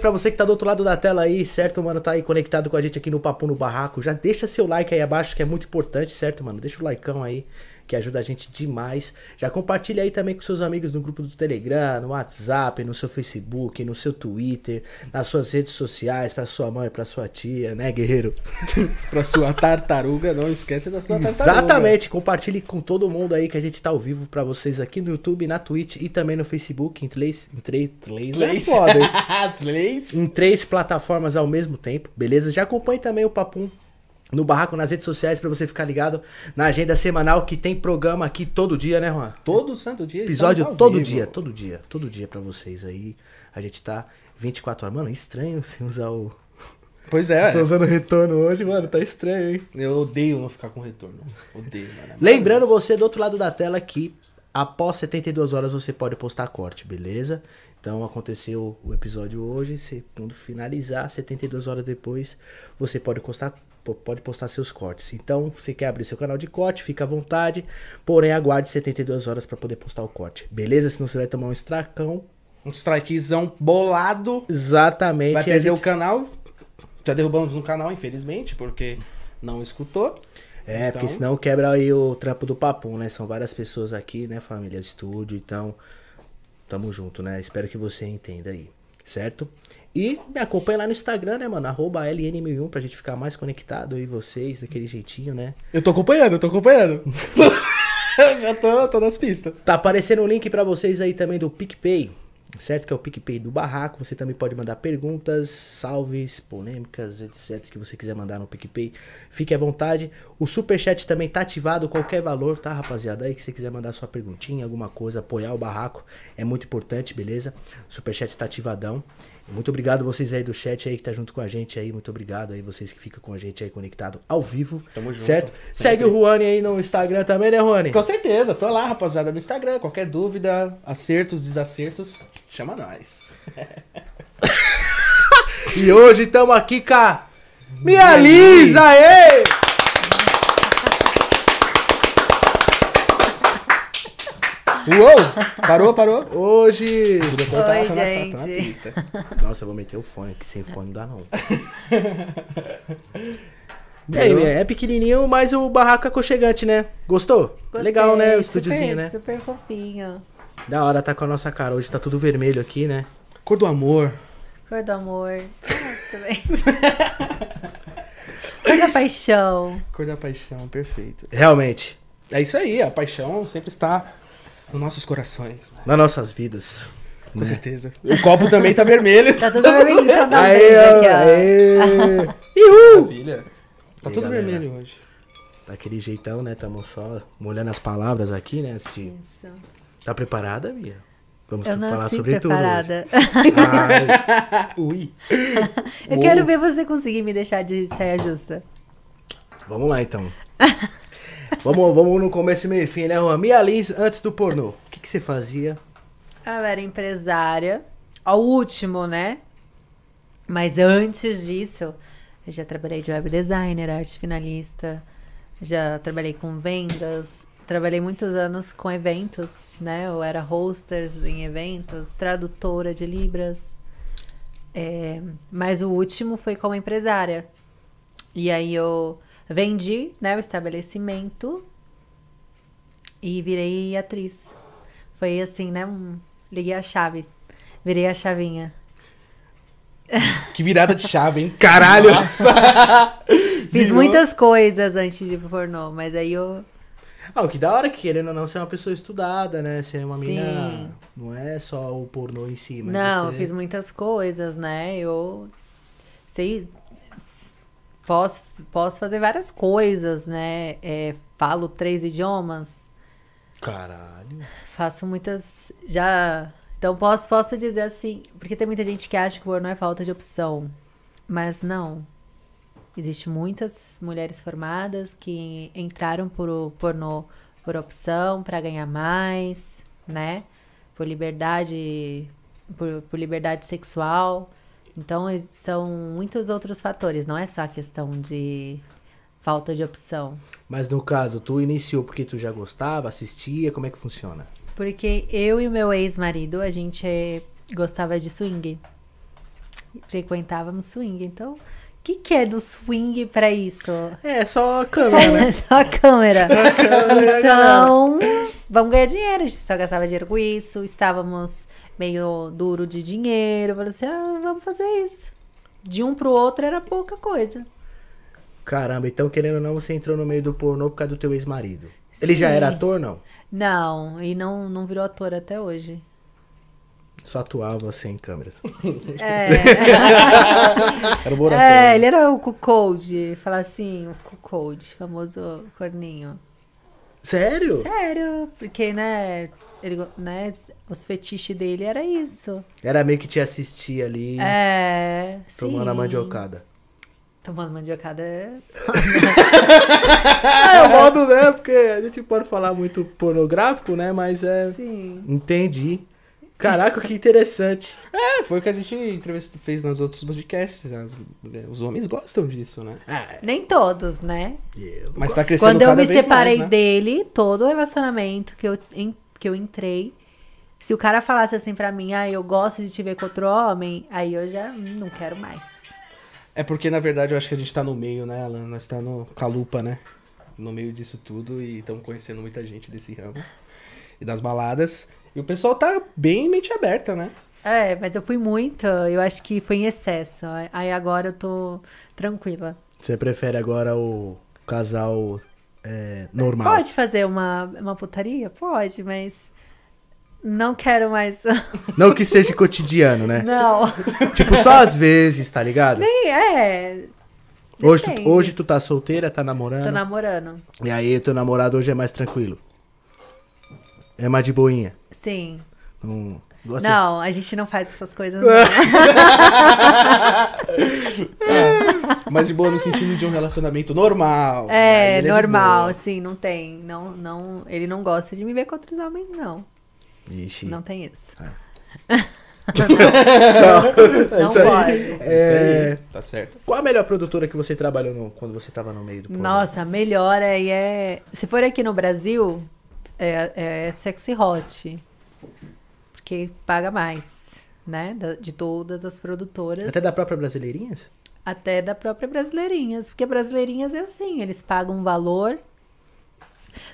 Pra você que tá do outro lado da tela aí, certo, mano? Tá aí conectado com a gente aqui no Papo no Barraco. Já deixa seu like aí abaixo, que é muito importante, certo, mano? Deixa o likeão aí, que ajuda a gente demais. Já compartilha aí também com seus amigos no grupo do Telegram, no WhatsApp, no seu Facebook, no seu Twitter, nas suas redes sociais, pra sua mãe, pra sua tia, né, guerreiro? Pra sua tartaruga, não esquece da sua tartaruga. Exatamente, compartilhe com todo mundo aí que a gente tá ao vivo pra vocês aqui no YouTube, na Twitch e também no Facebook, em três. Em três. Três, é Leis. foda, hein? Leis? em três plataformas ao mesmo tempo, beleza? Já acompanhe também o Papum no Barraco nas redes sociais pra você ficar ligado na agenda semanal que tem programa aqui todo dia, né, Juan? Todo santo dia. estamos Episódio ao todo vivo. dia, todo dia, todo dia pra vocês aí. A gente tá 24 horas. Mano, estranho sem usar o. Pois é, Tô é. usando retorno hoje, mano, tá estranho, hein? eu odeio não ficar com retorno. Odeio, mano. Lembrando você do outro lado da tela que após 72 horas você pode postar corte, beleza? Então aconteceu o episódio hoje, se quando finalizar, 72 horas depois, você pode postar po- pode postar seus cortes. Então, se quer abrir seu canal de corte, fica à vontade, porém aguarde 72 horas pra poder postar o corte. Beleza? Senão você vai tomar um estracão. Um strikezão bolado. Exatamente. e Vai a perder gente- o canal. Já derrubamos um canal, infelizmente, porque não escutou. É, Então- porque senão quebra aí o trampo do papum, né? São várias pessoas aqui, né, família do estúdio, então tamo junto, né? Espero que você entenda aí, certo? E me acompanha lá no Instagram, né, mano? Arroba LN1001 pra gente ficar mais conectado aí, vocês, daquele jeitinho, né? Eu tô acompanhando, eu tô acompanhando. Já tô, tô nas pistas. Tá aparecendo um link pra vocês aí também do PicPay, certo? Que é o PicPay do Barraco. Você também pode mandar perguntas, salves, polêmicas, etc. que você quiser mandar no PicPay. Fique à vontade. O Superchat também tá ativado, qualquer valor, tá, rapaziada? Aí que você quiser mandar sua perguntinha, alguma coisa, apoiar o Barraco, é muito importante, beleza? O Superchat tá ativadão. Muito obrigado vocês aí do chat aí que tá junto com a gente aí. Muito obrigado aí vocês que ficam com a gente aí conectado ao vivo. Tamo junto. Certo? Segue o Ruane aí no Instagram também, né, Ruane? Com certeza, tô lá, rapaziada, no Instagram. Qualquer dúvida, acertos, desacertos, chama nós. E hoje estamos aqui com a Mia Liz, aê! Uou! Parou, parou. Hoje... Podia Oi, tá na- gente. tá na pista. Nossa, eu vou meter o fone, que sem fone não dá não. É, Melhorou? é pequenininho, mas o barraco é aconchegante, né? Gostou? Gostei, Legal, né? O super, estúdiozinho, né? Super fofinho. Da hora tá com a nossa cara. Hoje tá tudo vermelho aqui, né? Cor do amor. Cor do amor. Ah, tudo bem. Cor da paixão. Cor da paixão, perfeito. Realmente, É isso aí, a paixão sempre está nos nossos corações. né? nas nossas vidas. Com certeza. O copo também tá vermelho. Tá tudo vermelhinho, tá tudo Aê, vermelho aqui, ó. aê! Maravilha. Tá E aí, tudo galera? vermelho hoje. Daquele jeitão, né? Tamo só molhando as palavras aqui, né? antes de- Isso. Tá preparada, Mia? Vamos Eu falar nasci sobre tudo. hoje. preparada. Ai, Ah, ui. Eu quero ver você conseguir me deixar de saia justa. Vamos lá então. vamos, vamos no começo e meio e fim, né, Juan? Mia Lins, antes do pornô, o que, que você fazia? Eu era empresária. Ao último, né? Mas antes disso, eu já trabalhei de web designer, arte finalista, já trabalhei com vendas, trabalhei muitos anos com eventos, né? Eu era hosters em eventos, tradutora de libras. É, mas o último foi como empresária. E aí eu vendi, né, o estabelecimento e virei atriz. Foi assim, né? um- Liguei a chave. Virei a chavinha. Que virada de chave, hein? Caralho! Nossa! Fiz Virou. muitas coisas antes de ir pro pornô, mas aí eu. Ah, o que da hora que querendo ou não, você é uma pessoa estudada, né? Você é uma Sim. menina. Não é só o pornô em si, mas. não, você... eu fiz muitas coisas, né? Eu sei. Posso, posso fazer várias coisas, né? É, falo três idiomas, Caralho. faço muitas. Já. Então posso, posso dizer assim. Porque tem muita gente que acha que o pornô é falta de opção. Mas não. Existem muitas mulheres formadas que entraram por pornô por opção, para ganhar mais, né? Por liberdade, por, por liberdade sexual. Então, es- são muitos outros fatores, não é só a questão de falta de opção. Mas no caso, tu iniciou porque tu já gostava, assistia, como é que funciona? Porque eu e o meu ex-marido, a gente eh, gostava de swing. frequentávamos swing. Então, o que, que é do swing pra isso? É, só câmera, né? Só a câmera. câmera, então, vamos ganhar dinheiro. A gente só gastava dinheiro com isso. Estávamos meio duro de dinheiro. Falei assim, ah, vamos fazer isso. De um pro outro era pouca coisa. Caramba, então querendo ou não, você entrou no meio do pornô por causa do teu ex-marido. Ele já Sim. era ator, não? Não, e não, não virou ator até hoje. Só atuava sem câmeras. Era o né? Boratão. É, ele era o cuckold. Fala assim, o cuckold, famoso corninho. Sério? Sério, porque, né, ele, go- né, os fetiches dele era isso. Era meio que te assistir ali, É, tomando sim. a mandiocada. Tomando mandiocada é... É, o modo, né? Porque a gente pode falar muito pornográfico, né? Mas é. Sim. Entendi. Caraca, que interessante. É, foi o que a gente entrevist- fez nos outros podcasts. As- né, os homens gostam disso, né? Nem todos, né? Mas tá crescendo Quando É, eu cada me vez separei mais, né? dele, todo relacionamento que eu, en- que eu entrei, se o cara falasse assim pra mim, ah, eu gosto de te ver com outro homem, aí eu já hum, não quero mais. É porque, na verdade, eu acho que a gente tá no meio, né, Alan? Nós tá no calupa, né? No meio disso tudo e estão conhecendo muita gente desse ramo e das baladas. E o pessoal tá bem mente aberta, né? É, mas eu fui muito, eu acho que foi em excesso. Aí agora eu tô tranquila. Você prefere agora o casal é, normal? Pode fazer uma, uma putaria? Pode, mas não quero mais. Não que seja cotidiano, né? Não. Tipo, só às vezes, tá ligado? Nem é. Hoje tu, depende. hoje tu tá solteira, tá namorando. Tô namorando. E aí, teu namorado hoje é mais tranquilo. É mais de boinha. Hum, Sim. Não. gosta- Não, a gente não faz essas coisas. não. Mas de boa no sentido de um relacionamento normal. né? É, Ele de normal, boa. sim, não tem. Não, não, ele não gosta de me ver com outros homens, não. Ixi. Não tem isso. Não assim, Não pode. É... É... Isso aí, tá certo. Qual a melhor produtora que você trabalhou no- quando você tava no meio do pornô? Nossa, a melhor aí é. Se for aqui no Brasil, é, é sexy hot. Porque paga mais, né? Da- De todas as produtoras. Até da própria Brasileirinhas? até da própria Brasileirinhas. Porque Brasileirinhas é assim, eles pagam um valor.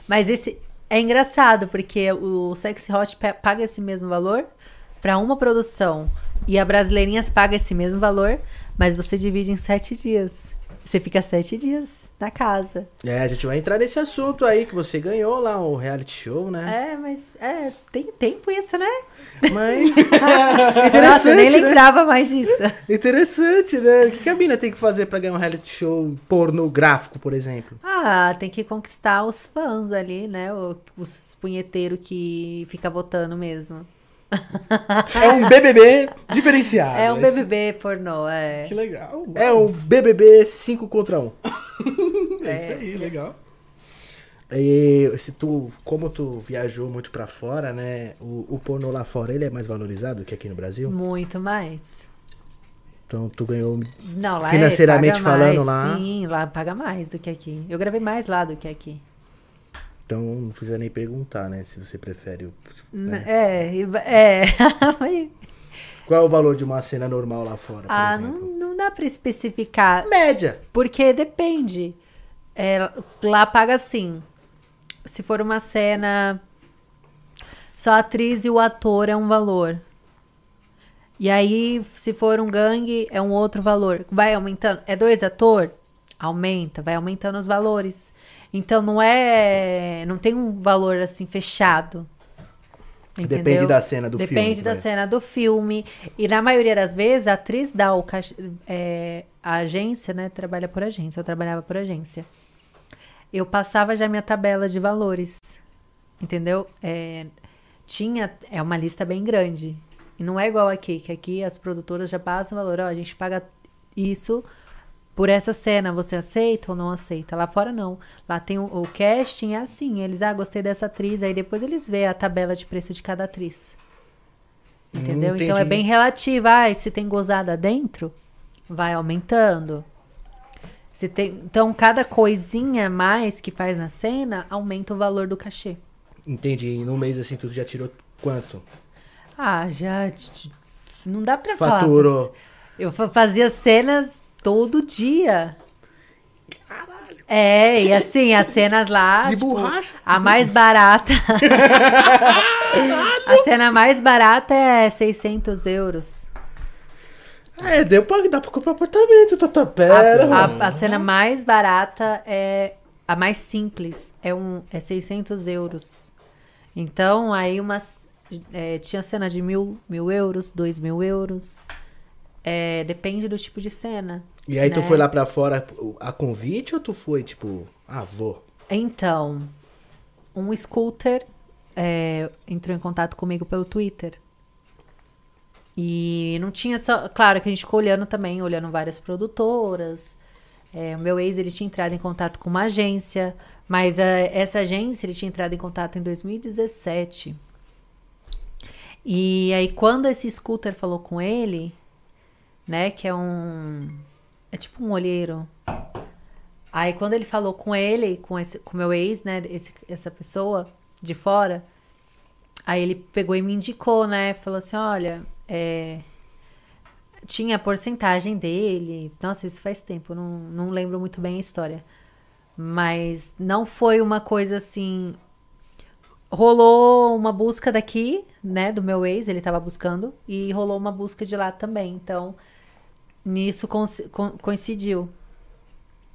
Mas esse é engraçado, porque o Sexy Hot pe- paga esse mesmo valor para uma produção. E a Brasileirinhas paga esse mesmo valor, mas você divide em sete dias. Você fica sete dias na casa. É, a gente vai entrar nesse assunto aí que você ganhou lá o reality show, né? É, mas é, tem tempo isso, né? Mas Nossa, eu nem É interessante, né? lembrava mais disso. Interessante, né? O que que a mina tem que fazer pra ganhar um reality show pornográfico, por exemplo? Ah, tem que conquistar os fãs ali, né? O- Os punheteiros que fica votando mesmo. É um BBB Ah, diferenciado. É um esse- BBB pornô, é. Que legal. É um BBB 5 contra 1. É isso aí, legal. E se tu, como tu viajou muito pra fora, né? O, o pornô lá fora, ele é mais valorizado que aqui no Brasil? Muito mais. Então tu ganhou... Não, lá é- Financeiramente paga falando, mais, lá- Sim, lá paga mais do que aqui. Eu gravei mais lá do que aqui. Então não precisa nem perguntar, né? Se você prefere... o- N- né? É, e ba- é. Mas- Qual é o valor de uma cena normal lá fora, por ah, não, exemplo? não dá pra especificar. Média. Porque depende. É, lá paga assim. Se for uma cena. Só a atriz e o ator é um valor. E aí, se for um gangue, é um outro valor. Vai aumentando. É dois ator? Aumenta, vai aumentando os valores. Então não é. Não tem um valor assim fechado. Depende Entendeu? da cena do filme Depende que da vai. cena do filme. E na maioria das vezes, a atriz dá o cach... é, a agência, né? Trabalha por agência. Eu trabalhava por agência. Eu passava já minha tabela de valores. Entendeu? É, tinha. É uma lista bem grande. E não é igual aqui, que aqui as produtoras já passam o valor. Ó, a gente paga isso por essa cena. Você aceita ou não aceita? Lá fora não. Lá tem o, o casting, é assim. Eles, ah, gostei dessa atriz. Aí depois eles vê a tabela de preço de cada atriz. Entendeu? então é entendi. bem relativa. Ah, e se tem gozada dentro, vai aumentando. Se tem, então, cada coisinha a mais que faz na cena aumenta o valor do cachê. Entendi. E num mês assim, tu já tirou quanto? Ah, já. t- t- Não dá pra falar. Faturou. mas Eu fa- fazia cenas todo dia. É, e assim, as cenas lá. De tipo, borracha? A mais barata. a cena mais barata é 600 euros. É, deu pra, dá pra comprar apartamento, Tata Pera. A, mano. a- a cena mais barata é a mais simples, é um é 600 euros. Então aí umas é, tinha cena de mil, mil euros, dois mil euros, É, depende do tipo de cena. E aí tu né? foi lá pra fora a convite ou tu foi, tipo, ah, vou? Então um scooter é, entrou em contato comigo pelo Twitter. E não tinha só. Claro que a gente ficou olhando também, olhando várias produtoras. É, o meu ex ele tinha entrado em contato com uma agência, mas é, essa agência ele tinha entrado em contato em 2017. E aí quando esse scooter falou com ele, né, que é um é tipo um olheiro. Aí quando ele falou com ele, com esse, com meu ex, né, esse- essa pessoa de fora, aí ele pegou e me indicou, né, falou assim, olha, é, tinha a porcentagem dele. Nossa, isso faz tempo, eu não, não lembro muito bem a história. Mas não foi uma coisa assim. Rolou uma busca daqui, né, do meu ex, ele tava buscando, e rolou uma busca de lá também. Então, nisso cons- co- coincidiu.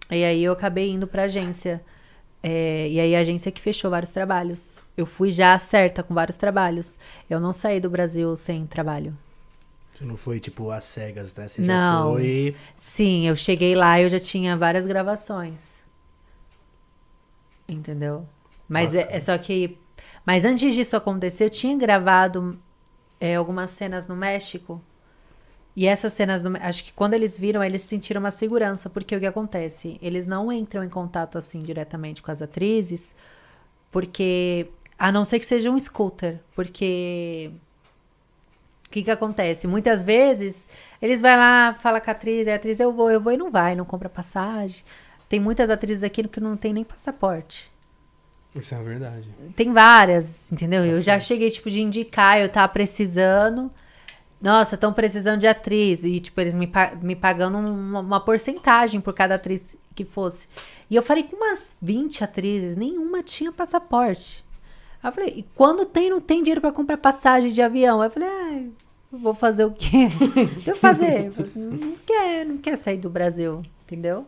E aí eu acabei indo pra agência. É, e aí a agência que fechou vários trabalhos. Eu fui já certa com vários trabalhos. Eu não saí do Brasil sem trabalho. Tu não foi, tipo, às cegas, né? Você já Não. foi. Sim, eu cheguei lá e eu já tinha várias gravações. Entendeu? Mas é, é só que. Mas antes disso acontecer, eu tinha gravado é, algumas cenas no México. E essas cenas, no, acho que quando eles viram, eles sentiram uma segurança, porque o que acontece? Eles não entram em contato assim diretamente com as atrizes, porque. A não ser que seja um scooter, porque o que que acontece? Muitas vezes eles vai lá, fala com a atriz, e a atriz eu vou, eu vou e não vai, não compra passagem. Tem muitas atrizes aqui que não tem nem passaporte. Isso é uma verdade. Tem várias, entendeu? eu já cheguei, tipo, de indicar, eu tava precisando. Nossa, estão precisando de atriz. E, tipo, eles me, pa- me pagando um, uma, uma porcentagem por cada atriz que fosse. E eu falei com umas 20 atrizes, nenhuma tinha passaporte. Aí eu falei, e quando tem, não tem dinheiro pra comprar passagem de avião. Aí eu falei, ai, eu vou fazer o quê? Deixa eu fazer. Eu falei, não quer, não quer sair do Brasil, entendeu?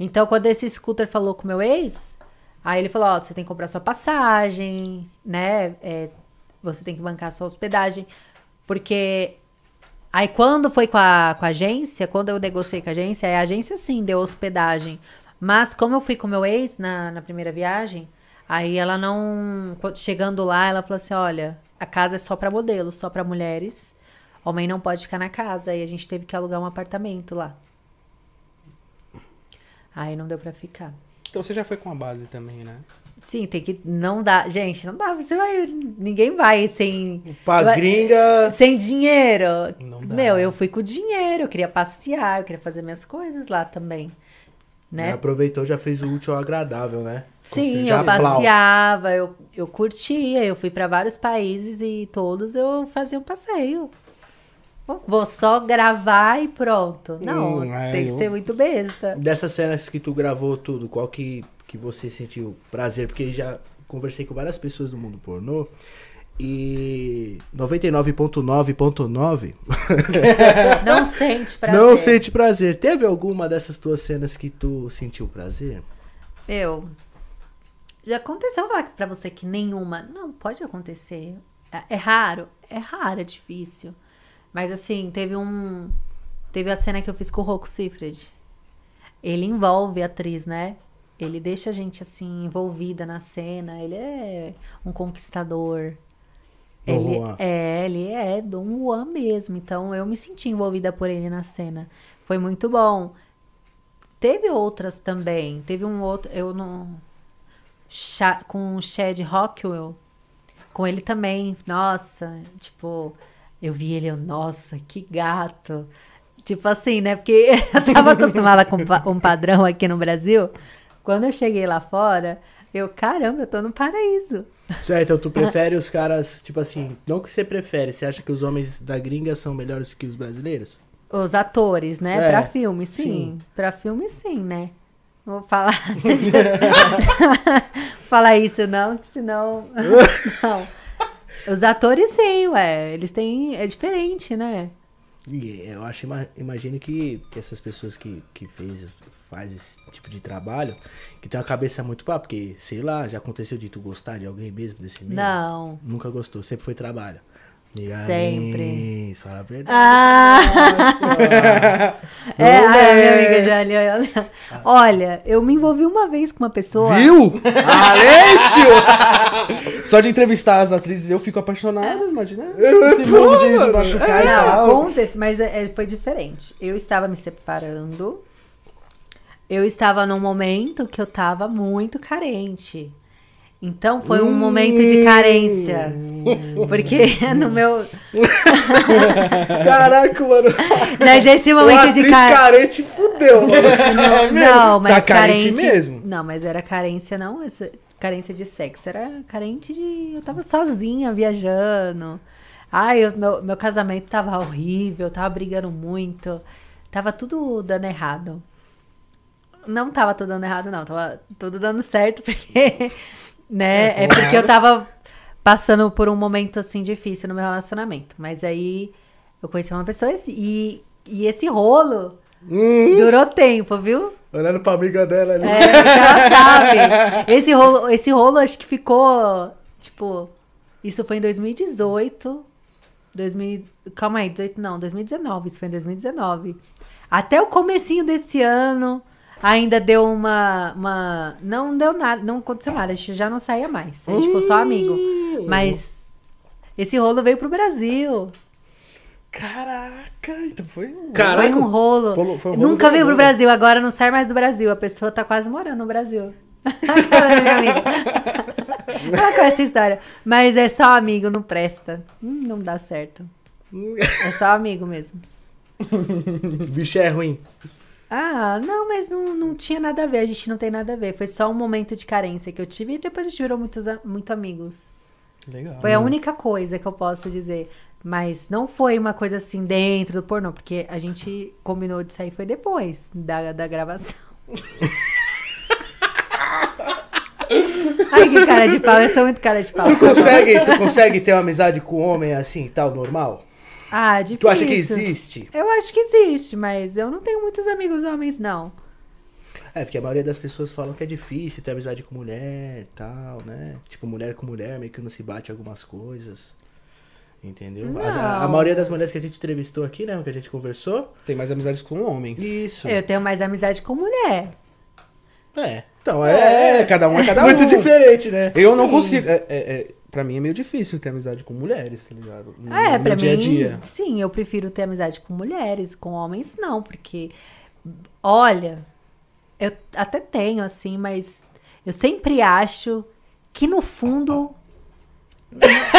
Então, quando esse scooter falou com meu ex, aí ele falou, ó, você tem que comprar sua passagem, né? É, você tem que bancar sua hospedagem. Porque Aí quando foi com a, com a agência, quando eu negociei com a agência, aí a agência sim deu hospedagem. Mas como eu fui com meu ex na, na primeira viagem, aí ela não. quando- Chegando lá, ela falou assim: olha, a casa é só pra modelos, só pra mulheres. Homem não pode ficar na casa. Aí a gente teve que alugar um apartamento lá. Aí não deu pra ficar. Então você já foi com a base também, né? Sim, tem que. Não dá. Gente, não dá. Você vai. Ninguém vai sem. Pra Vai- gringa. sem dinheiro. Não dá. Meu, eu fui com dinheiro, eu queria passear, eu queria fazer minhas coisas lá também. Né? Aproveitou, já fez o útil ao agradável, né? Sim, já eu passeava, eu, eu curtia, eu fui pra vários países e todos eu fazia um passeio. Vou- Vou só gravar e pronto. Não, Hum, é, tem que eu- ser muito besta. Dessas cenas que tu gravou tudo, qual que, que você sentiu prazer? Porque já conversei com várias pessoas do mundo pornô e 99.9.9 Não sente prazer. não sente prazer. Teve alguma dessas tuas cenas que tu sentiu prazer? Eu. Já aconteceu eu falar pra você que nenhuma. Não, pode acontecer. É, é raro. É raro, é difícil. Mas assim, teve um. Teve a cena que eu fiz com o Rocco Sifred. Ele envolve a atriz, né? Ele deixa a gente assim, envolvida na cena. Ele é um conquistador. Dom Ele Juan. é, ele é Dom Juan mesmo. Então eu me senti envolvida por ele na cena. Foi muito bom. Teve outras também. Teve um outro. Eu não. Cha- com o Chad Rockwell. Com ele também. Nossa, tipo. Eu vi ele, eu, nossa, que gato. Tipo assim, né? Porque eu tava acostumada com pa- um padrão aqui no Brasil. Quando eu cheguei lá fora, eu, caramba, eu tô no paraíso. É, então tu prefere os caras, tipo assim, não que você prefere, você acha que os homens da gringa são melhores que os brasileiros? Os atores, É, né? pra filme, sim. sim. Pra filme, sim, né? Não Vou falar. falar isso, não, que senão. não. Os atores, sim, ué. Eles têm. É diferente, né? E eu acho, ima- imagino que essas pessoas que, que fez, faz esse tipo de trabalho, que tem uma cabeça muito pá, porque, sei lá, já aconteceu de tu gostar de alguém mesmo desse meio? Não. Nunca gostou, sempre foi trabalho. E aí, Sempre. Isso, fala a verdade. Ah! é, ai, minha amiga já ali, olha. Olha, eu me envolvi uma vez com uma pessoa. Viu? Valente! Só de entrevistar as atrizes eu fico apaixonado, imagina. Esse mundo de de machucar e É. Não, tal. acontece, mas é- é- foi diferente. Eu estava me separando. Eu estava num momento que eu estava muito carente. Então foi um momento Hum. de carência. Porque no meu. Caraca, mano. Mas esse momento de Atriz carência. carente fudeu. Não, não, mas tá carente carente mesmo. Não, mas era carência, não. Essa carência de sexo. Era carente de. Eu tava sozinha viajando. Ai, eu- meu, meu casamento tava horrível, tava brigando muito. Tava tudo dando errado. Não tava tudo dando errado, não. Tava tudo dando certo, porque. Né? É, porque eu tava passando por um momento assim difícil no meu relacionamento. Mas aí eu conheci uma pessoa e, e esse rolo Hum, durou tempo, viu? Olhando pra amiga dela ali. É, ela sabe. Esse rolo, esse rolo acho que ficou, tipo, isso foi em 2018. 2000, calma aí, 18 não, 2019, isso foi em 2019. Até o comecinho desse ano ainda deu uma uma não deu nada, não aconteceu nada, a gente já não saía mais. A gente ficou só amigo. Mas esse rolo veio pro Brasil. Caraca, então foi um. Caraca. foi um rolo. Foi um- foi um rolo Nunca veio grandão, né? pro Brasil, agora não sai mais do Brasil. A pessoa tá quase morando no Brasil. A cara da é minha amiga. Ela conhece essa história. Mas é só amigo, não presta. Hum, não dá certo. É só amigo mesmo. Bicho é ruim. Ah, não, mas não, não tinha nada a ver. A gente não tem nada a ver. Foi só um momento de carência que eu tive e depois a gente virou muitos, a- muito amigos. Legal. Uhum. Foi a única coisa que eu posso dizer. Mas não foi uma coisa assim dentro do pornô, porque a gente combinou de sair foi depois da, da gravação. Ai, que cara de pau, eu sou muito cara de pau. Tu consegue, tu consegue ter uma amizade com homem assim e tal, normal? Ah, difícil. Tu acha que existe? Eu acho que existe, mas eu não tenho muitos amigos homens, não. É, porque a maioria das pessoas falam que é difícil ter amizade com mulher e tal, né? Tipo, mulher com mulher, meio que não se bate algumas coisas. Entendeu? As- a, a Não. maioria das mulheres que a gente entrevistou aqui, né? Que a gente conversou. um Tem mais amizades com homens. Isso. Eu tenho mais amizade com mulher. É. Então, É, é. é, cada um é cada um. muito diferente, né? Eu não consigo. É, é, é, pra mim é meio difícil ter amizade com mulheres, tá ligado? No, É, no pra dia mim, a dia. sim, eu prefiro ter amizade com mulheres, com homens não, porque olha, eu até tenho assim, mas eu sempre acho que no fundo é,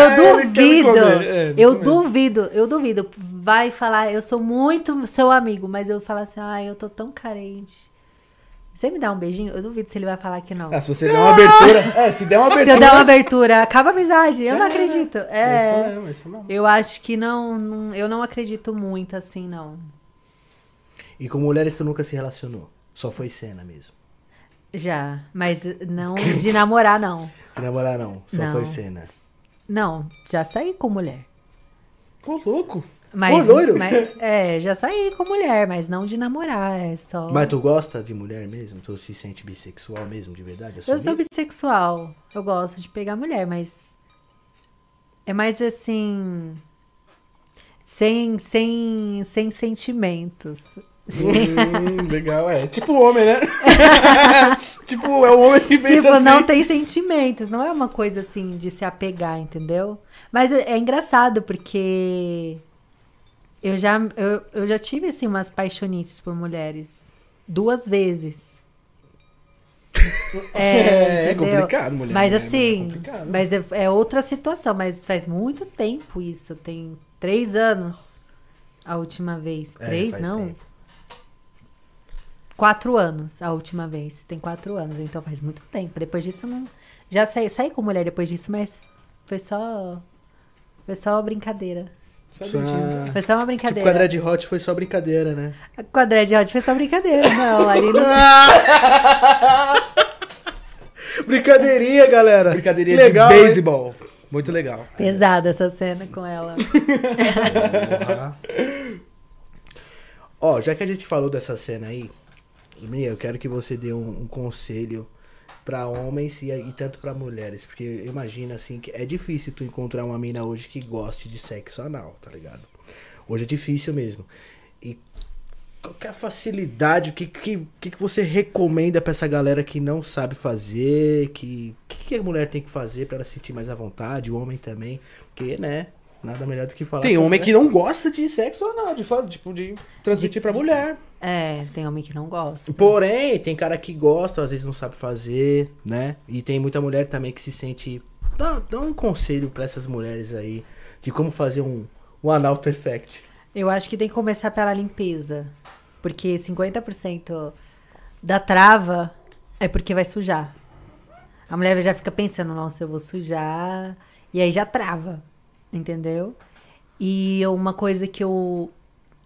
eu Ele quer me duvido, comer, é, isso eu mesmo. duvido, eu duvido. Vai falar, eu sou muito seu amigo, mas eu falo assim, ai, eu tô tão carente. Você me dá um beijinho? Eu duvido se ele vai falar que não. Ah, se você der uma abertura. É, se der uma Se abertura. eu der uma abertura, acaba a amizade. Eu não acredito. É isso É, mesmo, é isso mesmo. eu acho que não, não- Eu não acredito muito assim, não. E com mulheres tu nunca se relacionou. Só foi cena mesmo. Já. Mas eh, não de namorar, não. Tu namorar não, só Não. foi cena. Não, já saí com mulher. Ô, louco. Mas, Ô, loiro! mas- é, já saí com mulher, mas não de namorar. É só. Mas tu gosta de mulher mesmo? Tu se sente bissexual mesmo, de verdade? eu sou Assumido? bissexual. Eu gosto de pegar mulher, mas. É mais assim. Sem, sem, sem sentimentos. Hum, legal, é. Tipo homem, né? tipo, é o homem que pensa Tipo, assim. não tem sentimentos, não é uma coisa assim de se apegar, entendeu? Mas é é engraçado porque eu já, eu, eu já tive assim umas paixonites por mulheres duas vezes. É, é entendeu? complicado, mulher. Mas né? Mulher, mulher é assim, complicado. mas é, é outra situação, mas faz muito tempo isso, tem três anos a última vez. É, três, faz não? tempo. Quatro anos a última vez. Tem quatro anos, então faz muito tempo. Depois disso, não. Já saí, saí com mulher depois disso, mas foi só. Foi só brincadeira. Só dedinho. Foi só uma Tipo, brincadeira. quadradinho hot foi só brincadeira, né? Quadradinho, ó, foi só brincadeira. Não, ali não Brincadeirinha, galera. Brincadeirinha Legal, de hein? beisebol. Muito legal. Pesada essa cena com ela. Porra. Ó, já que a gente falou dessa cena aí, Mia, eu quero que você dê um, um conselho pra homens e, e tanto pra mulheres, porque eu imagino assim que é difícil tu encontrar uma mina hoje que goste de sexo anal, tá ligado? Hoje é difícil mesmo. E qual que é a facilidade, o que, que, que que você recomenda pra essa galera que não sabe fazer, que que, que a mulher tem que fazer pra ela se sentir mais à vontade, o homem também, porque né, nada melhor do que falar Tem com a homem mulher. que não gosta de sexo anal, de, fa- tipo, de transmitir pra mulher. É, tem homem que não gosta. Porém, tem cara que gosta, às vezes não sabe fazer, né? E tem muita mulher também que se sente. Dá, dá um conselho pra essas mulheres aí de como fazer um, um anal perfect. Eu acho que tem que começar pela limpeza. Porque 50% da trava é porque vai sujar. A mulher já fica pensando, nossa, eu vou sujar. E aí já trava. Entendeu? E uma coisa que eu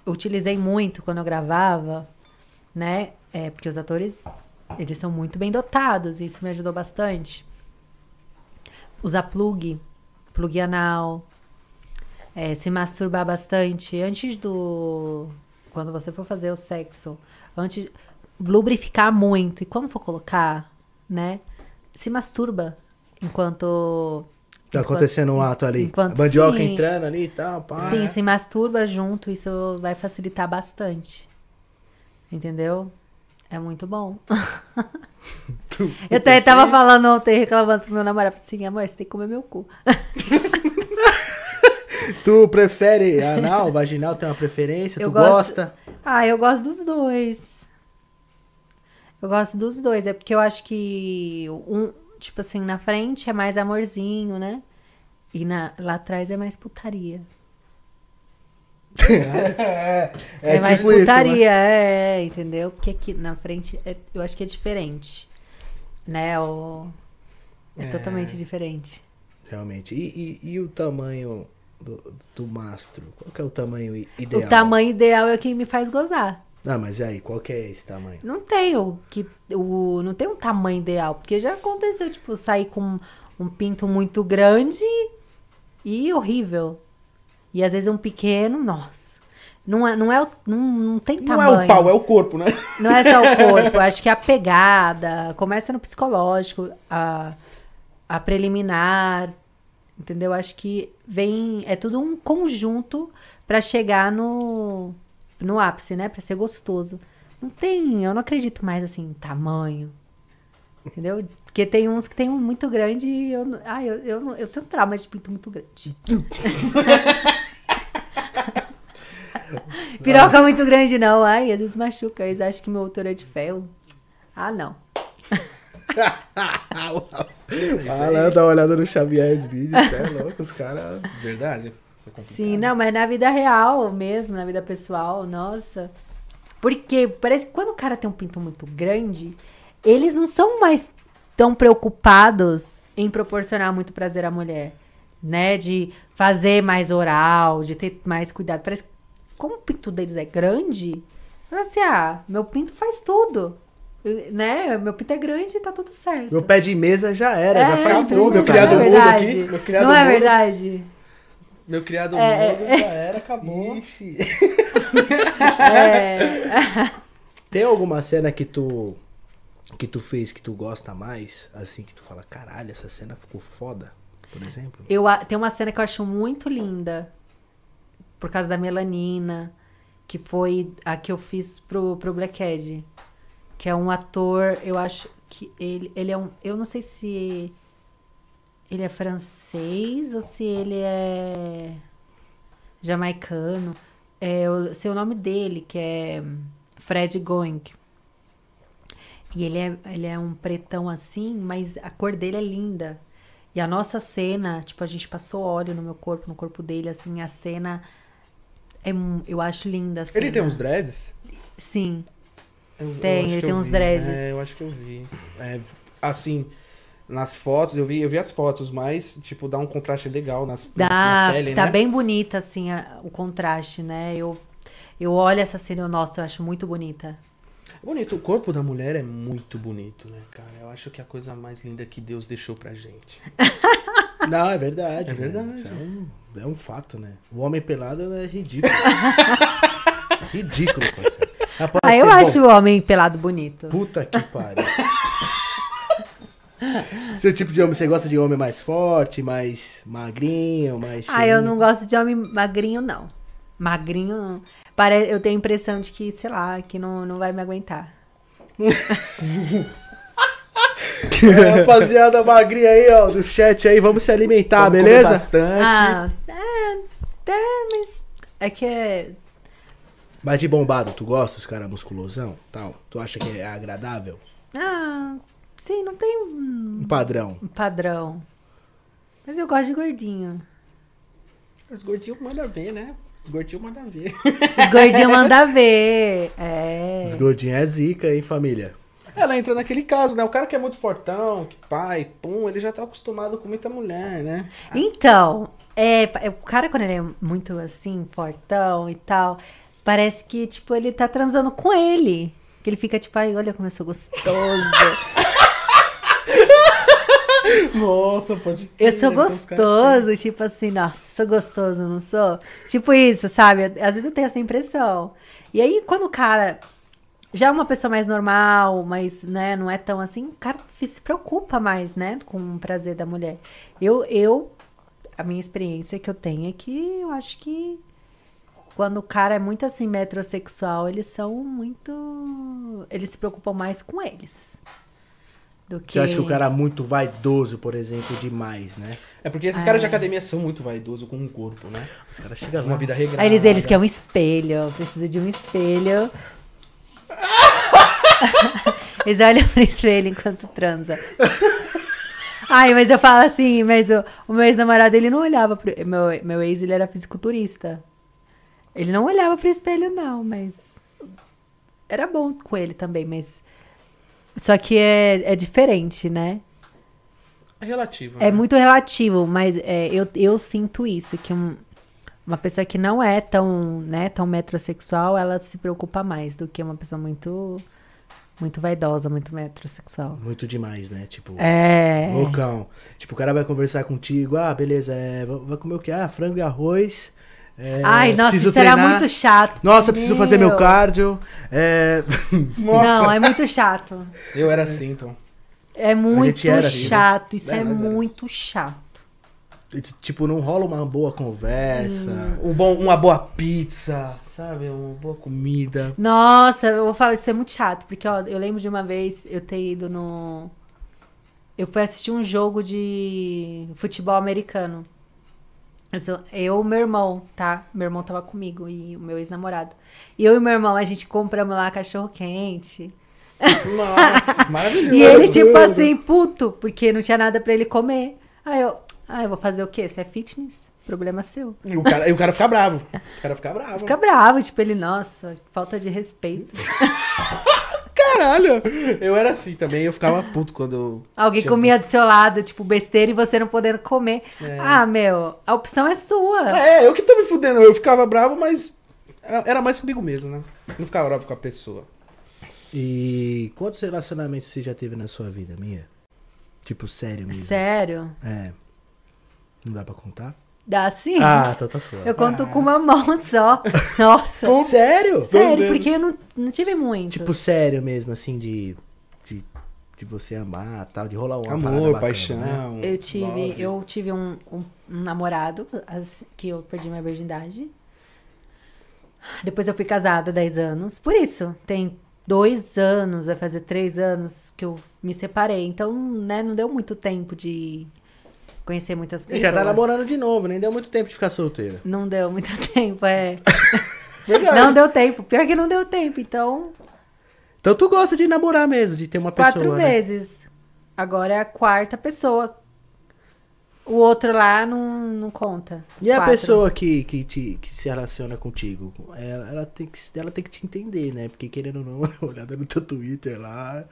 utilizei muito quando eu gravava, né? É porque os atores, eles são muito bem dotados. E isso me ajudou bastante. Usar plug, plug anal, é, se masturbar bastante antes do. Quando você for fazer o sexo, antes. Lubrificar muito. E quando for colocar, né? Se masturba enquanto. Tá enquanto- acontecendo um ato ali. enquanto- a bandioca sim. entrando ali e tal, pá. Sim, se masturba junto, isso vai facilitar bastante. Entendeu? É muito bom. Eu até tava falando ontem, reclamando pro meu namorado, assim, amor, você tem que comer meu cu. Tu prefere anal, vaginal, tem uma preferência? Eu tu gosto- gosta? Ah, eu gosto dos dois. Eu gosto dos dois. É porque eu acho que um, tipo assim, na frente é mais amorzinho, né? E na- lá atrás é mais putaria. É, mais tipo isso, putaria, né? é, é, entendeu? Porque aqui na frente é- eu acho que é diferente. Né? O- é, É. totalmente diferente. Realmente. E, e, e o tamanho do, do mastro? Qual que é o tamanho i- ideal? O tamanho ideal é quem me faz gozar. Ah, mas e aí, qual que é esse tamanho? Não tem o que o não tem um tamanho ideal, porque já aconteceu tipo sair com um pinto muito grande e horrível. E às vezes um pequeno, nossa. Não é, não é o- não, não tem Não tamanho. é o pau, é o corpo, né? Não é só o corpo, acho que é a pegada, começa no psicológico, a, a preliminar, entendeu? Acho que vem, é tudo um conjunto pra chegar no, no ápice, né? Pra ser gostoso. Não tem, eu não acredito mais assim, em tamanho, entendeu? Porque tem uns que tem um muito grande e eu, não- ah, eu, eu, não- eu tenho trauma de pinto muito grande. Piroca muito grande não, ai, às vezes machuca, eles acham que meu autor é de ferro. Ah, não. Fala, dá uma olhada no Xavier's vídeo, é louco, os caras. Verdade. Sim, não, mas na vida real mesmo, na vida pessoal, nossa. Porque parece que quando o cara tem um pinto muito grande, eles não são mais tão preocupados em proporcionar muito prazer à mulher, né? De fazer mais oral, de ter mais cuidado. Parece que como o pinto deles é grande, fala assim, ah, meu pinto faz tudo, né? Meu pinto é grande e tá tudo certo. Meu pé de mesa já era, já faz entendeu? tudo. meu cara. criado Não é mudo verdade? aqui, meu criado Não é mudo. verdade? Meu criado É, mudo já era, acabou. É... Tem alguma cena que tu que tu fez que tu gosta mais, assim que tu fala, caralho, essa cena ficou foda, por exemplo? Eu, a- tem uma cena que eu acho muito linda, por causa da melanina, que foi a que eu fiz pro, pro Blackhead. Que é um ator, eu acho que ele, ele é um. Eu não sei se ele é francês ou se ele é jamaicano. É, eu sei o nome dele, que é Fred Going. E ele é, ele é um pretão assim, mas a cor dele é linda. E a nossa cena, tipo, a gente passou óleo no meu corpo, no corpo dele, assim, a cena. É, mu- eu acho linda. A cena. Ele tem uns dreads? Sim. Eu- eu Tem, acho ele que tem eu uns vi. dreads. É, eu acho que eu vi. É, assim, Nas fotos, eu vi, eu vi as fotos, mas, tipo, dá um contraste legal nas, Dá, na pele, tá né? bem bonita, assim, a- o contraste, né? Eu, eu olho essa cena, eu, nossa, eu acho muito bonita. É Bonito, o corpo da mulher é muito bonito, né, cara? Eu acho que é a coisa mais linda que Deus deixou pra gente. Não, é verdade. É né? verdade. Isso É um, é um fato, né? O homem pelado é ridículo. ridículo, parceiro. Ela pode Ah, eu ser acho o homem pelado bonito. Puta que pariu. Seu tipo de homem, você gosta de homem mais forte, mais magrinho, mais. Ah, eu cheinho? não gosto de homem magrinho, não. Magrinho, não. Pare... eu tenho a impressão de que, sei lá, que não, não vai me aguentar. É, rapaziada magrinha aí, ó, do chat aí, vamos se Tá, alimentar, Vamos comer beleza? Bastante. Ah, é, é, mas é que é- Mas de bombado, tu gosta dos caras musculosão tal? Tu acha que é agradável? Ah, sim, não tem um Um padrão. padrão. Mas eu gosto de gordinho. Os gordinhos mandam ver, né? Os gordinhos mandam ver. Os gordinhos manda ver. É. Os gordinhos é zica, hein, família? Ela entra naquele caso, né? O cara que é muito fortão, que pai, pum, ele já tá acostumado com muita mulher, né? Então, é, pa- é, o cara quando ele é muito assim, fortão e tal, parece que, tipo, ele tá transando com ele. Que ele fica tipo, ai, olha como eu sou gostoso. Nossa, pode. Eu sou gostoso, tipo assim, nossa, sou gostoso, não sou? Tipo isso, sabe? Às vezes eu tenho essa impressão. E aí, quando o cara já é uma pessoa mais normal, mas, né, não é tão assim, o cara fi- se preocupa mais, né, com o prazer da mulher. Eu, eu, a minha experiência que eu tenho é que eu acho que quando o cara é muito assim, metrosexual, eles são muito. Eles se preocupam mais com eles. Do que. Tu acha que o cara é muito vaidoso, por exemplo, demais, né? É porque esses Ah. caras de academia são muito vaidosos com o corpo, né? Os caras chegam Uma lá. vida regrada. Aí eles, eles querem um espelho, preciso de um espelho. Eles olham pro espelho enquanto transa. Ai, mas eu falo assim, mas o, o meu ex-namorado, ele não olhava pro... Meu, meu ex, ele era fisiculturista. Ele não olhava pro espelho, não, mas... Era bom com ele também, mas... Só que é, é diferente, né? É relativo. É Uhum. né? muito relativo, mas é, eu, eu sinto isso, que um- uma pessoa que não é tão, né, tão metrosexual, ela se preocupa mais do que uma pessoa muito, muito vaidosa, muito metrosexual. Muito demais, né? Tipo, É. loucão. Tipo, o cara vai conversar contigo, ah, beleza, é, va- vai comer o quê? Ah, frango e arroz. é, Ai, nossa, preciso isso era treinar. muito chato. Nossa, preciso fazer meu carro. cardio. É... Não, é muito chato. Eu era assim, então. É muito era assim, né? chato, isso É, é nós éramos. muito chato. tipo, não rola uma boa conversa. Hum. Um bom, uma boa pizza, sabe? Uma boa comida. Nossa, eu vou falar, isso é muito chato, porque ó, eu lembro de uma vez eu ter ido no. Eu fui assistir um jogo de futebol americano. Eu sou- Eu e meu irmão, tá? Meu irmão tava comigo e o meu ex-namorado. E eu e meu irmão, a gente compramos lá cachorro quente. Nossa, maravilhoso. E ele, tipo assim, puto, porque não tinha nada pra ele comer. Aí eu, ah, eu vou fazer o quê? Você é fitness? Problema seu. E o cara, e o cara fica bravo. O cara fica bravo. Fica bravo, tipo, ele, nossa, falta de respeito. Caralho! Eu era assim também, eu ficava puto quando. Alguém tinha- comia do seu lado, tipo, besteira e você não podendo comer. Ah, meu, a opção é sua. É, eu que tô me fudendo. Eu ficava bravo, mas era mais comigo mesmo, né? Não ficava bravo com a pessoa. E quantos relacionamentos você já teve na sua vida, minha? Tipo, sério mesmo. Sério? É. Não dá pra contar? Dá sim? Ah, então tá suave. eu conto com uma mão só. Nossa. Sério? Sério, dedos. porque eu não, não tive muito. Tipo, sério mesmo, assim, de. De, de você amar tal, de rolar uma parada Amor, bacana, paixão. né? eu tive, love. eu tive um, um- um namorado as- que eu perdi minha virgindade. Depois eu fui casada 10 anos. Por isso, tem dois anos, vai fazer três anos que eu me separei. Então, né, não deu muito tempo de conhecer muitas E pessoas. já tá namorando de novo, nem deu muito tempo de ficar solteira. Não deu muito tempo, é. Verdade. Não deu tempo. Pior que não deu tempo. Então, Então tu gosta de namorar mesmo, de ter uma quatro pessoa. né? vezes. Agora é a quarta pessoa. O outro lá não, não conta. E a Quatro. pessoa que, que, te- que se relaciona contigo, ela, ela tem que, ela tem que te entender, né? Porque querendo ou não, olhada no teu Twitter lá,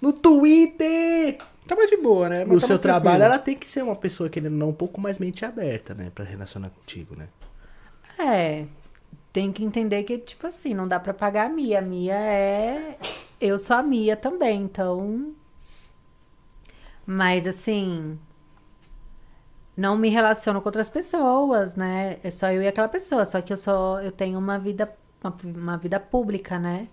no Twitter. Tava de boa, É, né? No tá Mas seu tava tranquilo. trabalho, ela tem que ser uma pessoa, querendo ou não, um pouco mais mente aberta, né? Pra relacionar contigo, né? É, tem que entender que, tipo assim, não dá pra pagar a Mia. A Mia é. Eu sou a Mia também, então. Mas, assim. Não me relaciono com outras pessoas, né? É só eu e aquela pessoa. Só que eu só. Eu tenho uma vida. Uma, uma vida pública, né?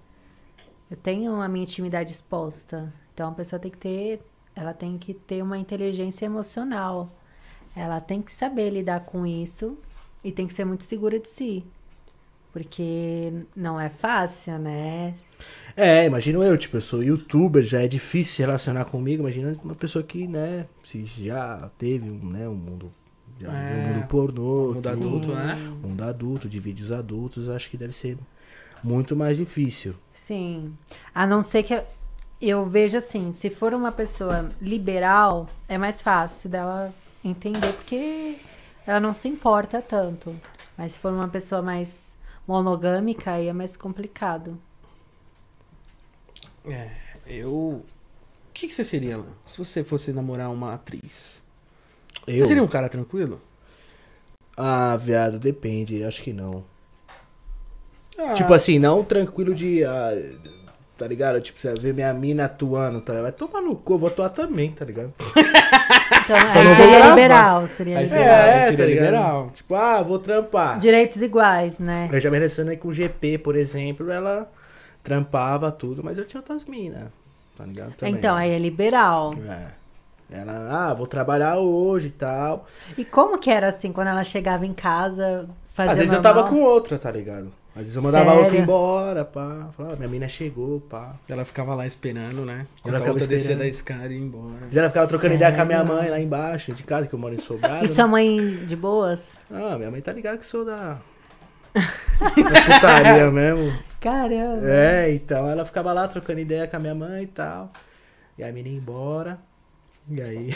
Eu tenho a minha intimidade exposta. Então a pessoa tem que ter. Ela tem que ter uma inteligência emocional. Ela tem que saber lidar com isso e tem que ser muito segura de si. Porque não é fácil, né? É, imagino eu, tipo, eu sou youtuber, já é difícil se relacionar comigo, imagina uma pessoa que, né, se já teve um, né, um mundo, já É, viveu um mundo pornô, Mundo que- adulto, né? um mundo adulto, de vídeos adultos, eu acho que deve ser muito mais difícil. Sim. A não ser que eu, eu veja assim, se for uma pessoa liberal, é mais fácil dela entender porque ela não se importa tanto. Mas se for uma pessoa mais monogâmica, aí é mais complicado. É, eu. O que, que você seria, Alan? Se você fosse namorar uma atriz? Eu, Você seria um cara tranquilo? ah, viado, depende, acho que não. Ah, Tipo assim, não tranquilo de, ah, tá ligado, tipo, você vê minha mina atuando, tá ligado, vai tomar no cu, eu vou atuar também, tá ligado? Então, Só não aí vou seria gravar. liberal, seria Aí você- liberal. aí seria ligado? É, tá liberal. Tipo, ah, vou trampar. Direitos iguais, né? Eu já me relacionei com o GP, por exemplo, ela trampava tudo, mas eu tinha outras minas, tá ligado? Também. Então, aí é liberal. É. Ela, ah, vou trabalhar hoje e tal. E como que era assim, quando ela chegava em casa, fazia Às vezes eu mamão? tava com outra, tá ligado? Às vezes eu mandava Sério? outra embora, pá. Falava, "Ah, minha mina chegou, pá. Ela ficava lá esperando, né? Ela Quando a ficava outra descia esperando. da escada e ia embora. Às vezes ela ficava trocando ideia com a minha Sério? é mãe lá embaixo, de casa, que eu moro em Sobrado. E sua mãe de boas? né? Ah, minha mãe tá ligada que sou da... da putaria mesmo. Caramba. É, então ela ficava lá trocando ideia com a minha mãe e tal. E a mina ia embora. E aí...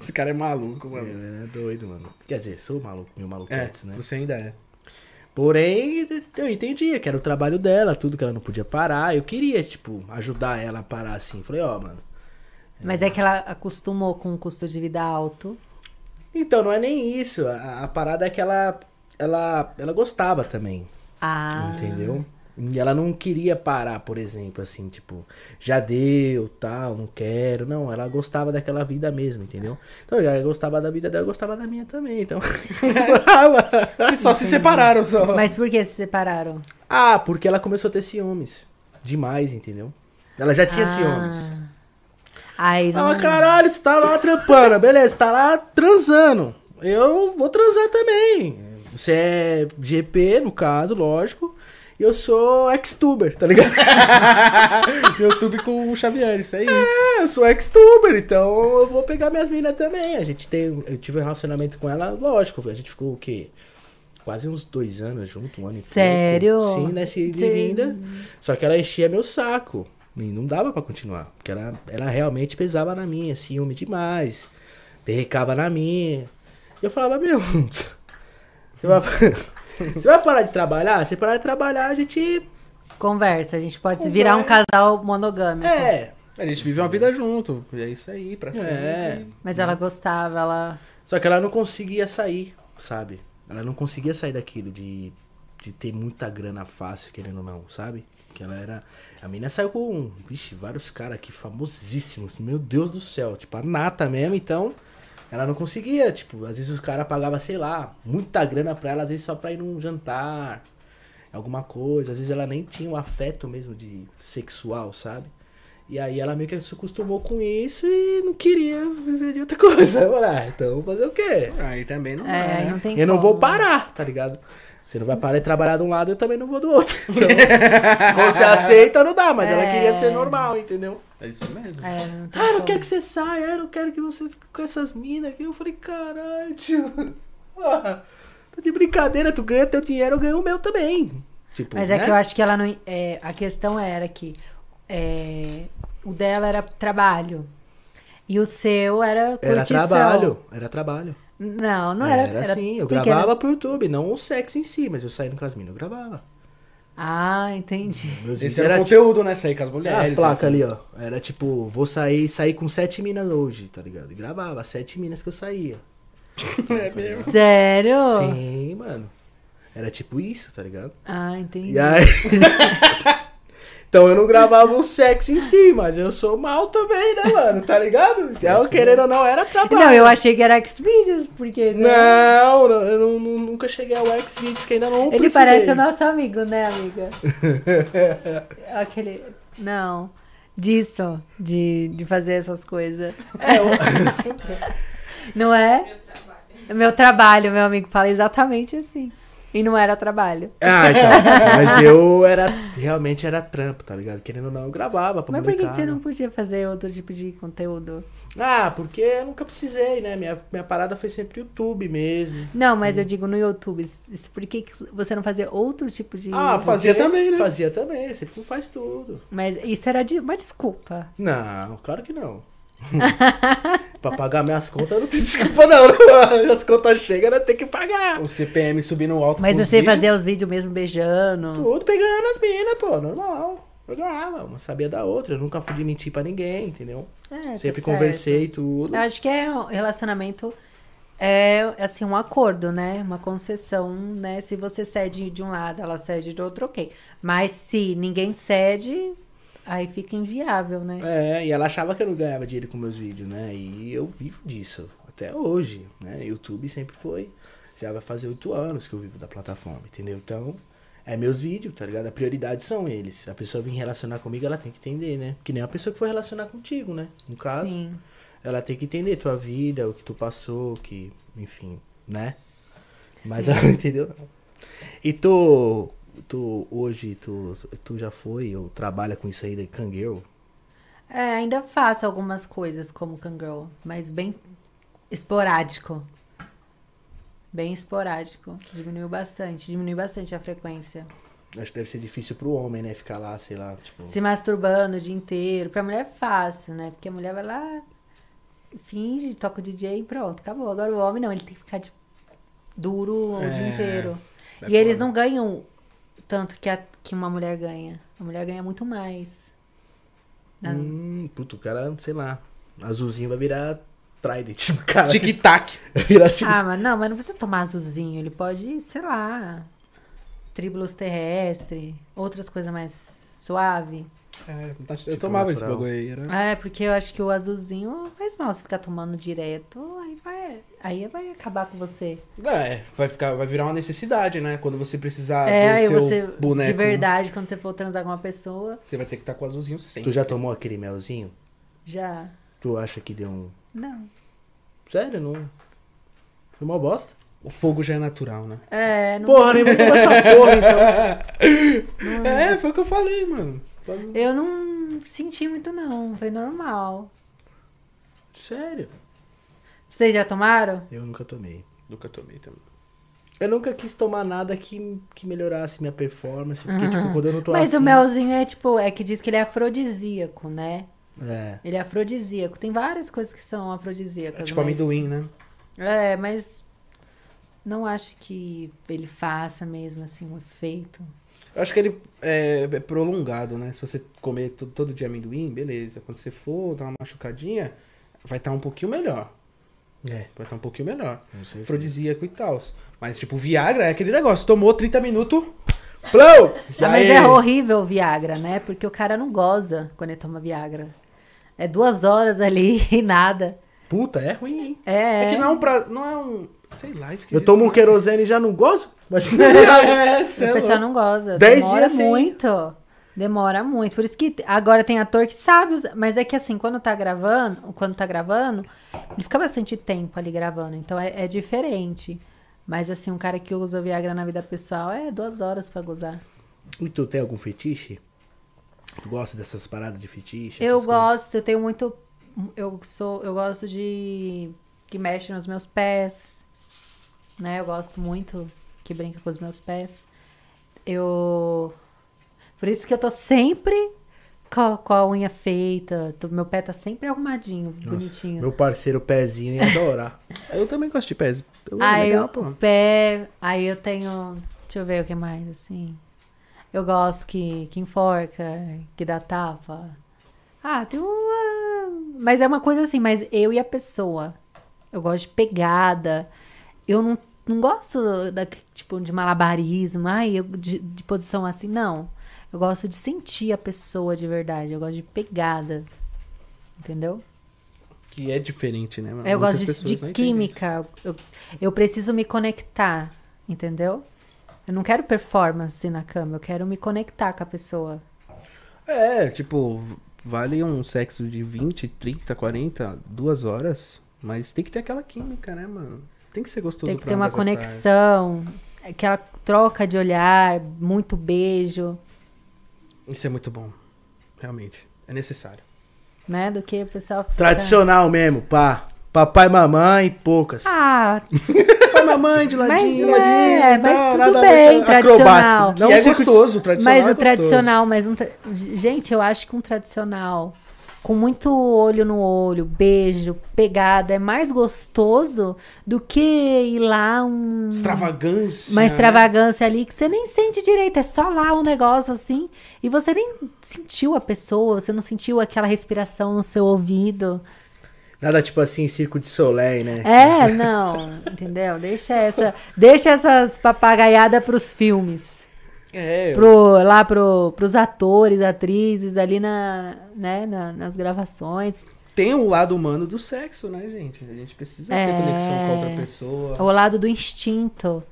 Esse cara é maluco, mano. É, é doido, mano. Quer dizer, sou maluco, meu maluco É, antes, né? você ainda é. Porém, eu entendia que era o trabalho dela, tudo que ela não podia parar. Eu queria, tipo, ajudar ela a parar assim. Falei, ó, mano. Mas é que ela acostumou com um custo de vida alto. Então, não é nem isso. A, a parada é que ela, ela, ela gostava também, Ah. entendeu? E ela não queria parar, por exemplo, assim, tipo, já deu, tal, não quero. Não, ela gostava daquela vida mesmo, entendeu? Então, já gostava da vida dela, eu gostava da minha também, então. Vocês só se separaram, É. só. Mas por que se separaram? Ah, porque ela começou a ter ciúmes. Demais, entendeu? Ela já tinha Ah. ciúmes. Aí não. Ah, caralho, você tá lá trampando, beleza, você tá lá transando. Eu vou transar também. Você é GP, no caso, lógico. E eu sou ex-tuber, tá ligado? YouTube com o Xavier, isso aí. É, eu sou ex-tuber, então eu vou pegar minhas minas também. A gente tem. Eu tive um relacionamento com ela, lógico. A gente ficou o quê? Quase uns dois anos junto, um ano e Sério? pouco. Sim, nessa ida e Sim. vinda. Só que ela enchia meu saco. E não dava pra continuar. Porque ela, ela realmente pesava na minha, ciúme demais. Perrecava na minha. E eu falava, meu. Você vai, você vai parar de trabalhar? Se parar de trabalhar, a gente. Conversa, a gente pode se virar um casal monogâmico. É. A gente vive uma vida junto. E é isso aí, pra sempre. É. Mas ela gostava, ela. Só que ela não conseguia sair, sabe? Ela não conseguia sair daquilo de, de ter muita grana fácil, querendo ou não, sabe? Que ela era. A menina saiu com, um, vixe, vários caras aqui famosíssimos. Meu Deus do céu. Tipo, a nata mesmo, então. Ela não conseguia, tipo, às vezes os caras pagavam, sei lá, muita grana pra ela, às vezes só pra ir num jantar, alguma coisa. Às vezes ela nem tinha um afeto mesmo de sexual, sabe? E aí ela meio que se acostumou com isso e não queria viver de outra coisa. Eu falei, ah, então fazer o quê? Aí também não É, dá, aí né? não tem Eu não como. vou parar, tá ligado? Você não vai parar de trabalhar de um lado, eu também não vou do outro. Então, você aceita, não dá, mas ela É. queria ser normal, entendeu? É isso mesmo. É, não tem Ah, eu não como. quero que você saia, eu não quero que você fique com essas minas aqui. Eu falei, caralho, tio. Ah, tá de brincadeira, tu ganha teu dinheiro, eu ganho o meu também. Tipo, Mas é né? que eu acho que ela não. é, a questão era que é, o dela era trabalho. E o seu era. Era curtição. trabalho, era trabalho. Não, não era, era. assim, eu porque gravava pro YouTube, não o sexo em si, mas eu saindo com as minas, eu gravava. Ah, entendi. Meus vídeos Esse era, era o tipo- conteúdo, né? Sair com as É, mulheres. né? as placas dançando. ali, ó. Era tipo, vou sair, sair com sete minas hoje, tá ligado? E gravava, as sete minas que eu saía. É mesmo. Sério? Sim, mano. Era tipo isso, tá ligado? Ah, entendi. E aí. então eu não gravava o sexo em si, mas eu sou mal também, né, mano? Tá ligado? Então, querendo ou não, era trabalho. Não, eu achei que era Xvideos, porque... né? Não, não, eu não- não- nunca cheguei ao X-Videos, que ainda não Ele precisei. parece o nosso amigo, né, amiga? Aquele... Não. Disso, de, de fazer essas coisas. É, eu- Não é? Meu trabalho, meu amigo fala exatamente assim. E não era trabalho. Ah, então. Mas eu era. Realmente era trampo, tá ligado? Querendo ou não, eu gravava pra Mas por que que molecada. você não podia fazer outro tipo de conteúdo? Ah, porque eu nunca precisei, né? Minha, minha parada foi sempre YouTube mesmo. Não, mas eu Hum. digo no YouTube. s- s- Por que que você não fazia outro tipo de. Ah, fazia Porque- também, né? Fazia também, sempre fui- faz tudo. Mas isso era de- uma desculpa. Não, claro que não. pra pagar minhas contas não tem desculpa, não. né? As contas chegam, né? tem que pagar. O CPM subindo alto. Mas com os você vídeos. fazia os vídeos mesmo beijando. Tudo pegando as minas, pô, normal. Eu gravava, uma sabia da outra. Eu nunca fui de mentir pra ninguém, entendeu? É, tá sempre certo. conversei e tudo. Eu acho que é um relacionamento. É assim, um acordo, né? Uma concessão, né? Se você cede de um lado, ela cede do outro, ok. Mas se ninguém cede, aí fica inviável, né? É, e ela achava que eu não ganhava dinheiro com meus vídeos, né? E eu vivo disso até hoje, né? YouTube sempre foi. Já vai fazer oito anos que eu vivo da plataforma, entendeu? Então, é meus vídeos, tá ligado? A prioridade são eles. A pessoa vir relacionar comigo, ela tem que entender, né? Que nem a pessoa que foi relacionar contigo, né? No caso, Sim. ela tem que entender tua vida, o que tu passou, o que, enfim, né? Mas Sim. ela não entendeu. não. E tu, tu hoje, tu, tu já foi ou trabalha com isso aí da Kangirl? É, ainda faço algumas coisas como Kangirl, mas bem esporádico. Bem esporádico. Diminuiu bastante, diminuiu bastante a frequência. Acho que deve ser difícil pro homem, né? Ficar lá, sei lá, tipo. Se masturbando o dia inteiro. Pra mulher é fácil, né? Porque a mulher vai lá, finge, toca o DJ e pronto, acabou. Agora o homem não, ele tem que ficar de duro o dia É, inteiro. é E eles foda. não ganham tanto que, a- que uma mulher ganha. A mulher ganha muito mais. Nas- Hum, puto, o cara, sei lá. Azulzinho vai virar Trident, cara. Tic-tac. Vai virar assim. Ah, mas não, mas não precisa tomar azulzinho. Ele pode, sei lá, tribulos terrestre, outras coisas mais suave. É, eu Tipo tomava esse natural. bagulho aí. Era... É, porque eu acho que o azulzinho faz mal se ficar tomando direto, aí vai, aí vai acabar com você. É, vai, ficar, vai virar uma necessidade, né? Quando você precisar é, do aí seu você, boneco. né? de verdade, quando você for transar com uma pessoa, Você vai ter que estar com o azulzinho sempre. Tu já tomou aquele melzinho? já. Tu acha que deu um. Não. Sério, não. Foi uma bosta. O fogo já é natural, né? É, não. Porra, nem vou tomar essa porra, então. É, foi o que eu falei, mano. Eu não senti muito, não. Foi normal. Sério? Vocês já tomaram? Eu nunca tomei. Nunca tomei também. Eu nunca quis tomar nada que, que melhorasse minha performance. Porque, tipo, quando eu não tô Mas o afim- melzinho é tipo, é que diz que ele é afrodisíaco, né? É. Ele é afrodisíaco. Tem várias coisas que são afrodisíacas. É tipo mas- amendoim, né? É, mas não acho que ele faça mesmo assim um efeito. Eu acho que ele é, é prolongado, né? Se você comer to- todo dia amendoim, beleza. Quando você for dar uma machucadinha, vai estar um pouquinho melhor. É. Vai estar um pouquinho melhor. Não sei. Afrodisíaco e tal. Mas, tipo, Viagra é aquele negócio. Tomou 30 minutos. Plou! Ah, mas é horrível o Viagra, né? Porque o cara não goza quando ele toma Viagra. É duas horas ali e nada. Puta, é ruim, hein? É. É que não é um pra... Não é um... Sei lá, esqueci. Eu tomo um querosene e já não gosto? Mas... é, cê é o louco. pessoal assim. não goza. Dez Demora dias sem- muito. Demora muito. Por isso que t- agora tem ator que sabe, usar- mas é que assim, quando tá gravando, quando tá gravando, ele fica bastante tempo ali gravando, então é, é diferente. Mas assim, um cara que usa Viagra na vida pessoal é duas horas pra gozar. E tu tem algum fetiche? Tu gosta dessas paradas de fetiche? Eu essas coisas? gosto, eu tenho muito. Eu sou, eu gosto de que mexe nos meus pés, né? Eu gosto muito que brinca com os meus pés. Eu, por isso que eu tô sempre com a, com a unha feita, tô- meu pé tá sempre arrumadinho, Nossa, bonitinho. Meu parceiro pezinho ia adorar. Eu também gosto de pés. Eu, é Aí legal, Ah, eu- pô. o pé, aí eu tenho, deixa eu ver o que mais assim. Eu gosto que, que enforca, que dá tapa. Ah, tem uma. Mas é uma coisa assim, mas eu e a pessoa. Eu gosto de pegada. Eu não, não gosto da, tipo, de malabarismo, ai, eu, de, de posição assim, não. Eu gosto de sentir a pessoa de verdade. Eu gosto de pegada. Entendeu? Que é diferente, né? Eu Muitas gosto de, pessoas de não entendem química. Eu, eu preciso me conectar, entendeu? Eu não quero performance na cama, eu quero me conectar com a pessoa. isso. É, tipo, v- vale um sexo de 20, 30, 40, duas horas. Mas tem que ter aquela química, né, mano? Tem que ser gostoso Tem que pra ter uma ambas as partes. conexão, aquela troca de olhar, muito beijo, Isso é muito bom. Realmente. É necessário. né? Do que o pessoal. fica- Tradicional mesmo, pá. Papai, mamãe, poucas. Ah, Pai, mamãe, de mas ladinho, não é, ladinho. mas não, tudo nada a bem, ver, tradicional. acrobático. Não, E é é gostoso, o tradicional Mas é o gostoso. tradicional, mas um tra- gente, eu acho que um tradicional com muito olho no olho, beijo, pegada é mais gostoso do que ir lá um Extravagância. uma né? extravagância ali que você nem sente direito, é só lá um negócio assim e você nem sentiu a pessoa, você não sentiu aquela respiração no seu ouvido. Nada tipo assim, circo de soleil, né? É, não, entendeu? Deixa essa, deixa essas papagaiadas pros filmes. É, eu- pro, lá pro, pros atores, atrizes, ali na, né, na- nas gravações. tem o lado humano do sexo, né, gente? A gente precisa ter É. conexão com a outra pessoa. O lado do instinto.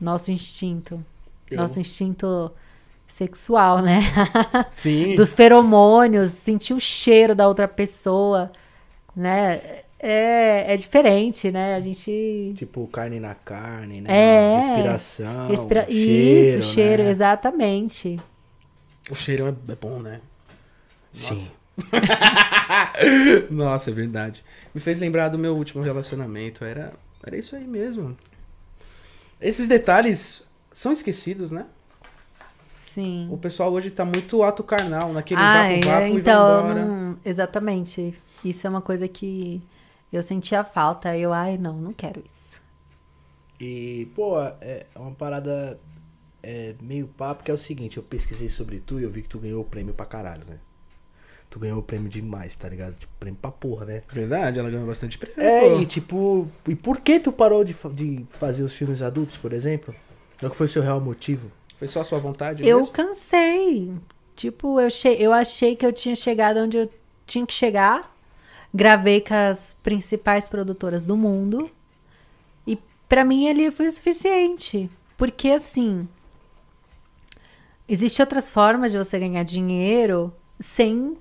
Nosso instinto. Eu- Nosso instinto sexual, né? Sim. Dos feromônios, sentir o cheiro da outra pessoa, né? É, é diferente, né? A gente. Tipo, carne na carne, né? É. Respiração. respira- Ah, Cheiro, Isso, cheiro, né? exatamente. O cheiro é é bom, né? Sim. Nossa, é verdade. Me fez lembrar do meu último relacionamento. Era, era isso aí mesmo. Esses detalhes são esquecidos, né? Sim. O pessoal hoje tá muito ato carnal, naquele Ah, vácuo, é, vácuo então, e vai embora. não- exatamente. Isso é uma coisa que eu sentia falta. Eu, ai, não, não quero isso. E, pô, é uma parada é, meio papo, que é o seguinte, eu pesquisei sobre tu e eu vi que tu ganhou o prêmio pra caralho, né? Tu ganhou o prêmio demais, tá ligado? Tipo, prêmio pra porra, né? Verdade, ela ganhou bastante prêmio. É, pô. e tipo, e por que tu parou de, fa- de fazer os filmes adultos, por exemplo? Qual que foi o seu real motivo? Foi só a sua vontade eu mesmo? cansei. Tipo, eu, che eu achei que eu tinha chegado onde eu tinha que chegar. Gravei com as principais produtoras do mundo. E pra mim ali foi o suficiente. Porque assim. Existem outras formas de você ganhar dinheiro sem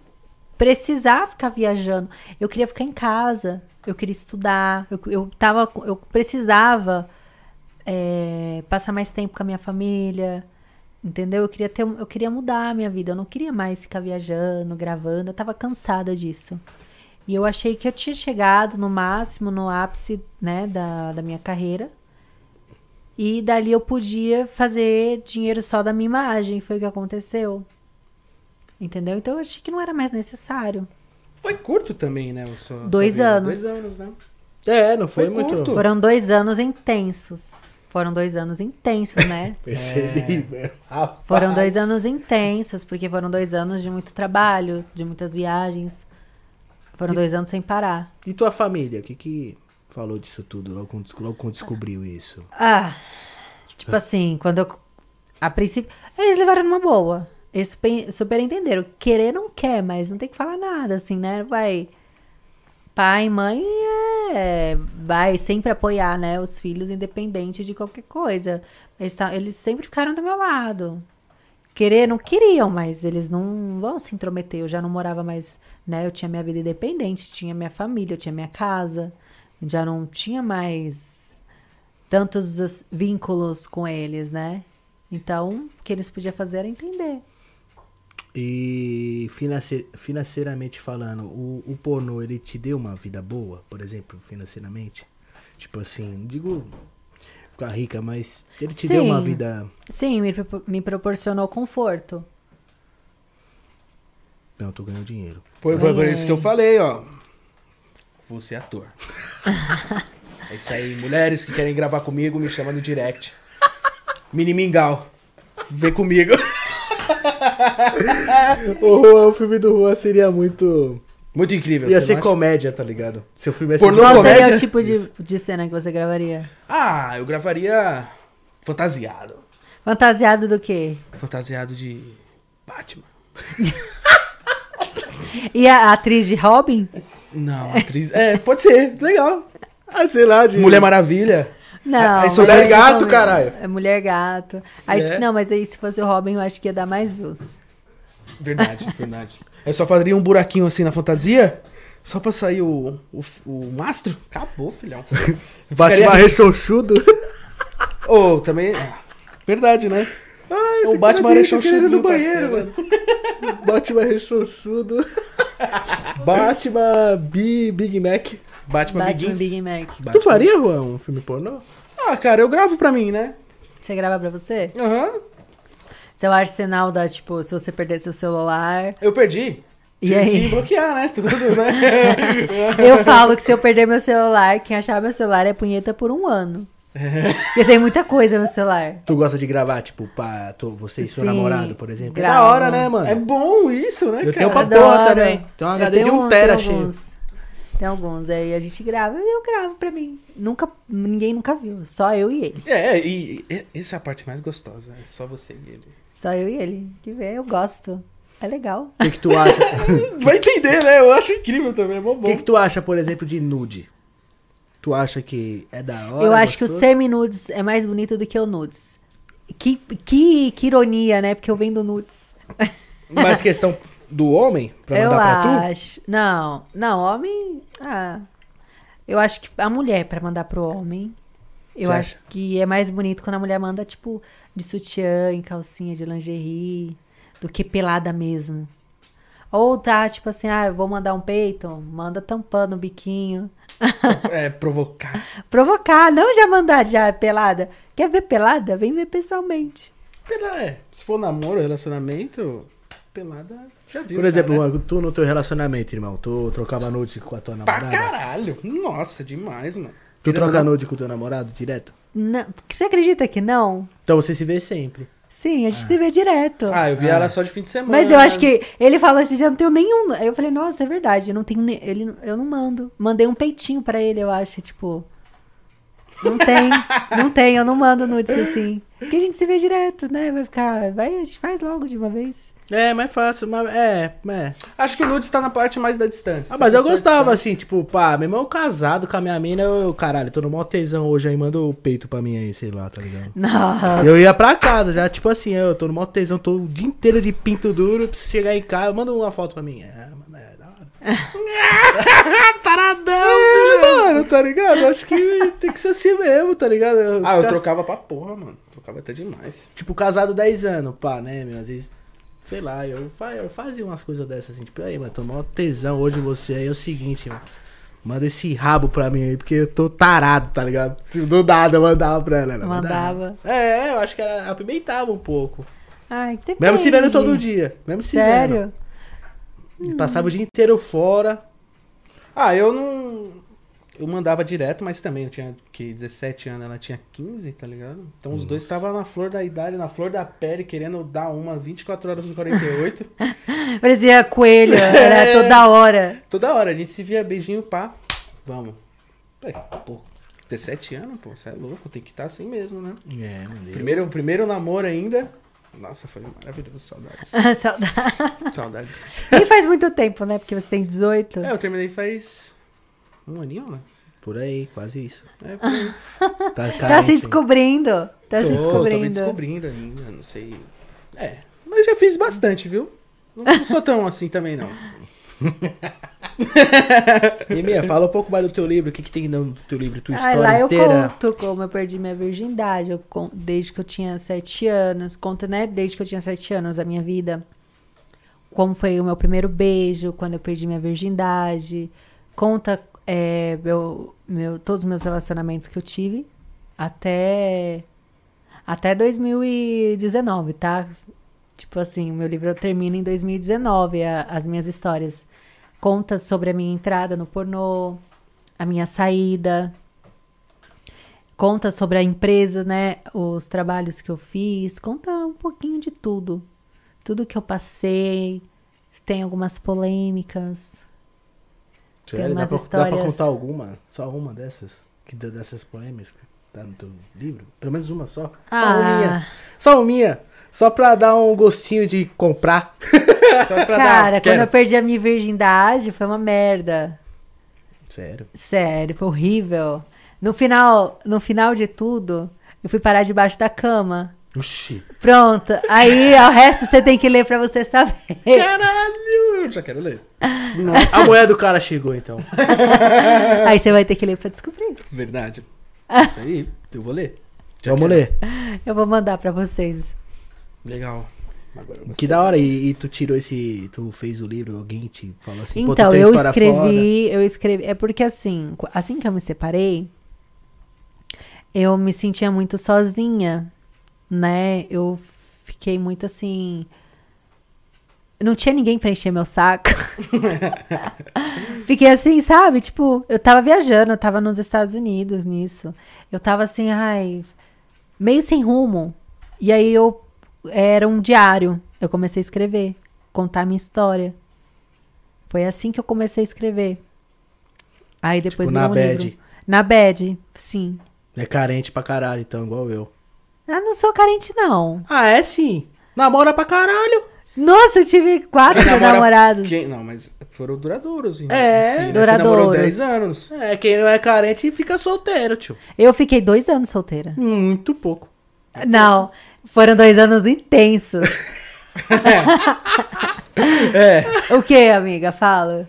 precisar ficar viajando. Eu queria ficar em casa, eu queria estudar, eu, eu, tava, com- eu precisava é, passar mais tempo com a minha família, entendeu? Eu queria, ter, um- eu queria mudar a minha vida, eu não queria mais ficar viajando, gravando, eu tava cansada disso. E eu achei que eu tinha chegado no máximo, no ápice né, da, da minha carreira. E dali eu podia fazer dinheiro só da minha imagem, foi o que aconteceu. Entendeu? Então eu achei que não era mais necessário. Foi curto também, né? O seu, Dois sua vida? anos. Dois anos, né? É, não foi foi, muito- muito. Foram dois anos intensos. Foram dois anos intensos, né? Percebi, velho. Rapaz. Foram dois anos intensos, porque foram dois anos de muito trabalho, de muitas viagens. Foram dois anos sem parar. E tua família, o que que falou disso tudo logo quando, desco- logo quando descobriu isso? Ah, tipo assim, quando eu. A princípio. Eles levaram numa boa. Eles super, super entenderam. Querer não quer, mas não tem que falar nada, assim, né? Vai. Pai, mãe é. Vai sempre apoiar, né? Os filhos, independente de qualquer coisa. Eles, tá- eles sempre ficaram do meu lado. Querer, não queriam, mas eles não vão se intrometer. Eu já não morava mais, né? Eu tinha minha vida independente, tinha minha família, eu tinha minha casa. Já não tinha mais tantos os- vínculos com eles, né? Então, o que eles podiam fazer era entender. E financeir- financeiramente falando, o, o pornô ele te deu uma vida boa, por exemplo, financeiramente? Tipo assim, não digo ficar rica, mas ele te deu uma Sim. vida. Sim, me, propo- me proporcionou conforto. Não, tu ganhou dinheiro. Foi, foi por isso que eu falei, ó. Você é ator. é isso aí, mulheres que querem gravar comigo, me chama no direct. Mini Mingau. Vê comigo. O Juan, o filme do Juan seria muito. Muito incrível. Ia você ser não acha? comédia, tá ligado? Seu filme assim, ia ser. Pornô de Qual comédia. seria comédia? o tipo de, de cena que você gravaria? Ah, eu gravaria fantasiado. Fantasiado do quê? Fantasiado de Batman. E a atriz de Robin? Não, atriz. É, pode ser. Legal. Ah, sei lá, de. Mulher Maravilha. Não. É, é mas Mulher eu Gato, também- caralho. É mulher gato. Aí, É. Não, mas aí se fosse o Robin, eu acho que ia dar mais views. Verdade, verdade. Eu só faria um buraquinho assim na fantasia. Só pra sair o, o, o mastro? Acabou, filhão. Batman Ficaria- rechonchudo. Ou também. Verdade, né? Ai, É um tem Batman cara de gente rechonchudinho, querendo ir no banheiro, parceiro. mano. Batman rechonchudo. Batman Bi- Big Mac. Batman, Batman Begins. um Big Mac. Tu faria, Juan, um filme pornô? Ah, cara, eu gravo pra mim, né? Você grava pra você? Aham. Seu arsenal da, tipo, se você perder seu celular. Eu perdi. E Tive aí? que bloquear, né? Tudo, né? Eu falo que se eu perder meu celular, quem achar meu celular é punheta por um ano. É. Porque tem muita coisa no celular. Tu gosta de gravar, tipo, pra tu, você e seu Sim. namorado, por exemplo? Gra- É da hora, né, mano? É bom isso, né, Eu cara? tenho pra Adoro. É porra também. Tem um Eu HD de tenho um um- tera tenho cheio. alguns. Tem alguns. Aí a gente grava e eu gravo pra mim. Nunca, ninguém nunca viu. Só eu e ele. É, e, e- essa é a parte mais gostosa. É só você e ele. Só eu e ele. Que vê, eu gosto. É legal. O que, que tu acha? Vai entender, né? Eu acho incrível também, é mó O bom. que, que tu acha, por exemplo, de nude? Tu acha que é da hora? eu acho que o gostoso? semi-nudes é mais bonito do que o nudes. Que, que, que ironia, né? Porque eu vendo nudes. Mas questão do homem, pra eu mandar pra tu? acho. Não, não, homem. Ah, eu acho que a mulher, pra mandar pro homem, eu Você acho que é mais bonito quando a mulher manda, tipo, de sutiã, em calcinha, de lingerie, do que pelada mesmo. Ou tá, tipo assim, ah, eu vou mandar um peito, manda tampando o biquinho. É, provocar. Provocar, não já mandar já pelada. Quer ver pelada? Vem ver pessoalmente. Pela, é, se for namoro, relacionamento, pelada, já viu. Por exemplo, cara, né? Juan, tu no teu relacionamento, irmão, tu trocava nude com a tua Pra namorada? caralho. Nossa, demais, mano. Tu troca Querendo ou nude com teu namorado direto? Não, você acredita que não? Então você se vê sempre. Sim, a gente se vê direto. não- Ah, eu vi ela só de fim de semana. Mas eu acho que ele falou assim, já não tenho nenhum. Aí eu falei, nossa, é verdade, eu não tenho ne- ele, não- eu não mando. Mandei um peitinho pra ele, eu acho, tipo, não tem, não tem, eu não mando nudes assim. Porque a gente se vê direto, né? Vai ficar, vai, a gente faz logo de uma vez. É, mais fácil, mas é, é. Acho que o nude tá na parte mais da distância. Ah, mas eu Só gostava, distância. assim, tipo, pá, meu irmão casado com a minha mina, eu, caralho, tô no maior tesão hoje aí, manda o peito pra mim aí, sei lá, tá ligado? Nossa. Eu ia pra casa, já, tipo assim, eu tô no maior tesão, tô o dia inteiro de pinto duro, preciso chegar em casa, manda uma foto pra mim. É, mano, é da hora. Taradão! mano, tá ligado? Eu Acho que tem que ser assim mesmo, tá ligado? Eu Ah, eu ficar- trocava pra porra, mano. Trocava até demais. Tipo, casado 10 anos, pá, né, meu? Às vezes, sei lá, eu, fa- eu fazia umas coisas dessas assim, tipo, aí, mano, tô mó tesão hoje em você aí, é o seguinte, mano. Manda esse rabo pra mim aí, porque eu tô tarado, tá ligado? Tipo, Do nada eu mandava pra ela. ela Mandava. É, eu acho que ela apimentava um pouco. Ai, que Mesmo se vendo depende. todo dia. Mesmo se Sério? vendo. E Passava o dia inteiro fora. Ah, eu não. Eu mandava direto, mas também eu tinha que 17 anos, ela tinha 15, tá ligado? Então os dois estavam na flor da idade, na flor da pele, querendo dar uma 24 horas no 48. Parecia coelho, É. era toda hora. Toda hora, a gente se via beijinho, pá. Vamos. Ué, Pô, 17 anos, pô, você é louco, tem que estar assim mesmo, né? É, mandei. Primeiro, primeiro namoro ainda. Nossa, foi maravilhoso, saudades. Saudade. saudades. E faz muito tempo, né? Porque você tem 18. É, eu terminei faz um aninho, né? Por aí, quase isso. É, por aí. Tá, Tá carente, se né? descobrindo. Tá Tô, Tô se me descobrindo. descobrindo ainda, não sei. É, mas já fiz bastante, viu? Não, não sou tão assim também, não. E minha, fala um pouco mais do teu livro. O que, que tem no teu livro? Tua Ah, história lá eu inteira. conto como eu perdi minha virgindade, eu con- desde que eu tinha sete anos, conto, né, desde que eu tinha sete anos a minha vida, como foi o meu primeiro beijo, quando eu perdi minha virgindade, conta é, meu, meu, todos os meus relacionamentos que eu tive até até 2019, tá? Tipo assim, o meu livro termina em 2019, a- as minhas histórias. Conta sobre a minha entrada no pornô, a minha saída, Conta sobre a empresa, né? Os trabalhos que eu fiz. Conta um pouquinho de tudo. Tudo que eu passei. Tem algumas polêmicas. Sério? Dá pra, dá umas pra histórias- contar alguma? Só uma dessas? Que dá- dessas polêmicas? que Tá no teu livro? Pelo menos uma só. Só Ah. uma. Só uma. Só pra dar um gostinho de comprar. só pra Cara, dar. quando eu Quero. perdi a minha virgindade, foi uma merda. Sério. Sério, foi horrível. No final, no final de tudo, eu fui parar debaixo da cama. Oxi. Pronto. Aí o resto você tem que ler pra você saber. Caralho! Eu já quero ler. Nossa. A mulher do cara chegou então. Aí você vai ter que ler pra descobrir. Verdade. Ah. Isso aí, eu vou ler. Já Vamos quero. ler. Eu vou mandar pra vocês. Legal. Agora eu Que da hora. E, e tu tirou esse. Tu fez o livro, alguém te falou assim. pô, tu Então, tem eu história foda. escrevi, eu escrevi. É porque assim, qu- assim que eu me separei, eu me sentia muito sozinha, né? Eu fiquei muito assim. Não tinha ninguém pra encher meu saco. fiquei assim, sabe? Tipo, eu tava viajando, eu tava nos Estados Unidos nisso. Eu tava assim, ai, meio sem rumo. E aí eu era um diário. Eu comecei a escrever, contar minha história. Foi assim que eu comecei a escrever. Aí depois Tipo, virou na um bad. livro. Na bad, sim. É carente pra caralho, então, igual eu. Ah, não sou carente, não. Ah, é sim. Namora pra caralho. Nossa, eu tive quatro namorados. Quem... Não, mas foram duradouros. hein? É, né? Você namorou duradouros. 10 anos. É, quem não é carente fica solteiro, tio. Eu fiquei dois anos solteira. Muito pouco. Não, foram dois anos intensos. É. O que, amiga? Fala.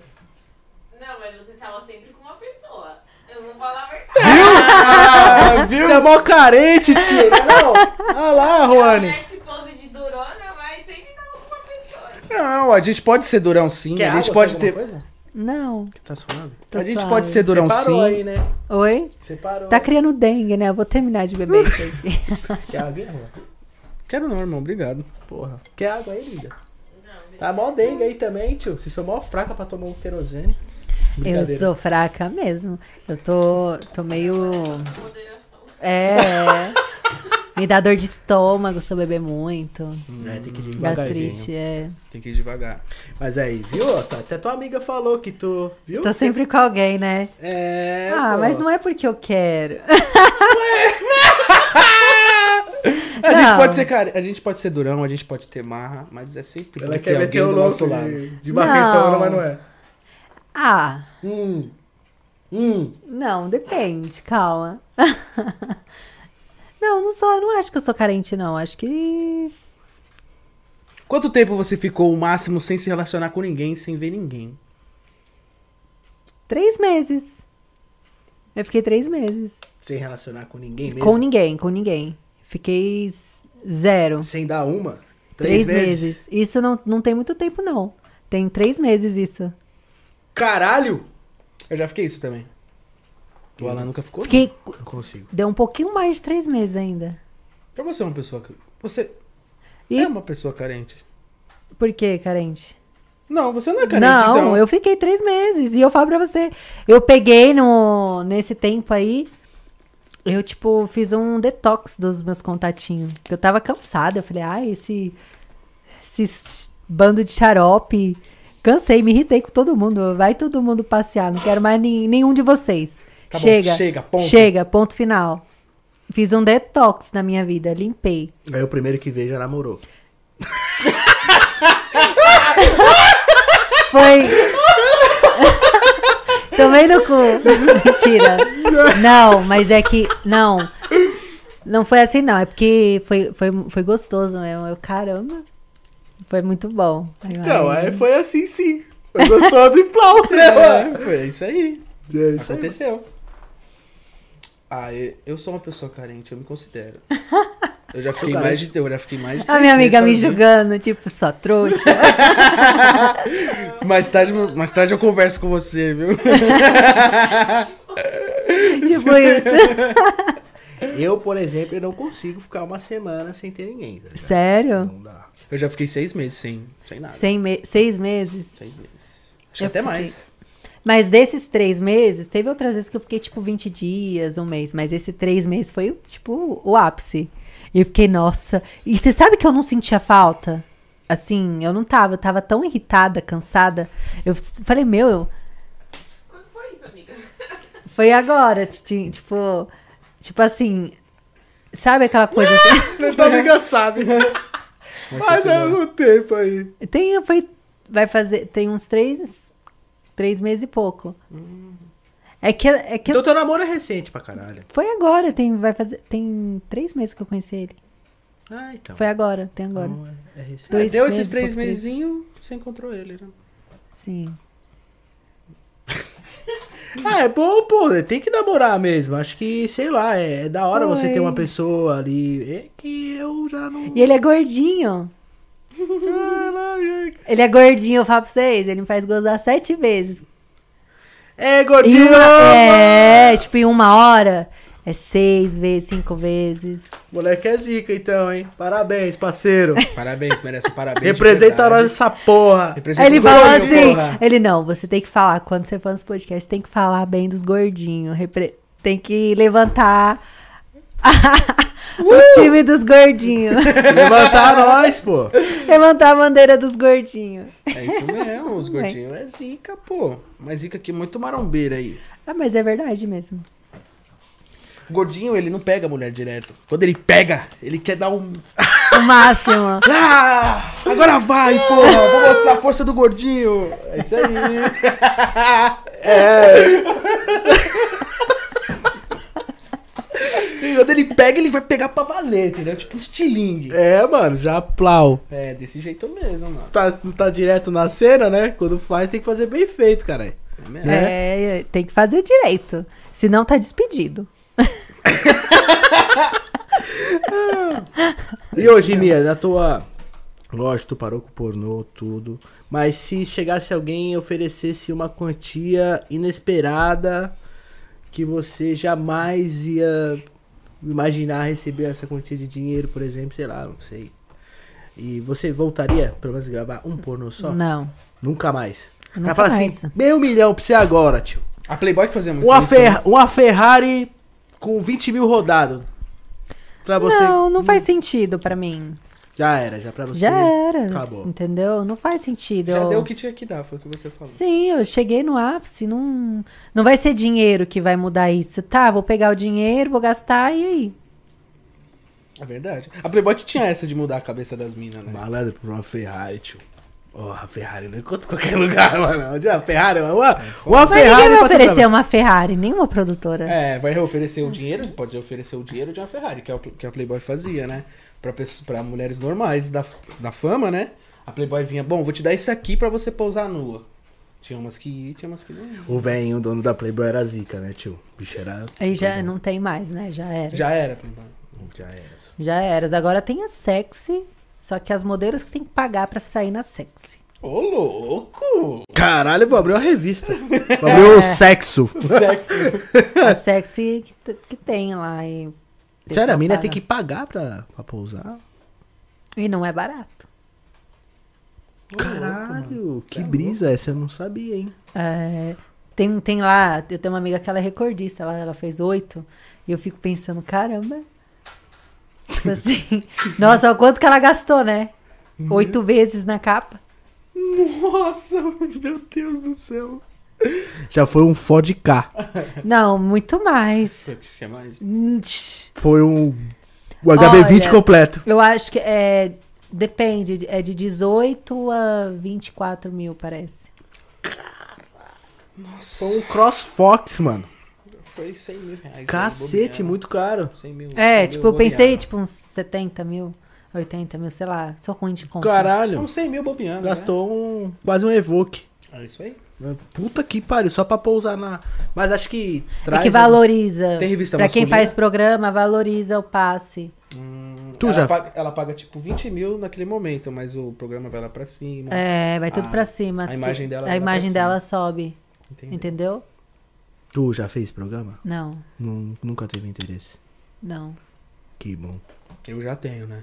Não, mas você tava sempre com uma pessoa. Eu não falo a verdade. Você é mó carente, tio. Não. Olha Ah, lá, Era Rony. net é tipo pose de durona, mas sempre tava com uma pessoa. Não, a gente pode ser durão sim. Quer a gente água? pode Tem ter. alguma coisa? Não, Tá suave? tô a gente suave. pode ser durão Você sim. parou aí, né? Oi? Você parou. Tá criando dengue, né? Eu vou terminar de beber isso aqui. Quer água, aí, Rony? Quero não, irmão. Obrigado. Porra. Quer água aí, linda? Tá mó dengue aí também, tio. Vocês são mó fraca pra tomar um querosene. Eu Brincadeira. sou fraca mesmo. Eu tô, tô meio. É. Me dá dor de estômago se eu beber muito. É, tem que ir Gastrite, devagarzinho. é. Tem que ir devagar. Mas aí, viu? Tá, Até tua amiga falou que tu... Viu? Tô sempre com alguém, né? É, Ah, pô. mas não é porque eu quero. A gente Não. pode ser cara, a gente pode ser durão, a gente pode ter marra, mas é sempre Ela bom quer ter meter alguém o do nosso louco lado. de, de marretona, Não. mas não é. Ah, Hum. Hum. não, depende, calma. Não, não sou, não acho que eu sou carente, não. Acho que. Quanto tempo você ficou o máximo sem se relacionar com ninguém, sem ver ninguém? Três meses. Eu fiquei três meses. Sem relacionar com ninguém mesmo? Com ninguém, com ninguém. Fiquei s- zero. Sem dar uma? Três, meses. Isso não, não tem muito tempo, não. Tem três meses isso. Caralho! Eu já fiquei isso também. O Alan nunca ficou? Fiquei. Não consigo. Deu um pouquinho mais de três meses ainda. não. Pra você é uma pessoa que você E é uma pessoa carente. por que, carente? Não, você não é carente, não, então. eu fiquei três meses. E eu falo pra você, eu peguei no, nesse tempo aí, eu, tipo, fiz um detox dos meus contatinhos. Porque eu tava cansada. Eu falei, ai, esse, esse s- bando de xarope. Cansei, me irritei com todo mundo. Vai todo mundo passear. Não quero mais nem- nenhum de vocês. Tá bom, chega. chega, ponto. Chega, ponto final. Fiz um detox na minha vida, limpei. Aí o primeiro que veio já namorou. Foi. Tomei no cu. Mentira. Não, mas é que. Não. Não foi assim, não. É porque foi, foi, foi gostoso mesmo. Eu, caramba. Foi muito bom. Aí, Então, aí- aí foi assim sim. Foi gostoso e plau, né, mano? É, foi isso aí. É isso aí. Aconteceu. Ah, e- eu sou uma pessoa carente, eu me considero. Eu já fiquei mais de eu já fiquei mais de A minha três amiga me meses sozinho. julgando, tipo, sua trouxa. Mais tarde, mais tarde eu converso com você, viu? tipo isso. Eu, por exemplo, eu não consigo ficar uma semana sem ter ninguém. tá ligado? Sério? Não dá. Eu já fiquei seis meses sem, sem nada. Sem me- seis meses? Seis meses. Acho que Eu até fiquei- mais. Mas desses três meses, teve outras vezes que eu fiquei tipo 20 dias, um mês. Mas esse três meses foi tipo o ápice. E eu fiquei, nossa. E você sabe que eu não sentia falta? Assim, eu não tava. Eu tava tão irritada, cansada. Eu s- falei, meu, eu- Quando foi isso, amiga? foi agora. ti- ti- Tipo, tipo assim. Sabe aquela coisa assim? Tá amiga sabe. Mas Faz continua. algum tempo aí. Tem, foi, vai fazer, tem uns três, três meses e pouco. É que, é que Então teu namoro é recente pra caralho. foi agora, tem, vai fazer, tem três meses que eu conheci ele. Ah, então. Foi agora, tem agora. Então, é- é recente. Dois Deu meses, esses três pouco tempo. mesinhos, você encontrou ele, né? Sim. Ah, é bom, pô, tem que namorar mesmo. Acho que, sei lá, é, é da hora você ter Foi. uma pessoa ali. É que eu já não. E ele é gordinho. Caralho. Ele é gordinho, eu falo pra vocês. Ele me faz gozar sete vezes. É, Em gordinho! uma, é, tipo, em uma hora. É seis vezes, cinco vezes. Moleque é zica, então, hein? Parabéns, parceiro. Parabéns, merece um parabéns. de Representa verdade. nós essa porra. Representa Aí ele o falou Brasil, assim, porra. ele não, você tem que falar, quando você for nos podcasts, tem que falar bem dos gordinhos, repre- tem que levantar o time dos gordinhos, Levantar nós, pô. levantar a bandeira dos gordinhos. É isso mesmo, os Tudo bem. gordinhos é zica, pô. Mas zica aqui é muito marombeira aí. Ah, mas é verdade mesmo. O gordinho, ele não pega a mulher direto. Quando ele pega, ele quer dar um. O máximo. Ah! Agora vai, porra! Vou mostrar a força do gordinho! É isso aí! É. Quando ele pega, ele vai pegar pra valer, entendeu? Tipo um estilingue. É, mano, já plau. É, desse jeito mesmo, mano. Tá, não tá direto na cena, né? Quando faz, tem que fazer bem feito, caralho. É mesmo. Né? É, tem que fazer direito, senão tá despedido. E hoje, Mia, na tua. Lógico, tu parou com o pornô, tudo. Mas se chegasse alguém e oferecesse uma quantia inesperada que você jamais ia imaginar receber essa quantia de dinheiro, por exemplo, sei lá, não sei. E você voltaria, pelo menos, a gravar um pornô só? Não. Nunca mais. Ela Nunca fala mais. assim, meio milhão pra você agora, tio. A Playboy que fazia muito Uma, isso, né? Fer uma Ferrari com 20 mil rodado. Pra você. Não, não faz sentido pra mim. Já era, já pra você. Já era, acabou. entendeu? Não faz sentido. Já eu- deu o que tinha que dar, foi o que você falou. Sim, eu cheguei no ápice. Não, não vai ser dinheiro que vai mudar isso. Tá, vou pegar o dinheiro, vou gastar e aí. É verdade. A Playboy que tinha essa de mudar a cabeça das minas, né? Malandro por uma Ferrari, tio. Ó, a Ferrari não encontra em qualquer lugar, mano. Onde é a Ferrari? Uma, uma Mas Ferrari. ninguém vai pra tu oferecer trabalhar. uma Ferrari, nenhuma produtora. É, vai oferecer Hum. o dinheiro, pode oferecer o dinheiro de uma Ferrari, que é o que a Playboy fazia, né? Pra, pesso- pra mulheres normais da, da fama, né? A Playboy vinha, bom, vou te dar isso aqui pra você pousar nua. Tinha umas que ia, tinha umas que não ia. O velhinho, o dono da Playboy era zica, né, tio? O bicho era. Aí já não tem mais, né? Já era. Já era, Playboy. Já é era. Já era. Agora tem a sexy, só que as modelos que tem que pagar pra sair na sexy. Ô, louco! Caralho, vou abrir uma revista. Vou abrir o É. sexo. Sexo. É. A sexy que, t- que tem lá. E o Sério, a pessoal mina paga. tem que pagar pra, pra pousar? E não é barato. Caralho, que brisa essa, eu não sabia, hein? É, tem, tem lá, eu tenho uma amiga que ela é recordista, ela, ela fez oito, e eu fico pensando, caramba. Tipo assim, nossa, o quanto que ela gastou, né? Uhum. Oito vezes na capa. Nossa, meu Deus do céu. Já foi um Ford K. Não, muito mais. Foi o que tinha mais. Hum, tch. Foi um. O HB20 Olha. completo. Eu acho que é. Depende, é de 18 a 24 mil, parece. Foi um CrossFox, mano. Foi 100 mil reais. Cacete, bobear. muito caro. 100 mil. É, 100 tipo, mil eu pensei, bobear. tipo, uns 70 mil, 80 mil, sei lá. Sou ruim de conta. É Caralho. Uns 100 mil bobeando. né? Gastou um, quase um Evoque. Né? É isso aí. Puta que pariu, só pra pousar na. Mas acho que É traz. que valoriza. Tem é revista É. Pra quem masculina? faz programa, valoriza o passe. Tu ela já- Paga, ela paga tipo 20 mil naquele momento, mas o programa vai lá pra cima. É, vai tudo A- pra cima. Ah, a tu- imagem dela a vai lá imagem pra cima. dela sobe, Entendeu? entendeu? Tu já fez programa? Não, Nun- nunca teve interesse. não. Que bom. Eu já tenho, né?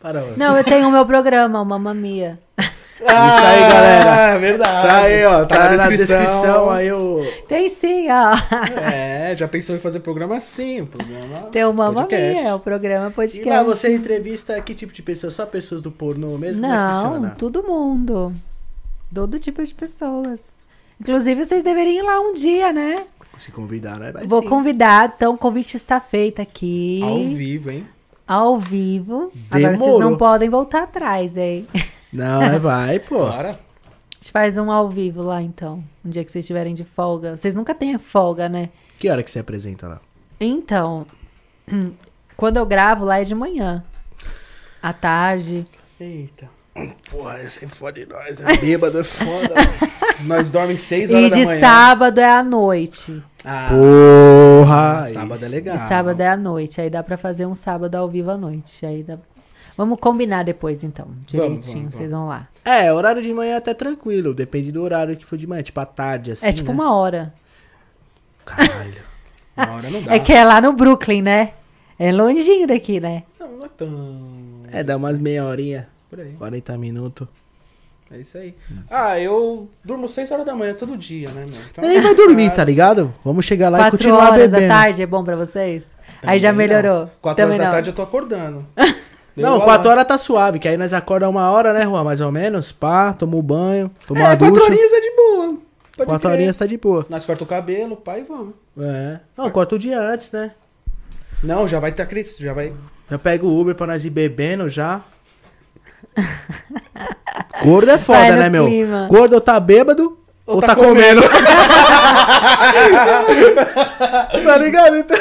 Para, mano. Não, eu tenho o meu programa, o Mamma Mia. Isso Tá aí, galera. Ah, verdade. Tá aí, ó. Tá, na, descrição. aí o. Tem sim, ó. É, já pensou em fazer programa assim, um programa. Tem o Mamma podcast. Mia, é o programa E podcast. lá você entrevista que tipo de pessoa? Só pessoas do pornô mesmo? Como é que Não, funciona? todo mundo. Todo tipo de pessoas. Inclusive, vocês deveriam ir lá um dia, né? Se convidar, né? Vai Vou sim. convidar, então o convite está feito aqui. Ao vivo, hein? Ao vivo. Agora vocês Demorou. não podem voltar atrás, hein? A Não, mas vai, pô. Bora. gente faz um ao vivo lá, então. Um dia que vocês estiverem de folga. Vocês nunca têm folga, né? Que hora que você apresenta lá? Então, quando eu gravo lá é de manhã. À tarde. Eita. Porra, você fode nós, é bêbado, é foda. Nós dormimos 6 E horas da de manhã. sábado é à noite. Ah, Porra! sábado é isso. legal. De sábado é à noite. Aí dá pra fazer um sábado ao vivo à noite. Aí dá... Vamos combinar depois, então. Direitinho, vamos, vocês vão lá. É, horário de manhã é até tranquilo, depende do horário que for de manhã, tipo à tarde, assim. é tipo né? uma hora. Caralho. Uma hora não dá. É que é lá no Brooklyn, né? É longinho daqui, né? Não, não é tão. É, dá umas meia horinha, Por aí. 40 minutos. É isso aí. Ah, eu durmo 6 horas da manhã todo dia, né, meu? Então, Nem vai dormir, tá ligado? Vamos chegar lá e É. Quatro continuar horas da bebendo. tarde é bom pra vocês? aí já Também melhorou. Não. 4 Também horas da não. tarde eu tô acordando. Não, 4 horas tá suave, que aí nós acorda uma hora, né, Juan? Mais ou menos. Pá, toma um banho, toma É, uma 4 ducha. horinhas é de boa. Pode 4 crer. horinhas tá de boa. Nós corta o cabelo, pai, e vamos. É. Não, corta o dia antes, né? Não, já vai estar tá crescido, já vai. Já pega o Uber pra nós ir bebendo já. Gordo é foda, Vai no né, meu? clima. Gordo ou tá bêbado ou, tá, comendo. tá ligado? Então...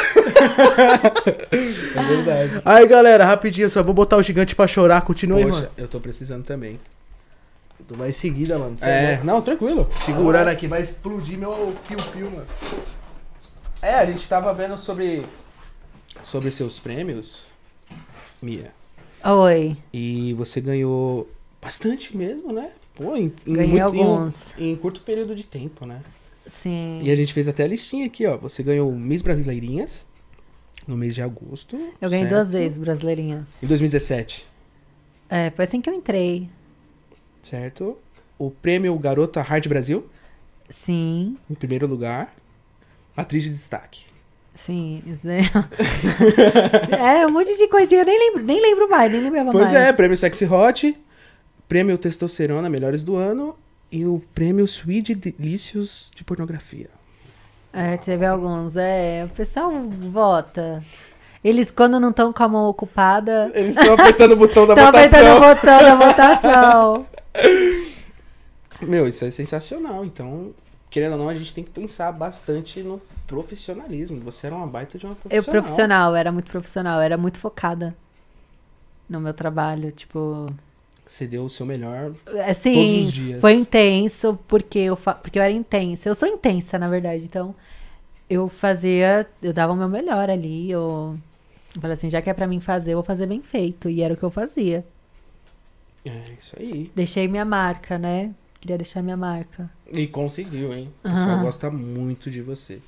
É verdade. Aí, galera, rapidinho, só vou botar o gigante pra chorar. Continua aí, mano. Poxa, eu tô precisando também. Tu vai em seguida, mano. Você É, vai não, tranquilo. Segurando aqui, vai explodir meu piu-piu, mano. É, a gente tava vendo sobre. Sobre seus prêmios, Mia. Oi. E você ganhou bastante mesmo, né? Pô, em, em Ganhei muito- em um- alguns. Em, um curto período de tempo, né? Sim. E a gente fez até a listinha aqui, ó. Você ganhou o Miss Brasileirinhas no mês de agosto. Eu ganhei certo? duas vezes, brasileirinhas. Em 2017, É, foi assim que eu entrei. certo? O prêmio Garota Hard Brasil, Sim, em primeiro lugar. Atriz de destaque. sim. Isso daí... é, um monte de coisinha. Eu nem lembro, nem lembro mais, nem lembrava Pois mais. é, prêmio Sexy Hot, prêmio Testosterona Melhores do Ano e o prêmio Sweet Delicious de Pornografia. É, teve alguns. É, o pessoal vota. Eles, quando não estão com a mão ocupada, Eles estão apertando o botão da estão apertando o votação. botão da é votação. Meu, isso é sensacional. Então, querendo ou não, a gente tem que pensar bastante no profissionalismo. Você era uma baita de uma Eu profissional. profissional, era muito profissional, era muito focada no meu trabalho, tipo, Você deu o seu melhor. assim, Todos os dias. foi intenso porque eu fa- porque eu era intensa. Eu sou intensa, na verdade, então eu fazia, eu dava o meu melhor ali, eu, eu falei assim, já que é pra mim fazer, eu vou fazer bem feito, e era o que eu fazia. É isso aí. Deixei minha marca, né? Queria deixar minha marca. E conseguiu, hein? O pessoal Aham. gosta muito de você.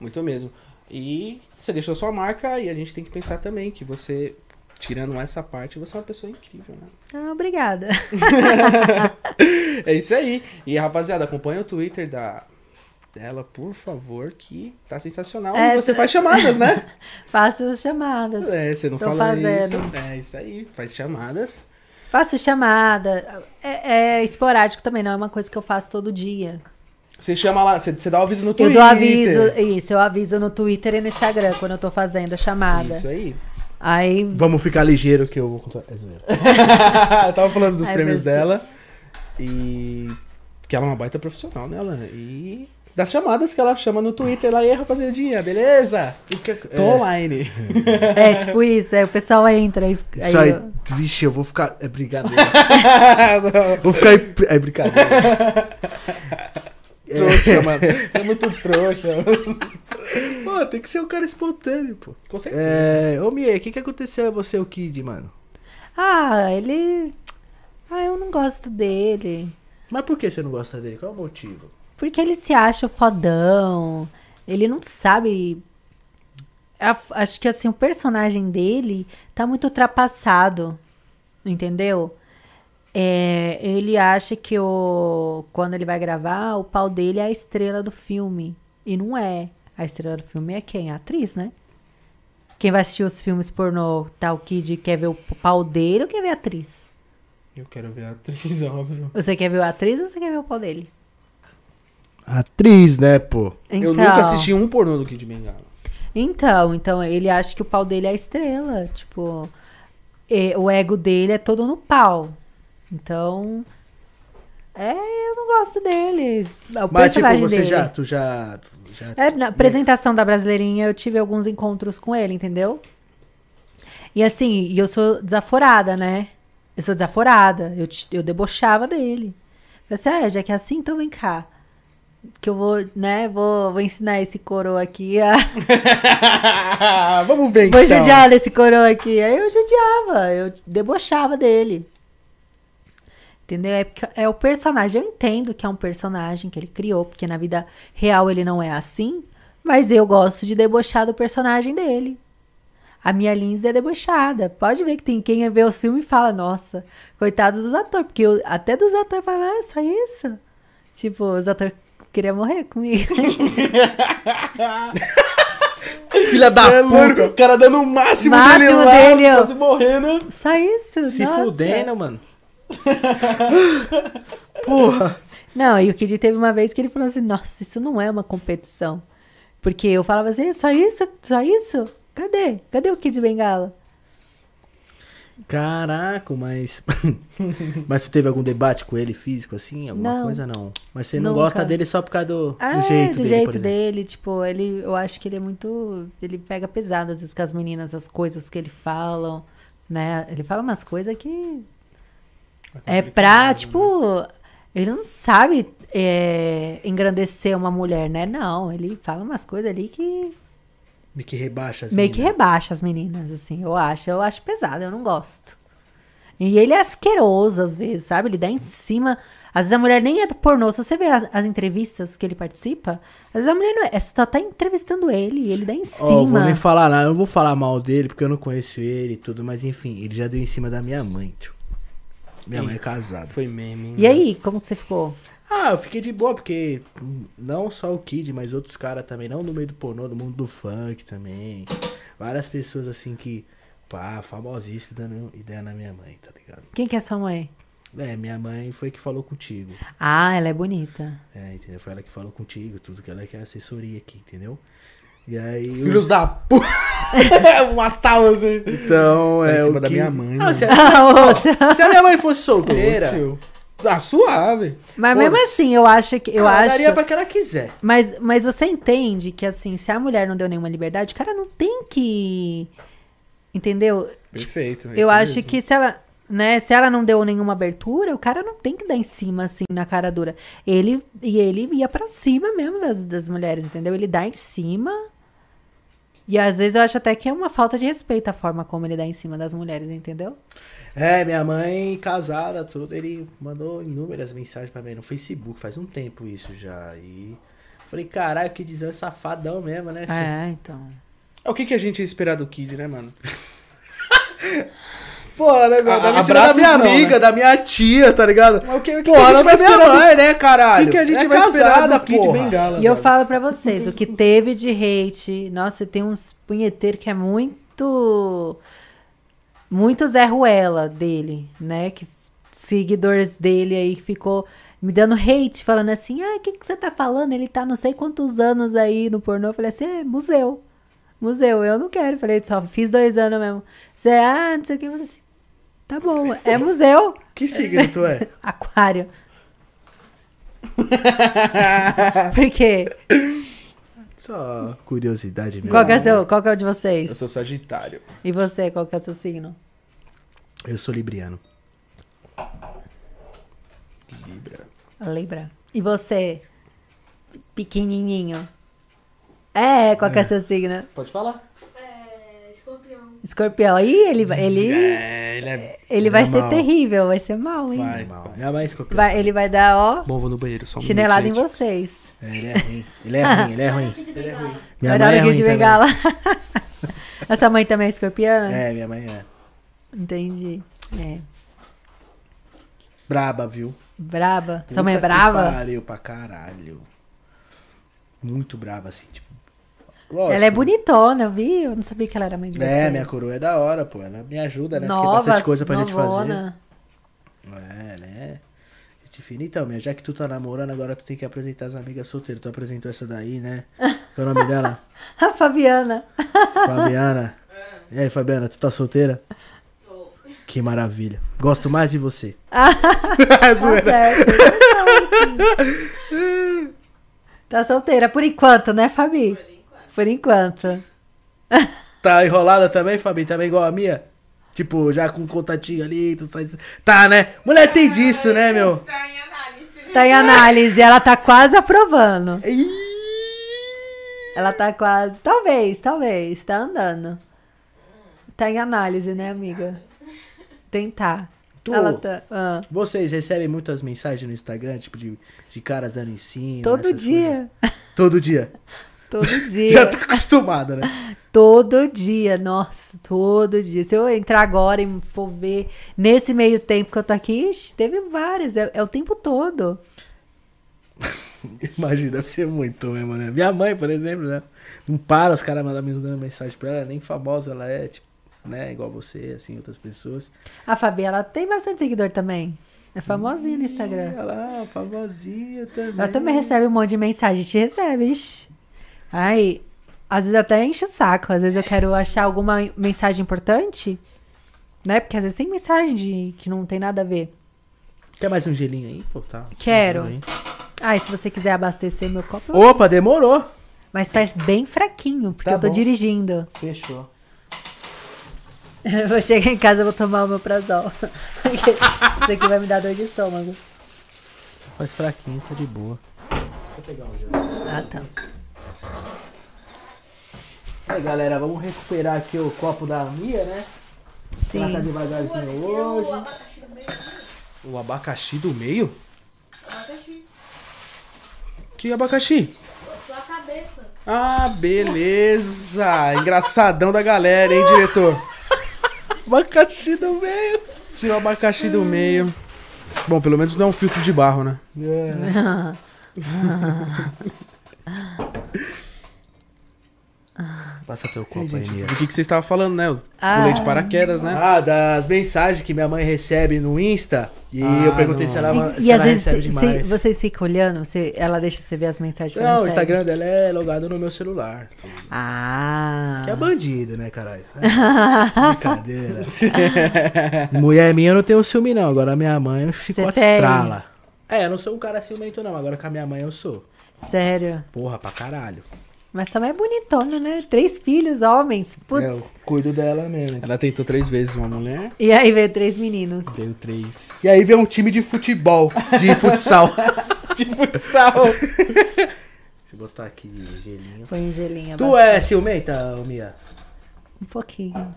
Muito mesmo. E você deixou sua marca e a gente tem que pensar também que você, tirando essa parte, você é uma pessoa incrível, né? Ah, obrigada. É isso aí. E rapaziada, acompanha o Twitter da dela, por favor, que tá sensacional. É, e você faz chamadas, né? Faço as chamadas. É, você não Tô fala fazendo. isso. É isso aí, faz chamadas. Faço chamada. É, é esporádico também, não é uma coisa que eu faço todo dia. Você chama lá, você, você dá o aviso no Eu Twitter. dou aviso, isso, eu aviso no Twitter e no Instagram quando eu tô fazendo a chamada. Isso aí. Aí, Vamos ficar ligeiro que eu vou contar. É zoeira. eu tava falando dos Ai, prêmios você. dela. E. Que ela é uma baita profissional, né, Alan? E. Das chamadas que ela chama no Twitter lá, e aí, rapaziadinha, beleza? O que é- Tô online. é tipo isso, aí o pessoal entra e aí Isso aí, eu- vixe, eu vou ficar. É brincadeira. vou ficar. em- É brincadeira. trouxa, mano. É muito trouxa. Pô, tem que ser um cara espontâneo, pô. Com certeza. É. Ô, Mie, o que, que aconteceu a você, o Kid, mano? Ah, ele. Ah, eu não gosto dele. Mas por que você não gosta dele? Qual é o motivo? Porque ele se acha fodão. Ele não sabe. A- Acho que assim, o personagem dele tá muito ultrapassado. Entendeu? É, ele acha que o, quando ele vai gravar, o pau dele é a estrela do filme. E não é. A estrela do filme é quem? A atriz, né? Quem vai assistir os filmes pornô tal Kid quer ver o pau dele ou quer ver a atriz? Eu quero ver a atriz, óbvio. Você quer ver a atriz ou você quer ver o pau dele? Atriz, né, pô? Eu nunca assisti um pornô do Kid Bengala. Então, então ele acha que o pau dele é a estrela, tipo, e- o ego dele é todo no pau. Então, é, eu não gosto dele. É o Mas, tipo, personagem você dele. já. Tu já. já É, na apresentação da Brasileirinha eu tive alguns encontros com ele, entendeu? E assim, e eu sou desaforada, né? Eu sou desaforada. Eu, te- eu debochava dele. Eu disse, ah, já que é assim, então vem cá. Que eu vou, né, vou, vou ensinar esse coroa aqui a... Vamos ver, Vou então. judiar desse coroa aqui. Aí eu judiava, eu debochava dele. Entendeu? É, porque é o personagem. Eu entendo que é um personagem que ele criou, porque na vida real ele não é assim. Mas eu gosto de debochar do personagem dele. A minha Lindsay é debochada. Pode ver que tem quem vê os filmes e fala, nossa, coitado dos atores. Porque eu- até dos atores fala, ah, só isso? Tipo, os atores queriam morrer comigo. Filha da Cê é puta! louco, o cara dando o máximo, Máximo dele lá, dele, ó. quase morrendo. só isso? Se nossa. fudendo, mano. Porra. Não, e o Kid teve uma vez que ele falou assim: Nossa, isso não é uma competição. Porque eu falava assim: Só isso? Só isso? Cadê? Cadê o Kid Bengala? Caraca, mas. mas você teve algum debate com ele físico, assim? Alguma Não. coisa, não? Mas você não Nunca. gosta dele só por causa do, Ah, do jeito do dele, jeito por exemplo. dele. Tipo, ele, eu acho que ele é muito. Ele pega pesado às vezes com as meninas, as coisas que ele falam, né? Ele fala umas coisas que. É pra, tipo. Ele não sabe é, engrandecer uma mulher, né? Não, ele fala umas coisas ali que. Meio que rebaixa as Meio que meninas. rebaixa as meninas, assim, eu acho. Eu acho pesado, eu não gosto. E ele é asqueroso, às vezes, sabe? Ele dá em cima. Às vezes a mulher nem é do pornô. Se você vê as, as entrevistas que ele participa, às vezes a mulher não é. é só tá entrevistando ele e ele dá em Ó, vou cima. nem falar nada, eu não vou falar mal dele, porque eu não conheço ele e tudo, mas enfim, ele já deu em cima da minha mãe, tio. Minha mãe é casada. Foi meme, hein? e aí, como que você ficou? Ah, eu fiquei de boa, porque hum, não só o Kid, mas outros caras também, não no meio do pornô, no mundo do funk também. Várias pessoas assim que, pá, famosíssimas dando ideia na minha mãe, tá ligado? Quem que é sua mãe? É, minha mãe foi que falou contigo. Ah, ela é bonita. É, entendeu? Foi ela que falou contigo, tudo que ela quer assessoria aqui, entendeu? E aí. eu- Filhos da puta. Matar você. Então, Tá é. em cima o da que- minha mãe, Ah, né? se, a, Ah, outra. se a minha mãe fosse solteira, Tio. Ah, suave. Mas mesmo Foda-se. assim, eu acho que. Eu ela acho... daria pra que ela quiser. Mas, mas você entende que, assim, se a mulher não deu nenhuma liberdade, o cara não tem que. Entendeu? Perfeito. Eu acho que se ela, né, se ela não deu nenhuma abertura, o cara não tem que dar em cima assim na cara dura. Ele e ele ia pra cima mesmo das, das mulheres, entendeu? Ele dá em cima. E às vezes eu acho até que é uma falta de respeito a forma como ele dá em cima das mulheres, entendeu? É, minha mãe casada, tudo, ele mandou inúmeras mensagens pra mim no Facebook, faz um tempo isso já. E falei, caralho, que dizer é safadão mesmo, né? tio? É, então. É o que, que a gente ia esperar do Kid, né, mano? Pô, né, meu? A- Dava em cima da abraços minha não, amiga, né? da minha tia, tá ligado? Mas É o que, o que, Pô, que a ela gente vai vai minha esperar do mãe, né, caralho? O que, que a gente É vai esperar casada, do Kid porra. Bengala? E eu velho? falo pra vocês, o que teve de hate, nossa, tem uns punheteiros que é muito. Muito Zé Ruela dele, né? Que seguidores dele aí que ficou me dando hate, falando assim: ah, o que, que você tá falando? Ele tá não sei quantos anos aí no pornô. Eu falei assim: é, museu. Museu, eu não quero. Eu Falei, só fiz dois anos mesmo. Você, ah, não sei o que. Eu falei assim: tá bom, é museu. Que signo tu é? Aquário. Por quê? Só curiosidade mesmo. Qual que, é seu, qual que é o de Eu vocês? sou Sagitário. E você, qual que é o seu signo? Eu sou libriano. Libra. Libra. E você, pequenininho? É, qual que é o seu signo? Pode falar. É, escorpião. Escorpião. Ih, ele, vai- ele, É, ele é... ele vai é ser mal. terrível, vai ser mal, hein? Vai. Minha mãe é escorpião. Vai- ele vai dar, ó, Bom, vou no banheiro. Só um chinelada em minuto, gente. vocês. É, ele é ruim. Ele é ruim, ele é ruim. Ele é ruim. Minha vai dar mãe é no ruim Kid de também. bengala. A sua mãe é também é escorpiana? É, minha mãe é. Entendi. É. braba, viu? Braba. Sua mãe é Puta que brava? Pariu pra caralho. Muito brava, assim, tipo. Ela é lógico, bonitona, eu vi? Eu não sabia que ela era mãe de É, vocês. minha coroa é da hora, pô. Ela me ajuda, né? Porque Nova, tem bastante coisa pra novona. gente fazer. É, né? Gente fina. Então, minha, já que tu tá namorando, agora tu tem que apresentar as amigas solteiras. Tu apresentou essa daí, né? Qual é o nome dela? A Fabiana. Fabiana. E aí, Fabiana, tu tá solteira? Tô. Que maravilha. Gosto mais de você. É Tá certo. tá solteira por enquanto, né, Fabi? Por enquanto. Por enquanto. Tá enrolada também, Fabi? Também igual a minha? Tipo, já com um contatinho ali, tu sai. Tá, né? Mulher tem disso, né, meu? Tá em análise. Tá em análise, ela tá quase aprovando. Ih! Ela tá quase. Talvez, talvez. Tá andando. Tá em análise, né, amiga? Tentar. Tu- Ela tá. ah. Vocês recebem muitas mensagens no Instagram, tipo, de, de caras dando em cima. Todo essas dia. coisas? Todo dia. Todo Já dia. tá acostumada, né? Todo dia, nossa, todo dia. Se eu entrar agora e for ver nesse meio tempo que eu tô aqui, ixi, teve várias, é, é o tempo todo. Imagina, deve ser muito mesmo, né? Minha mãe, por exemplo, né? Não para os caras mandam- mandando mensagem pra ela, nem famosa ela é, tipo, né? Igual você, assim, outras pessoas. A Fabi, ela tem bastante seguidor também. É famosinha no E Instagram. ela, ah, famosinha também. Ela também recebe um monte de mensagem, te recebe, ixi. Aí, às vezes até enche o saco, às vezes eu quero achar alguma mensagem importante, né? Porque às vezes tem mensagem de, que não tem nada a ver. Quer mais um gelinho aí? Pô, tá. Quero. Um gelinho Ai, se você quiser abastecer meu copo, aí. Opa, demorou. mas faz bem fraquinho, porque Tá eu tô bom. dirigindo. Fechou. Eu vou chegar em casa e vou tomar o meu prazol. Porque Isso aqui vai me dar dor de estômago. Faz fraquinho, tá de boa. Ah, tá. Aí, galera, vamos recuperar aqui o copo da Mia, né? Ela tá Sim. devagarzinho Eu, o hoje. abacaxi no meio. O abacaxi do meio? Abacaxi. Que abacaxi? Sua cabeça. Ah, beleza! Engraçadão da galera, hein, diretor? Abacaxi do meio. Tirou o abacaxi do meio. Bom, pelo menos não é um filtro de barro, né? Passa teu copo aí, Mia. Do que, que você estava falando, né? O Ah. pulei de paraquedas, né? Ah, das mensagens que minha mãe recebe no Insta. E Ah, eu perguntei não. se tá ela, se E, e às ela vezes recebe cê- cê- demais. vocês ficam olhando, cê- ela deixa você ver as mensagens que ela Não, o recebe? Instagram dela é logado no meu celular. Ah. Que é bandido, né, caralho? É, brincadeira. Mulher minha eu não tenho ciúme, não. Agora minha mãe eu fico Cê estrala. É, eu não sou um cara ciumento, não. Agora com a minha mãe eu sou. Sério. Porra, pra caralho. Mas sua mãe é bonitona, né? Três filhos, homens. Putz. É, Eu cuido dela mesmo. Ela tentou três vezes uma mulher, E aí veio três meninos. deu três. E aí vem um time de futebol, de futsal. De futsal! Deixa eu botar aqui gelinho. Foi um gelinho. Tu abaixo. é ciumenta, ô Mia? Um pouquinho.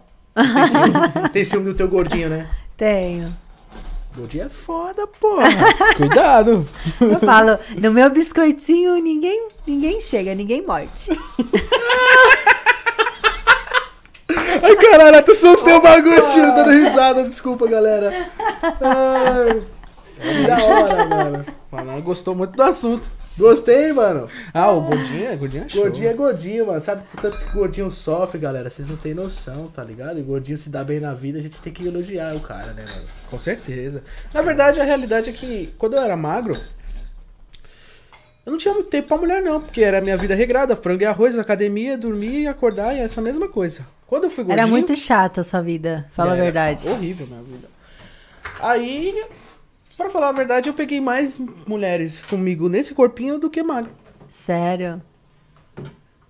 Tem ciúme do teu gordinho, né? Tenho. Gordinho é foda, porra. Cuidado! Eu falo, no meu biscoitinho ninguém, ninguém chega, ninguém morde. Ai, caralho, tu soltei o um bagulho, tio, dando risada. Desculpa, galera. Ai, da hora, mano. Mas ela gostou muito do assunto. Gostei, mano. Ah, o gordinho é gordinho é show. Gordinho é gordinho, mano. Sabe o tanto que gordinho sofre, galera? Vocês não têm noção, tá ligado? E gordinho se dá bem na vida, a gente tem que elogiar o cara, né, mano? Com certeza. Na verdade, a realidade é que quando eu era magro, eu não tinha muito tempo pra mulher, não, porque era a minha vida regrada, frango e arroz, academia, dormir, acordar e essa mesma coisa. Quando eu fui gordinho... Era muito chata a sua vida, fala a era verdade. Horrível minha vida. Aí, pra falar a verdade, eu peguei mais mulheres comigo nesse corpinho do que magro. Sério.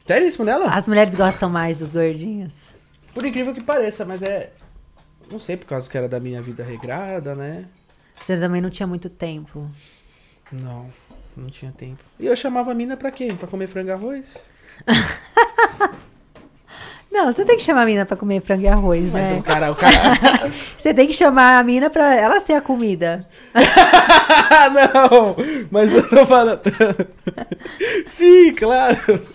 Seríssimo, né, Alan? As mulheres gostam mais dos gordinhos. Por incrível que pareça, mas é... Não sei, por causa que era da minha vida regrada, né? Você também não tinha muito tempo. Não, não tinha tempo. E eu chamava a mina pra quê? Pra comer frango e arroz? Não, você tem que chamar a mina pra comer frango e arroz, Mas né? o cara, o cara. Você tem que chamar a mina pra ela ser a comida. ah, não! Mas eu tô falando. Sim, claro!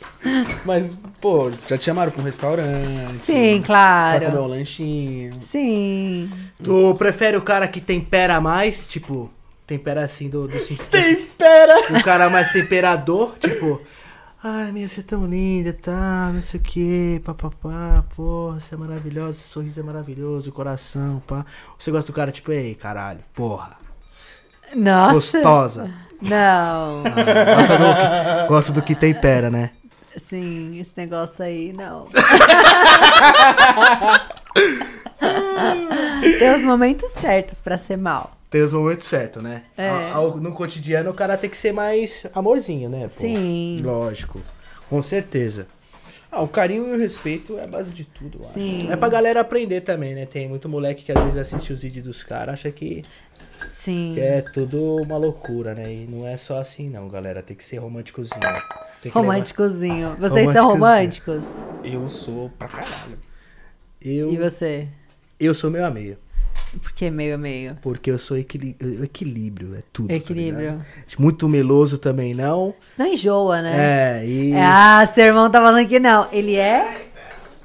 Mas, pô, já te chamaram pra um restaurante. Sim, Pra comer claro. um lanchinho. Sim. Tu prefere o cara que tempera mais, tipo, Tempera assim do, do sentido. Tempera! O cara mais temperador, tipo. Ai, minha, você é tão linda, tá, não sei o que, papapá, porra, você é maravilhosa, seu sorriso é maravilhoso, o coração, pá. Você gosta do cara, tipo, ei, caralho, porra, Nossa. gostosa. Não. Gosta do, que, gosta do que tempera, né? Sim, esse negócio aí, não. Tem os momentos certos pra ser mal. Tem os momentos certos, né? É. A- ao- no cotidiano o cara tem que ser mais amorzinho, né? pô? Sim. Lógico. Com certeza. Ah, o carinho e o respeito é a base de tudo, eu acho. Sim. É pra galera aprender também, né? Tem muito moleque que às vezes assiste os vídeos dos caras, acha que, Sim. que é tudo uma loucura, né? E não é só assim, não, galera. Tem que ser românticozinho. Tem que Românticozinho. Vocês são Românticozinho. românticos? Eu sou pra caralho. levar- Eu, E você? eu sou meio a meio. Porque meio a meio. Porque eu sou equili- equilíbrio, é tudo. tá Equilíbrio. ligado? muito meloso também não. Senão enjoa, né? É, e. Ah, seu irmão tá falando que não. Ele é?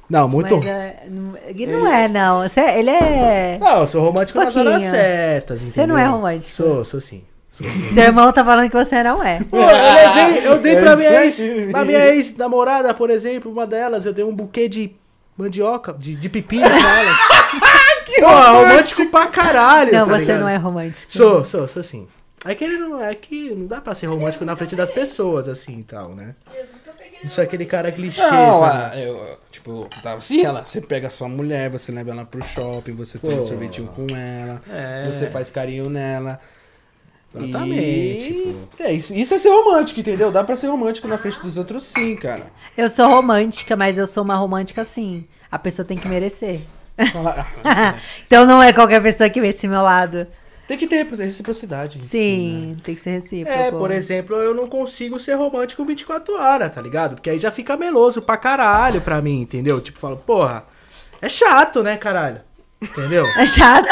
Não, muito. Mas é- não- ele não é, não. Você é- ele é. Não, eu sou romântico nas horas Pouquinho. certas, entendeu? não é romântico? Sou, sou sim. Sou. Seu irmão tá falando que você não é. Pô, eu levei, eu dei É pra isso minha ex, aí. pra minha ex-namorada, por exemplo, uma delas, eu dei um buquê de mandioca, de, de pepino pra ela. que Pô, é romântico pra caralho, Não, tá você ligado? não é romântico. Sou, Uhum. sou, sou sim. É que ele não é que não dá pra ser romântico na frente das pessoas, assim e tal, né? Eu nunca peguei Não sou aquele cara clichê, Não, sabe? ah, eu, tipo, tá assim, ela, você pega a sua mulher, você leva ela pro shopping, você toma Pô. sorvetinho com ela, É. você faz carinho nela. Exatamente, E- É, isso, isso é ser romântico, entendeu? Dá pra ser romântico na frente dos outros sim, cara. Eu sou romântica, mas eu sou uma romântica sim. A pessoa tem que merecer. Fala- então não é qualquer pessoa que vem esse meu lado. Tem que ter reciprocidade. isso, né? Sim, tem que ser recíproco. É, por exemplo, eu não consigo ser romântico 24 horas, tá ligado? Porque aí já fica meloso pra caralho pra mim, entendeu? Tipo, falo, porra, é chato, né, caralho? Entendeu? É chato.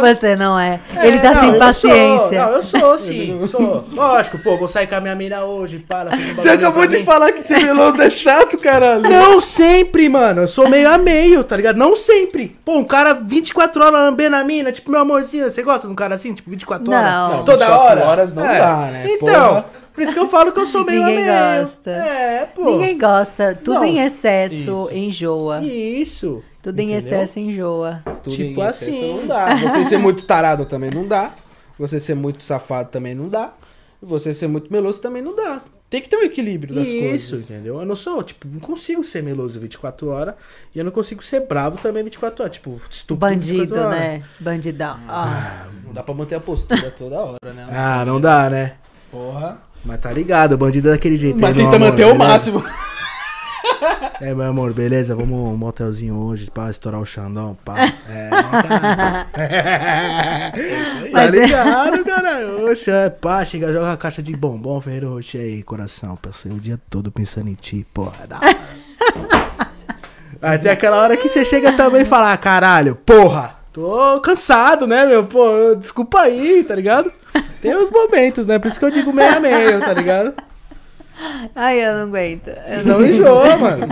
você não é. Ele tá não, sem eu paciência. Sou, não, eu sou, sim, sou. Lógico, pô, vou sair com a minha mina hoje, para. fazer um Você bagulho acabou pra de mim. falar que ser meloso é chato, caralho. Não sempre, mano. Eu sou meio a meio, tá ligado? Não sempre. Pô, um cara 24 horas lambendo a mina, tipo, meu amorzinho, você gosta de um cara assim, tipo, 24 horas? Não. Não, Toda 24 hora? É. horas não dá, né? Então, Porra. por isso que eu falo que eu sou meio Ninguém a meio. gosta. É, pô. Ninguém gosta. Tudo Não, em excesso isso. enjoa. Isso. Tudo em entendeu? excesso enjoa. Tudo Tipo em excesso assim. não dá. Você ser muito tarado também não dá. Você ser muito safado também não dá. E você ser muito meloso também não dá. Tem que ter um equilíbrio das Isso, coisas. entendeu? Eu não sou, tipo, não consigo ser meloso 24 horas e eu não consigo ser bravo também 24 horas. Tipo, estúpido. Bandido, 24 horas. né? Bandidão. Ah, Não dá pra manter a postura toda hora, né? Ah, não dá, né? Porra. Mas tá ligado, o bandido é daquele jeito. aí, Mas meu tenta amor, manter o beleza? máximo. É, meu amor, beleza? Vamos um motelzinho hoje pra estourar o Xandão, pá. É, cara. Tá Mas é- ligado, cara? Oxa, pá, chega, joga a caixa de bombom, Ferreiro Rocher aí, coração. Passei o dia todo pensando em ti, é porra. Dá. Aí tem aquela hora que você chega também e fala, ah, caralho, porra. Tô cansado, né, meu? Pô, desculpa aí, tá ligado? Tem uns momentos, né? Por isso que eu digo meio a meio, tá ligado? Ah. Ai, eu não aguento. Eu Senão enjoa, mano.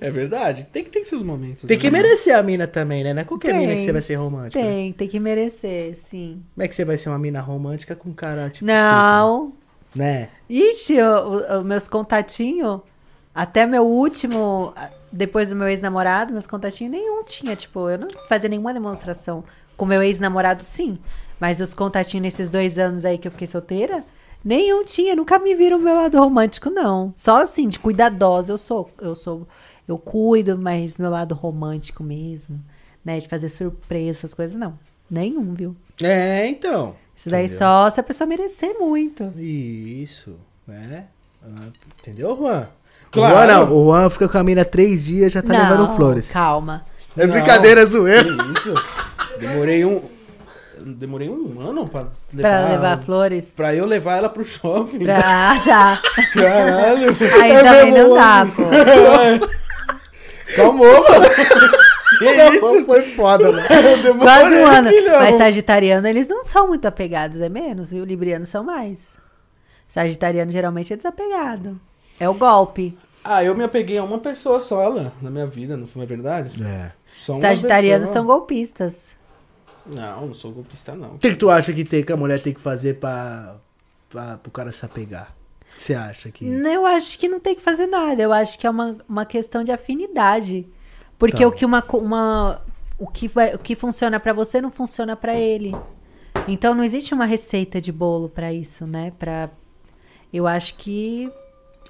É verdade. Tem que ter seus momentos. Tem que né? merecer a mina também, né? Não é qualquer Tem. mina que você vai ser romântica. né? Tem, tem que merecer, sim. Como é que você vai ser uma mina romântica com um cara, tipo, Não. estúpido, né? Ixi, os meus contatinhos, até meu último, a- depois do meu ex-namorado, meus contatinhos nenhum tinha. Tipo, eu não fazia nenhuma demonstração. Com meu ex-namorado, sim. Mas os contatinhos nesses dois anos aí que eu fiquei solteira, nenhum tinha. Nunca me viram o meu lado romântico, não. Só assim, de cuidadosa eu sou. Eu sou. Eu cuido, mas meu lado romântico mesmo, né? De fazer surpresa, essas coisas, não. Nenhum, viu? É, então. Isso daí Entendeu? só se a pessoa merecer muito. Isso, né? Ah, Entendeu, Juan? Claro. O Juan, não. O Juan fica com a mina três dias já tá levando flores. Calma. É Não. brincadeira, zoeiro. Que isso? Demorei um. Demorei um ano pra levar. Pra levar flores? pra eu levar ela pro shopping. Pra... Ah, tá. Caralho. Aí É também mesmo, não dá, pô. É Calmou, mano. Que Isso isso? foi foda, mano. Demorei, Quase um ano. filhão. Mas sagitariano, eles não são muito apegados, é menos. E o libriano são mais. Sagitariano geralmente é desapegado. É o golpe. Ah, eu me apeguei a uma pessoa só, Alan, na minha vida, não foi uma verdade? É. Só Então, uma Sagitarianos pessoa. são golpistas. Não, não sou golpista, não. O que, que tu acha que, tem, que a mulher tem que fazer pra, pra, pro cara se apegar? O que você acha que. Não, Eu acho que não tem que fazer nada. Eu acho que é uma, uma questão de afinidade. Porque Tá. o que uma, co- uma o que vai, o que funciona pra você não funciona pra ele. Então não existe uma receita de bolo pra isso, né? Para Eu acho que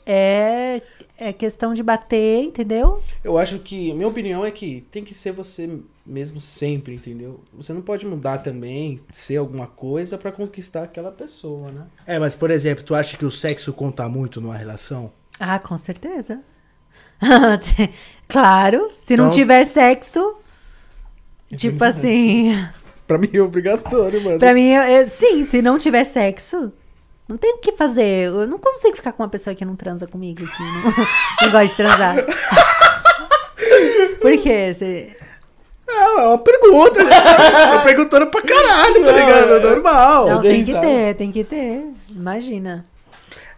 é é questão de bater, entendeu? Eu acho que. Minha opinião é que tem que ser você mesmo sempre, entendeu? Você não pode mudar também, ser alguma coisa pra conquistar aquela pessoa, né? É, mas por exemplo, tu acha que o sexo conta muito numa relação? Ah, com certeza. claro, se não Então- tiver sexo, tipo assim, Pra mim é obrigatório, mano. Pra mim, eu- eu- sim, se não tiver sexo, não tem o que fazer. Eu não consigo ficar com uma pessoa que não transa comigo, que não, não gosta de transar. Por quê? Você- Não, é uma pergunta. Tá perguntando pra caralho, tá ligado? É normal. Não, tem que risada. ter, tem que ter. Imagina.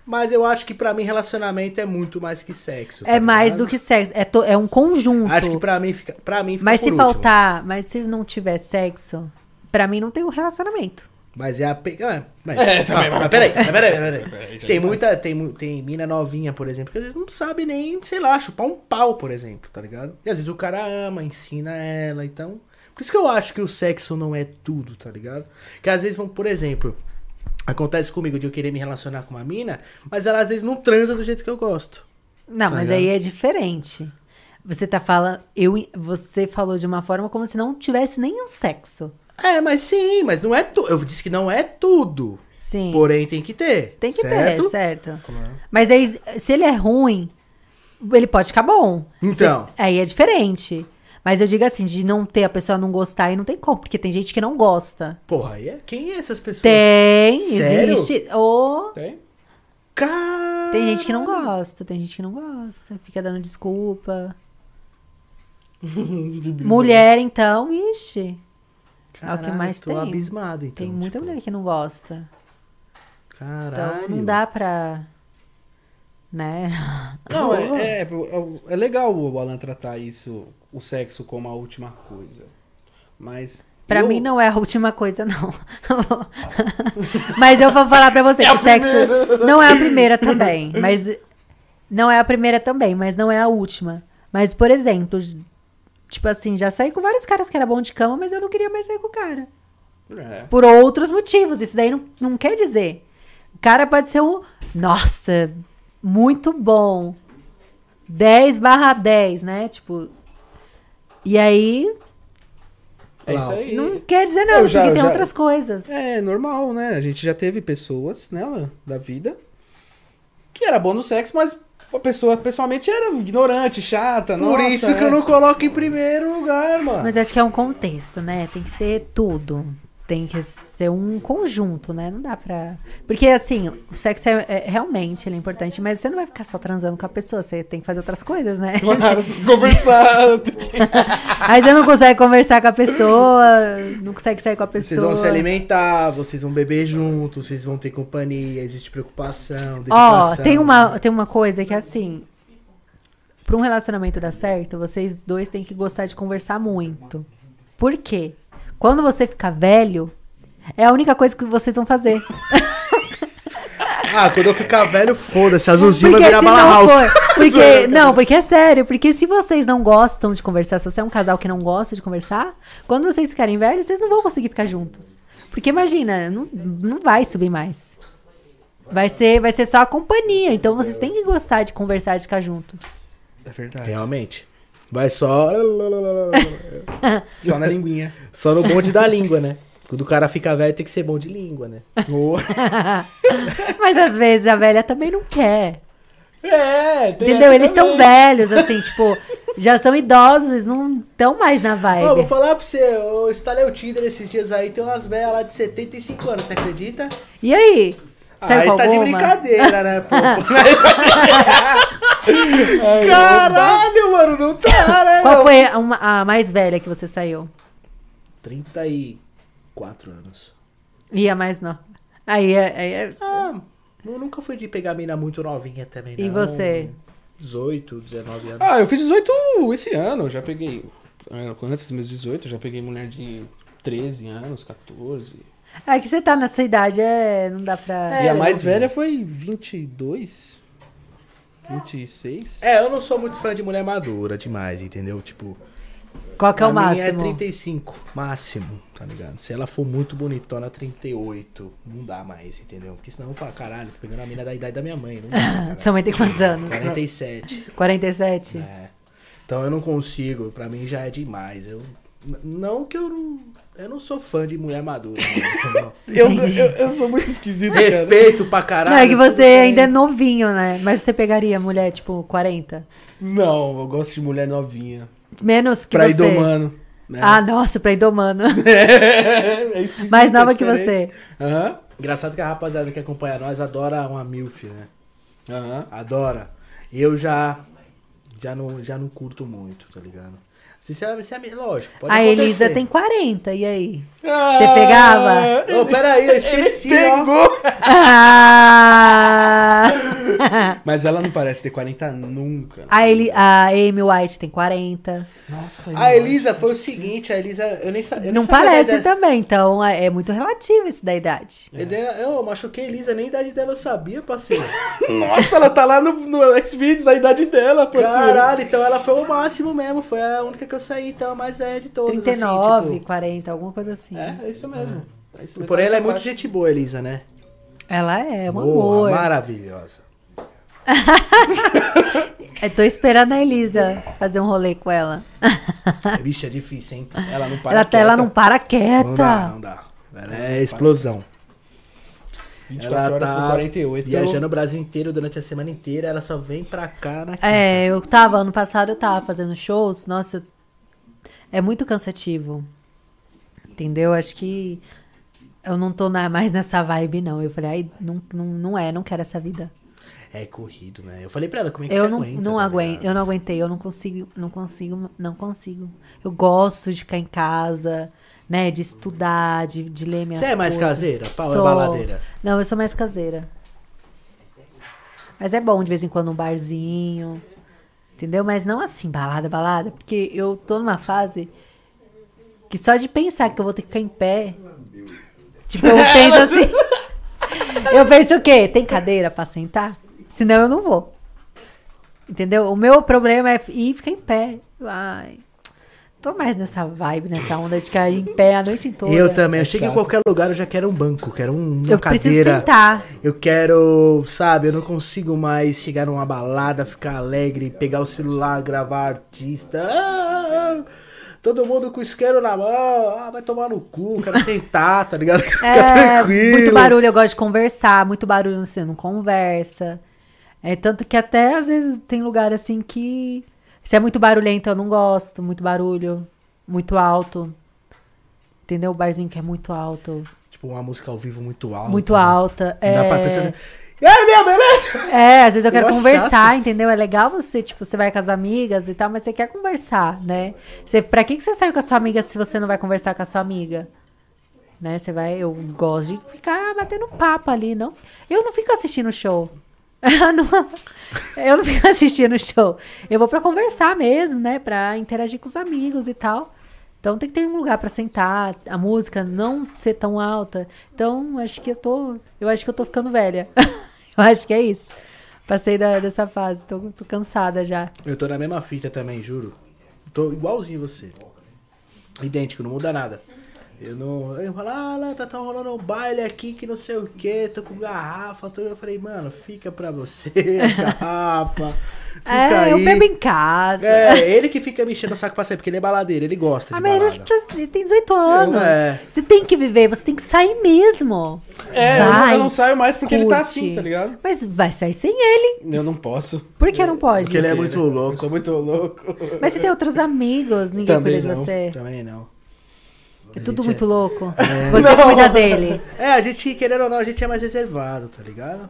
Mas eu acho que pra mim relacionamento é muito mais que sexo. tá É mais do que sexo, é, to- é um conjunto. Acho que pra mim fica, pra mim fica mas por se último. faltar, mas se não tiver sexo, pra mim não tem um relacionamento. Mas é a pe... ah, mas... É, também, mas peraí, mas peraí, peraí. Tem muita, tem, mu- tem mina novinha, por exemplo, que às vezes não sabe nem, sei lá, chupar um pau, por exemplo, tá ligado? E às vezes o cara ama, ensina ela, então... Por isso que eu acho que o sexo não é tudo, tá ligado? Que às vezes vão, por exemplo, acontece comigo de eu querer me relacionar com uma mina, mas ela às vezes não transa do jeito que eu gosto. Não, Tá mas ligado? aí é diferente. Você tá falando, eu, você falou de uma forma como se não tivesse nenhum sexo. É, mas sim, mas não é tudo. Eu disse que não é tudo. Sim. Porém, tem que ter. Tem que certo? ter, certo. Mas aí, se ele é ruim, ele pode ficar bom. Então. Se- aí é diferente. Mas eu digo assim, de não ter, a pessoa não gostar, aí não tem como, porque tem gente que não gosta. Porra, e é- quem é essas pessoas? Tem, Sério? existe. Ô, Tem? Cara... tem gente que não gosta, tem gente que não gosta, fica dando desculpa. Mulher, então, ixi. é o que Caralho, mais tô tem. abismado, então. Tem muita tipo, mulher que não gosta. Caralho. Então não dá pra. Né? Não, é, é, é legal o Alan tratar isso, o sexo, como a última coisa. Mas. Pra eu- mim não é a última coisa, não. mas eu vou falar pra É você que o sexo não é a primeira também, mas não é a primeira também, mas não é a última. Mas por exemplo, j- tipo assim, já saí com vários caras que era bom de cama, mas eu não queria mais sair com o cara. É. Por outros motivos, isso daí não, não quer dizer. O cara pode ser um, nossa, muito bom. 10 barra 10, né? Tipo. E aí, É isso aí. não quer dizer não, Eu já- porque tem já- outras coisas. É normal, né? A gente já teve pessoas, né, Alan, da vida, que era bom no sexo, mas a pessoa pessoalmente era ignorante, chata. Por nossa, isso que eu é. não coloco em primeiro lugar, mano. Mas acho que é um contexto, né? Tem que ser tudo. Tem que ser um conjunto, né? Não dá pra. Porque, assim, o sexo é, é- realmente ele é importante, mas você não vai ficar só transando com a pessoa, você tem que fazer outras coisas, né? Claro, tem que conversar. tem que- Aí você não consegue conversar com a pessoa, não consegue sair com a pessoa. Vocês vão se alimentar, vocês vão beber juntos, vocês vão ter companhia, existe preocupação, Ó, dedicação. tem uma, tem uma coisa que é assim. Pra um relacionamento dar certo, vocês dois têm que gostar de conversar muito. Por quê? Quando você ficar velho, é a única coisa que vocês vão fazer. Ah, quando eu ficar velho, foda-se, azulzinho vai Porque virar se bala não house. for- porque, não, porque é sério. Porque se vocês não gostam de conversar, se você é um casal que não gosta de conversar, quando vocês ficarem velhos, vocês não vão conseguir ficar juntos. Porque imagina, não, não vai subir mais. Vai ser, vai ser só a companhia. Então vocês têm que gostar de conversar, de ficar juntos. É verdade. Realmente. Vai só. Só na linguinha. Só no bonde da língua, né? Quando o cara fica velho, tem que ser bom de língua, né? Ô. Mas às vezes a velha também não quer. É, tem Entendeu? essa Eles estão também. velhos, assim, tipo, já são idosos, eles não estão mais na vibe. Ó, vou falar pra você, eu instalei o Tinder esses dias aí, tem umas velhas lá de 75 anos, você acredita? E aí? Saiu aí com tá de alguma? brincadeira, né? pô? É, Caralho, mano, não tá, né? Qual foi a, uma- a mais velha que você saiu? 34 anos. E a mais nova? Aí, é- aí é- Ah, eu nunca fui de pegar mina muito novinha também, não. E você? 18, 19 anos. Ah, eu fiz 18 esse ano, eu já peguei. é, Antes dos meus 18, eu já peguei mulher de 13 anos, 14. É que você tá nessa idade, é, não dá pra. e É, a mais novinho. velha foi 22, 26. É, eu não sou muito fã de mulher madura demais, entendeu? Tipo, Qual que é o pra mim é máximo? 35, máximo, tá ligado? Se ela for muito bonitona, 38, não dá mais, entendeu? Porque senão eu falo, caralho, tô pegando a mina da idade da minha mãe, não dá, cara. Sua mãe tem quantos anos? 47. 47? É. Então eu não consigo, pra mim já é demais. Eu, n- não que eu não. Eu não sou fã de mulher madura. Não, Eu, eu, eu sou muito esquisito, não. Respeito pra caralho. não, é que você tudo bem. ainda é novinho, né? Mas você pegaria mulher, tipo, 40? Não, eu gosto de mulher novinha. Menos que Pra você. idomano. né? Ah, nossa, pra idomano. É, é esquisito. Mais é nova que diferente. você. Aham, Engraçado que a rapaziada que acompanha nós adora uma MILF, né? aham. Adora. Eu já. Já não, já não curto muito, tá ligado? Sinceramente, se é, lógico. Pode a acontecer. Elisa tem 40, e aí? Você pegava? Ô, peraí, eu esqueci. ó. Ah, Pegou! Ah! Mas ela não parece ter 40 nunca. a, Eli, a Amy White tem 40. Nossa, A irmão. Elisa foi o seguinte, a Elisa. Eu nem, sa- eu nem não sabia da parece idade- também, então é é muito relativo isso da idade. Eu, dei- eu machuquei a Elisa, nem a idade dela eu sabia, parceiro. Nossa, ela tá lá no, no Xvideos, a idade dela, assim parceiro. Caralho, então ela foi o máximo mesmo. Foi a única que eu saí, então a mais velha de todas. 39, assim, tipo- 40, alguma coisa assim. É, é isso mesmo. É isso mesmo. Porém, ela é muito Essa gente boa, Elisa, né? Ela é um Boa, amor. Maravilhosa. Eu É, tô esperando a Elisa fazer um rolê com ela. Vixe, é difícil, hein? parte- Ela não para. ela até ela não para Não dá, quieta. não dá. Ela é explosão. 24 Ela horas por tá 48. viajando o Brasil inteiro durante a semana inteira. Ela só vem pra cá né? na É, eu tava, ano passado eu tava fazendo shows, nossa, eu- é muito cansativo. Entendeu? Acho que eu não tô na- mais nessa vibe, não. Eu falei, ai, não, não, não é, não quero essa vida. É corrido, né? Eu falei pra ela como é que Eu você não, aguenta. não tá aguento, ligado? eu não aguentei, eu não consigo, não consigo, não consigo. Eu gosto de ficar em casa, né? De estudar, de, de ler minhas Você é mais coisas. caseira? Pau é Sou. baladeira? Não, eu sou mais caseira. Mas é bom de vez em quando um barzinho. Entendeu? Mas não assim, balada, balada. Porque eu tô numa fase que só de pensar que eu vou ter que ficar em pé. Tipo, eu penso assim. eu penso o quê? Tem cadeira pra sentar? Senão eu não vou. Entendeu? O meu problema é ir ficar em pé. Ai. Tô mais nessa vibe, nessa onda de ficar em pé a noite toda. Eu também. eu chego em chato. qualquer lugar, eu já quero um banco, quero um- uma Eu preciso cadeira. sentar. Eu quero, sabe, eu não consigo mais chegar numa balada, ficar alegre, pegar o celular, gravar artista. Ah, ah, ah. todo mundo com isqueiro na mão, ah, vai tomar no cu, quero sentar, tá ligado? Quero ficar É, tranquilo. muito barulho, eu gosto de conversar, muito barulho, você não conversa. É, tanto que até às vezes tem lugar assim que. Se é muito barulhento, eu não gosto. Muito barulho, muito alto. Entendeu? O barzinho que é muito alto. Tipo, uma música ao vivo muito alta. muito né? alta. Não É, dá pra pensar. É. E aí, minha beleza? é, às vezes eu Eu quero acho conversar, chato. entendeu? É legal você, tipo, você vai com as amigas e tal, mas você quer conversar, né? Você, pra que, que você saiu com a sua amiga se você não vai conversar com a sua amiga? Né? Você vai, eu gosto de ficar batendo papo ali, não? Eu não fico assistindo show. Eu não, eu não fico assistindo show. Eu vou pra conversar mesmo, né? Pra interagir com os amigos e tal. Então tem que ter um lugar pra sentar, a música não ser tão alta. Então acho que eu tô, eu acho que eu tô ficando velha. eu acho que é isso. Passei da- dessa fase, tô, tô cansada já. Eu tô na mesma fita também, juro. Tô igualzinho você. Idêntico, não muda nada. Eu não. Eu falo, ah, lá, tá, tá rolando um baile aqui que não sei o que, tô com garrafa, tô... eu falei, mano, fica pra você as garrafas. Fica é, aí. eu bebo em casa. É, ele que fica me enchendo o saco pra sair, porque ele é baladeiro, ele gosta Ah, de mas ele, balada. tá- ele tem 18 anos. é. Você tem que viver, você tem que sair mesmo. É, eu não, Vai, eu não saio mais porque ele tá curte. assim, tá ligado? Mas vai sair sem ele. Eu não posso. Por que não pode? Porque ele é muito Eu louco. sou muito louco. Mas você tem outros amigos, ninguém Também cuida de não, você. Também não. É A tudo gente muito louco. Você É. Não. cuida dele. É, a gente, querendo ou não, a gente é mais reservado, tá ligado?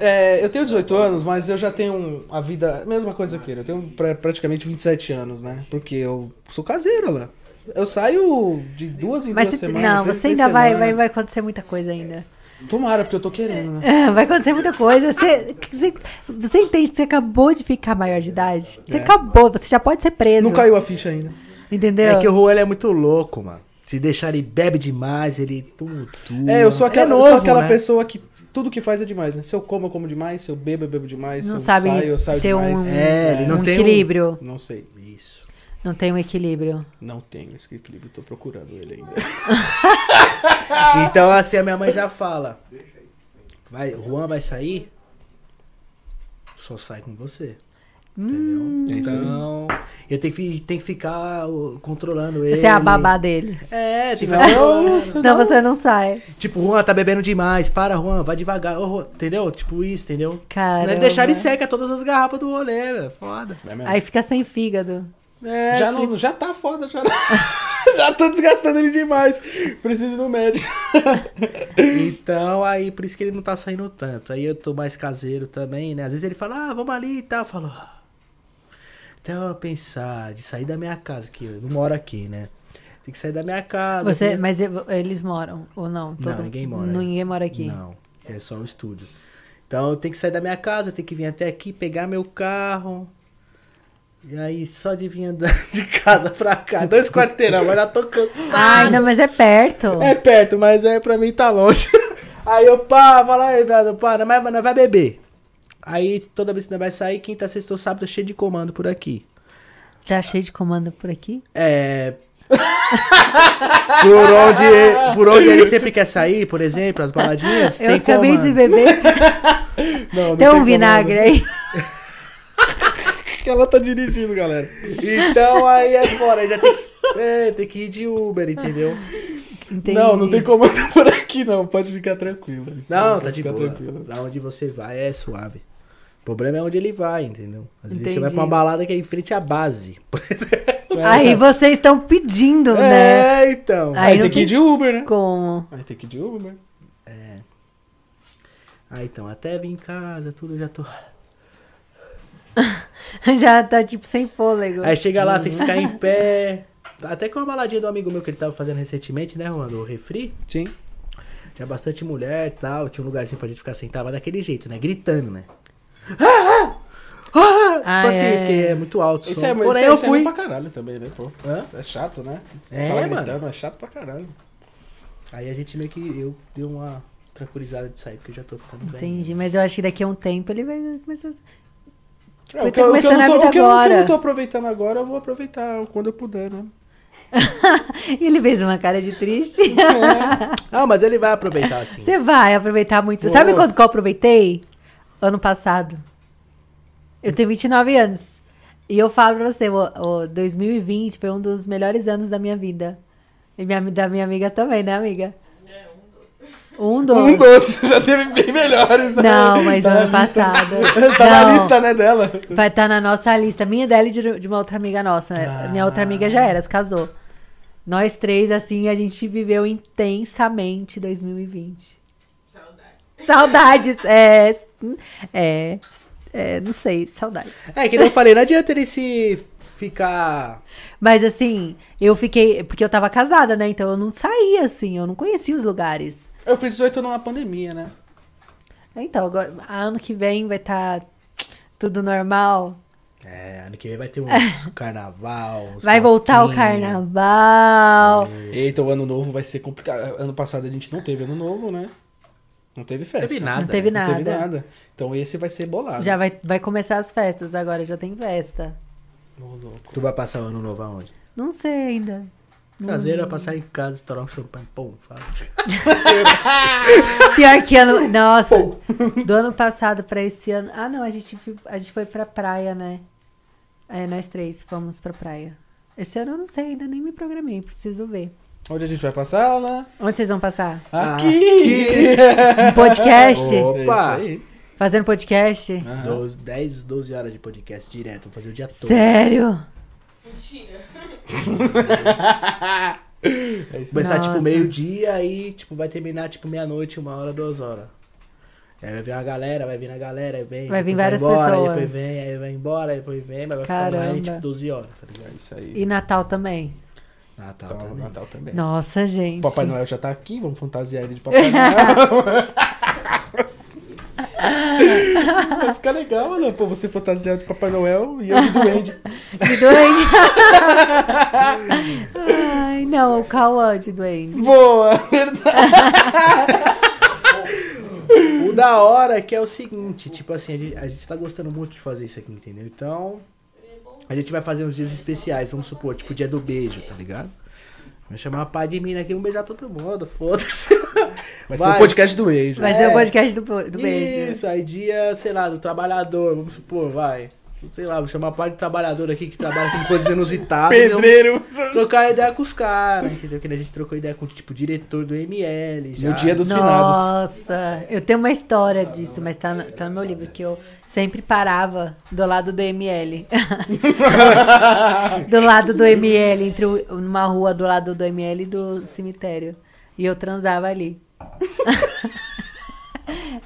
É, eu tenho 18 anos, mas eu já tenho um- a vida. Mesma coisa que ele. Eu tenho pra- praticamente 27 anos, né? Porque eu sou caseiro lá. Eu saio de duas em Mas duas você- semanas. não, três você em três ainda vai, semanas. vai, vai acontecer muita coisa ainda. Tomara, porque eu tô querendo, né? É, Vai acontecer muita coisa. Você, você, você entende que você acabou de ficar maior de idade? Você É. acabou, você já pode ser preso. Não caiu É a ficha ainda. Entendeu? É que o Juan ele é muito louco, mano. Se deixar ele bebe demais, ele tumultua. É, eu sou aquela, É eu sou novo, aquela né? pessoa que tudo que faz é demais, né? Se eu como, eu como demais. Se eu bebo, eu bebo demais. Não se eu sabe saio, eu saio ter um- demais. É, ele não um tem um- equilíbrio. Não sei. Isso. Não tem um equilíbrio. Não tenho esse equilíbrio. Tô procurando ele ainda. Então, assim, a minha mãe já fala. Vai, o Juan vai sair? Só sai com você. Hum. Entendeu? É isso aí. Então, eu tenho que, fi- tenho que ficar ó, controlando ele. Você é a babá dele. É, tem que Senão- ficar controlando. Senão você não sai. Tipo, Juan, tá bebendo demais. Para, Juan, vai devagar. Ô, Juan, entendeu? Tipo isso, entendeu? Caramba. Senão ele deixar ele seca todas as garrafas do rolê, velho. Foda. É mesmo. Aí fica sem fígado. É, já, sim. não, já tá foda, já. tá- já tô desgastando ele demais. Preciso do médico. Então, aí, por isso que ele não tá saindo tanto. Aí eu tô mais caseiro também, né? Às vezes ele fala, ah, vamos ali e tal. Eu falo, "Ah, até eu pensar de sair da minha casa, que eu não moro aqui, né? Tem que sair da minha casa. Você, aqui. mas e- eles moram ou não? Todo- Não, ninguém mora. Ninguém mora aqui. Não, é só o estúdio. Então, eu tenho que sair da minha casa, eu tenho que vir até aqui, pegar meu carro. E aí, só de vir andando de casa pra cá. Dois quarteirão, mas já tô cansado. Ai, não, mas é perto. É perto, mas é pra mim tá longe. Aí eu, pá, fala aí, velho, pá, nós vai, nós vai beber. Aí toda vez que nós vai sair, quinta, sexta ou sábado, cheio de comando por aqui. Tá cheio de comando por aqui? É. por, onde, por onde ele sempre quer sair, por exemplo, as baladinhas, Eu tem acabei comando. de beber. né? Não, não Tem um como né? nada. vinagre aí. Ela tá dirigindo, galera. Então aí é fora, aí já tem que, é, tem que ir de Uber, entendeu? Entendi. Não, não tem comando por aqui, não. Pode ficar tranquila. Isso aí, Não, pode tá de ficar boa. tranquila. Lá onde você vai é suave. O problema é onde ele vai, entendeu? Às vezes você vai Entendi. pra uma balada que é em frente à base, por exemplo. né, Aí vocês estão pedindo, né? É, então. Aí É, Aí, não tem que ir de Uber, né? Como? Aí tem que ir de Uber. Ah, então, até vir em casa, tudo, eu já tô... Já tá tipo sem fôlego. Aí chega lá, tem que ficar em pé. Até com uma baladinha do amigo meu que ele tava fazendo recentemente, né, Juan? Do refri. Sim. Tinha bastante mulher e tal, tinha um lugarzinho pra gente ficar sentado, mas daquele jeito, né? Gritando, né? Ah, ah! Ah! Ah, tipo assim, é. porque é muito alto. o Isso som. é, Porém, isso é, eu isso é ruim fui. pra caralho também, né, pô? Hã? É chato, né? É, Falar mano. gritando, é chato pra caralho. Aí a gente meio que. Eu dei uma tranquilizada de sair, porque eu já tô ficando né? bem. Entendi, mas eu acho que daqui a um tempo ele vai começar a... É, Tô o que, eu- o que eu começando a não tô, vida o que eu não- o que eu agora. não tô aproveitando agora, eu vou aproveitar quando eu puder, né? E ele fez uma cara de triste. Ah, mas ele vai aproveitar assim. Você vai aproveitar muito. Vou. Sabe quando que eu aproveitei? Ano passado. Eu tenho 29 anos. E eu falo pra você, o, o 2020 foi um dos melhores anos da minha vida. E minha, da minha amiga também, né, amiga? É, um doce. Um Então, Um doce. doce, já teve bem melhores. né? Não, mas Tá na ano lista. passado. Tá na Não. lista, né, dela. Vai estar na nossa lista. Minha e dela e de, de uma outra amiga nossa. né? Ah. Minha outra amiga já era, se casou. Nós três, assim, a gente viveu intensamente 2020. Saudades. Saudades, é, é, é, não sei, saudades. É, que nem eu falei, não adianta ele se ficar. Mas assim, eu fiquei, porque eu tava casada, né? Então eu não saía assim, eu não conhecia os lugares. Eu fiz 18 numa pandemia, né? Então, agora, ano que vem vai estar tudo normal. É, ano que vem vai ter uns carnaval. uns Vai voltar o bloquinhos. carnaval. Eita, o ano novo vai ser complicado. Ano passado a gente não teve ano novo, né? Não teve festa. Não teve nada. Não teve né? Não teve nada. nada. Então esse vai ser bolado. Já vai, vai começar as festas agora, já tem festa. Ô, louco. Tu vai passar o ano novo aonde? Não sei ainda. Caseiro vai passar em casa, estourar um champanhe. Pum, fala. Pior que ano. Nossa, do ano passado pra esse ano. Ah, não, a gente, fi- a gente foi pra praia, né? É, nós três fomos pra praia. Esse ano eu não sei, ainda nem me programei, preciso ver. Onde a gente vai passar, Alan? Onde vocês vão passar? Ah, Aqui! Um podcast? Ô. Ah, Opa! É isso aí. Fazendo podcast? Aham. 12, 10, 12 horas de podcast direto. Vou fazer o dia todo. Sério? Mentira. É isso aí. Começar tipo Nossa. meio-dia aí tipo, vai terminar tipo meia-noite, uma hora, duas horas. Aí vai vir uma galera, vai vir a galera, aí vem. Vai vir depois várias embora, aí pessoas. Depois vem, aí vai embora, aí depois vem, mas vai ficar online Caramba. tipo 12 horas, tá ligado? É isso aí. E Natal também? Natal Então, também. Natal também. Nossa, gente. Papai Noel já tá aqui, vamos fantasiar ele de Papai Noel. vai ficar ficar legal, Alan. Pô, você fantasiado de Papai Noel e eu de duende. De duende. Ai, não, o Cauã de duende. Boa! Verdade. tá. O da hora é que é o seguinte, tipo assim, a gente, a gente tá gostando muito de fazer isso aqui, entendeu? Então, a gente vai fazer uns dias especiais, vamos supor, tipo dia do beijo, tá ligado? Vai chamar uma pá de mina aqui, vamos beijar todo mundo, foda-se. Vai ser o podcast do Age. Vai ser é o podcast do, po- do beijo. Isso, aí dia, sei lá, do trabalhador, vamos supor, vai. Sei lá, vou chamar a parte de trabalhador aqui que trabalha com coisas inusitadas. e vamos Pedreiro. Trocar ideia com os caras, entendeu? Que nem a gente trocou ideia com, tipo, o diretor do ML. Já. No dia dos finados. Nossa, eu tenho uma história disso, mas tá, no- tá no meu livro, que eu sempre parava do lado do ML. do lado do ML, entre o- uma rua do lado do ML e do cemitério. E eu transava ali.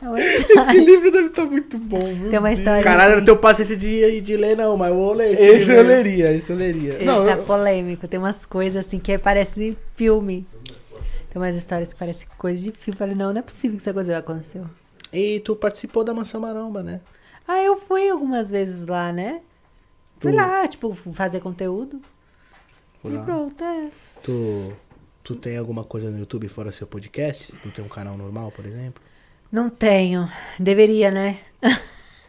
É uma história. Esse livro deve estar muito bom, viu? Tem uma história. Caralho, eu assim. não tenho paciência de, de ler, não, mas eu vou ler esse Esse livro eu aí. leria, esse eu leria. Ele Não, é tá eu- polêmico, tem umas coisas assim que parecem filme. Tem umas histórias que parecem coisa de filme. Eu Falei, não, não é possível que essa coisa aconteceu. E tu participou da Mansão Maromba, né? Ah, eu fui algumas vezes lá, né? Fui Tu- lá, tipo, fazer conteúdo. Foi E lá. pronto, é. Tu, tu tem alguma coisa no YouTube fora seu podcast? Tu tem um canal normal, por exemplo? Não tenho. Deveria, né?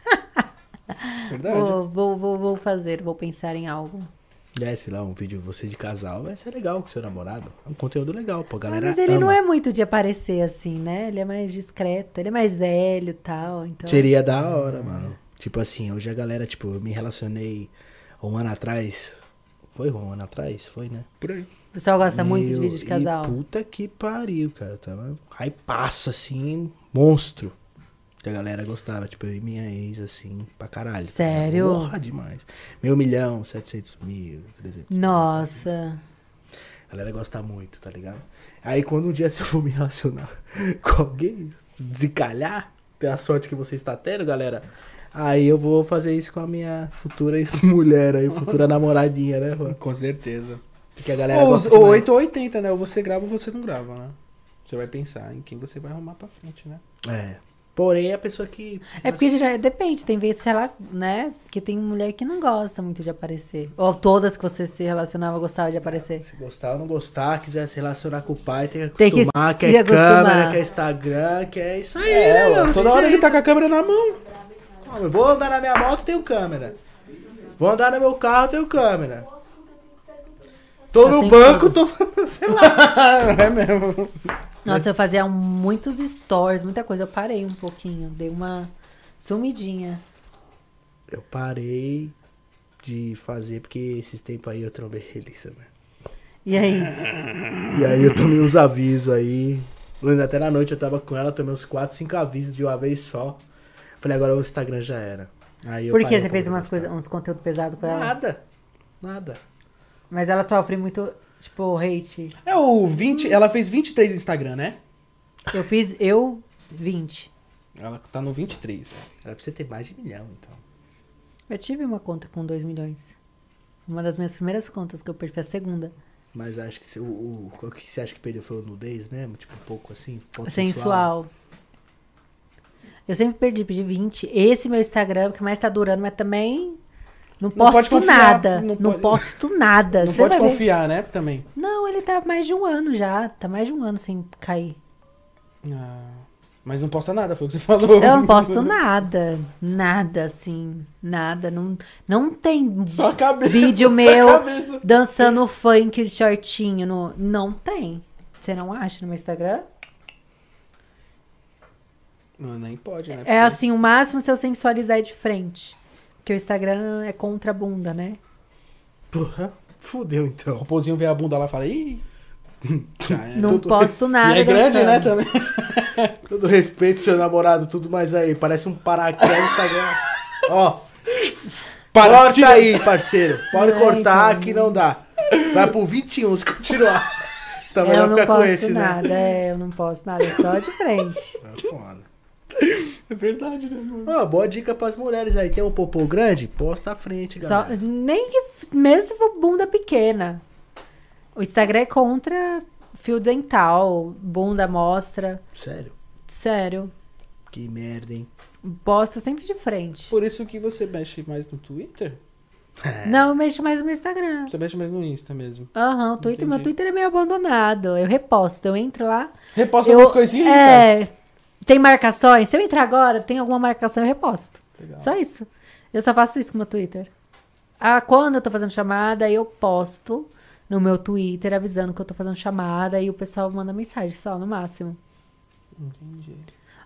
verdade. Vou, vou, vou, vou fazer, vou pensar em algo. Desce lá um vídeo você de casal, vai ser legal com seu namorado. É um conteúdo legal, pô, a Ah, galera mas ele ama. não é muito de aparecer assim, né? Ele é mais discreto, ele é mais velho e tal. Então... Seria da hora, mano. Tipo assim, hoje a galera, tipo, eu me relacionei um ano atrás. Foi um ano atrás? Foi, né? Por aí. O pessoal gosta muito dos Meu, vídeos de e casal. puta que pariu, cara. Tava hypaço, assim, monstro. Que a galera gostava, tipo, eu e minha ex, assim, pra caralho. Sério? Porra, demais. Meio milhão, 700 mil, 300 mil. Nossa. A galera gosta muito, tá ligado? Aí quando um dia se eu for me relacionar com alguém, desencalhar, ter a sorte que você está tendo, galera, aí eu vou fazer isso com a minha futura mulher aí, futura namoradinha, né, mano? Com certeza. Porque a galera Ou, gosta ou demais. 8 ou 80, né? Ou você grava ou você não grava, né? Você vai pensar em quem você vai arrumar pra frente, né? É. Porém, a pessoa que. É porque geral- depende, tem vezes, sei lá, né? Porque tem mulher que não gosta muito de aparecer. Ou todas que você se relacionava gostavam de aparecer. Se gostar ou não gostar, quiser se relacionar com o pai, tem que Tem que acostumar, se que é acostumar. câmera, que é Instagram, que é isso aí, né, É, ó, mano? toda hora ele tá com a câmera na mão. Eu vou andar na minha moto, tenho câmera. Vou andar no meu carro, tenho câmera. Tô Já no tem banco, tô... é mesmo. Né? Nossa, eu fazia muitos stories, muita coisa. Eu parei um pouquinho, dei uma sumidinha. Eu parei de fazer porque esses tempos aí eu trombei a Elisa, né? E aí? E aí eu tomei uns avisos aí. Lembro Até na noite eu tava com ela, tomei uns 4, 5 avisos de uma vez só. Falei, agora o Instagram já era. Aí eu Por que um parei você pra fez poder umas postar. coisas, um uns conteúdos pesados com ela? Nada. Nada. Mas ela sofre muito, tipo, hate. É o 20. Ela fez 23 Instagram, né? Eu fiz, eu, 20. Ela tá no 23, velho. Era pra você ter mais de milhão, então. Eu tive uma conta com 2 milhões. Uma das minhas primeiras contas que eu perdi foi a segunda. Mas acho que se- o, o, o que você acha que perdeu foi o nudez mesmo? Tipo, um pouco assim? foto Sensual. Eu sempre perdi, pedi 20. Esse meu Instagram, é o que mais tá durando, mas também não Não pode posto confiar, nada. não Não, pode- posto nada. Não Você pode vai ver. confiar, né? Também. Não, ele tá mais de um ano já. Tá mais de um ano sem cair. Ah, mas não posta nada, foi o que você falou. Eu não posto nada. Nada, assim. Nada. Não, não tem Só a cabeça. Vídeo só a meu. cabeça. dançando funk de shortinho. No... Não tem. Você não acha no meu Instagram? Não, nem pode, né? É assim, o máximo se eu sensualizar é de frente. Porque o Instagram é contra a bunda, né? Porra, fudeu O então. raposinho vê a bunda lá e fala, ih. Já é. Não tudo- posto nada. E é grande, né, dançando. também. Todo respeito, seu namorado, tudo mais aí. Parece um paraquedas no Instagram. Ó, corta aí, parceiro. Pode Não, cortar então. que não dá. Vai pro 21 se continuar. Também É, Eu vai não ficar com posto esse, nada, né? é, eu não posto nada, é só de frente. É foda. É verdade, né, mano? Ó, boa dica pras mulheres aí. Tem um popô grande? Posta à frente, Só- galera. nem que, f- mesmo se for bunda pequena. O Instagram é contra fio dental, bunda mostra. Sério. Sério. Que merda, hein? Posta sempre de frente. Por isso que você mexe mais no Twitter? é. Não, eu mexo mais no meu Instagram. Você mexe mais no Insta mesmo. Aham, o Twitter, meu Entendi. Twitter é meio abandonado. Eu reposto, eu entro lá. Reposta eu, umas coisinhas, sabe? É, tem marcações. Se eu entrar agora, tem alguma marcação, eu reposto. Legal. Só isso. Eu só faço isso com o meu Twitter. Ah, quando eu tô fazendo chamada, eu posto no meu Twitter avisando que eu tô fazendo chamada e o pessoal manda mensagem só, no máximo. Entendi.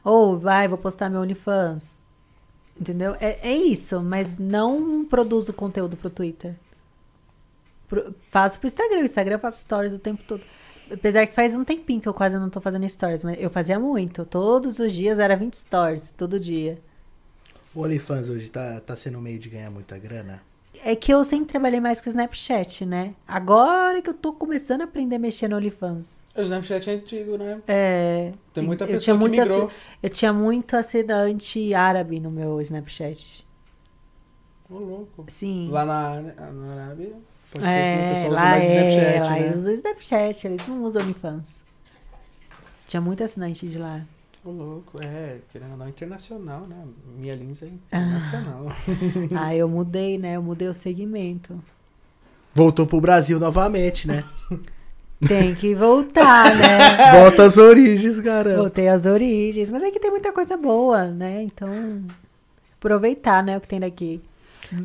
Ou vai, vou postar meu OnlyFans. Entendeu? É, é isso, mas não produzo conteúdo pro Twitter. Pro- faço pro Instagram. O Instagram eu faço stories o tempo todo. Apesar que faz um tempinho que eu quase não tô fazendo stories, mas eu fazia muito. Todos os dias era 20 stories, todo dia. O OnlyFans hoje tá, tá sendo um meio de ganhar muita grana. É que eu sempre trabalhei mais com o Snapchat, né? Agora que eu tô começando a aprender a mexer no OnlyFans. O Snapchat é antigo, né? É. Tem muita eu pessoa tinha que muito migrou. assi- Eu tinha muito assinante árabe no meu Snapchat. Ô, louco. Sim. Lá na, na Arábia, pode ser que o É, pessoal use lá mais é, Snapchat, lá né? usa o Snapchat, eles não usam OnlyFans. Tinha muito assinante de lá. Ô, louco, é, querendo ou não, internacional, né? Minha Ah. lins é internacional. Aí eu mudei, né? Eu mudei o segmento. Voltou pro Brasil novamente, né? Tem que voltar, né? Volta às origens, caramba. Voltei às origens. Mas é que tem muita coisa boa, né? Então, aproveitar, né? O que tem daqui.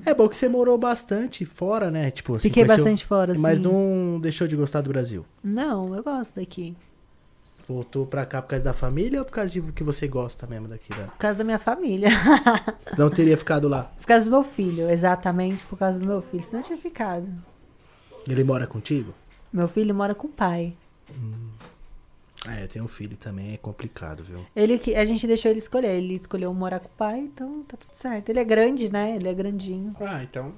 É bom que você morou bastante fora, né? Tipo, assim, Fiquei conheceu- bastante fora, assim. Mas não deixou de um? gostar do Brasil. Não, eu gosto daqui. Voltou pra cá por causa da família ou por causa de que você gosta mesmo daqui? Né? Por causa da minha família. Senão teria ficado lá. por causa do meu filho, exatamente por causa do meu filho. Senão eu tinha ficado. Ele mora contigo? Meu filho mora com o pai. Ah, eu tenho um filho também, é complicado, viu? Ele que a gente deixou ele escolher, ele escolheu morar com o pai, então tá tudo certo. Ele é grande, né? Ele é grandinho. Ah, então,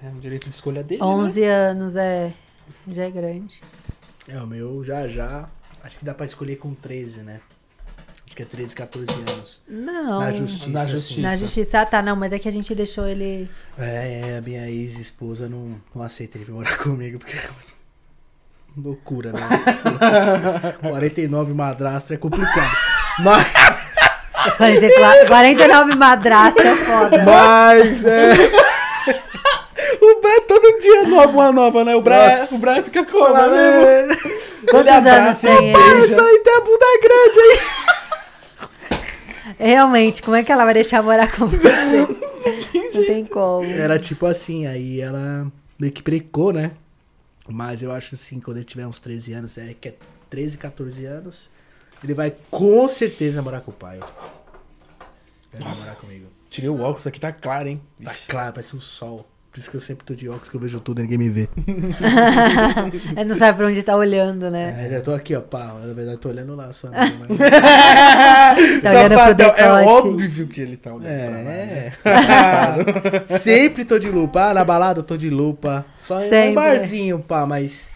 é um direito de escolha dele, né? 11 anos é já é grande. É, o meu já já. Acho que dá pra escolher com 13, né? Acho que é 13, 14 anos. Não. Na justiça. Na assim. justiça. Na justiça, ah, tá, não, mas é que a gente deixou ele. É, é, a minha ex-esposa não, não aceita ele vir morar comigo, porque é uma loucura, né? 49 madrastra é complicado. Mas, 44, 49 madrasta é foda. mas é. O Bré todo dia nova, uma nova, né? O Bré, Nossa. o Bré fica Fala, colado mesmo. né? Quantos anos abraça tem ele? Isso aí tem a bunda grande aí. Realmente, como é que ela vai deixar morar com você? Não tem como. Era tipo assim, aí ela meio que precou, né? Mas eu acho assim, quando ele tiver uns 13 anos, é que é 13, 14 anos, ele vai com certeza morar com o pai. Ele vai morar comigo. Tirei o óculos, aqui tá claro, hein? Tá claro, parece um sol. Por isso que eu sempre tô de óculos, que eu vejo tudo e ninguém me vê. Ele não sabe pra onde tá olhando, né? Aí eu tô aqui, ó, pá. Na verdade, eu tô olhando lá, sua amiga. mas- Tá olhando pro Safadão, é decote. óbvio que ele tá olhando pra lá. É, né? é. Sempre tô de lupa. Ah, na balada eu tô de lupa. Só em Sempre. um barzinho, pá, mas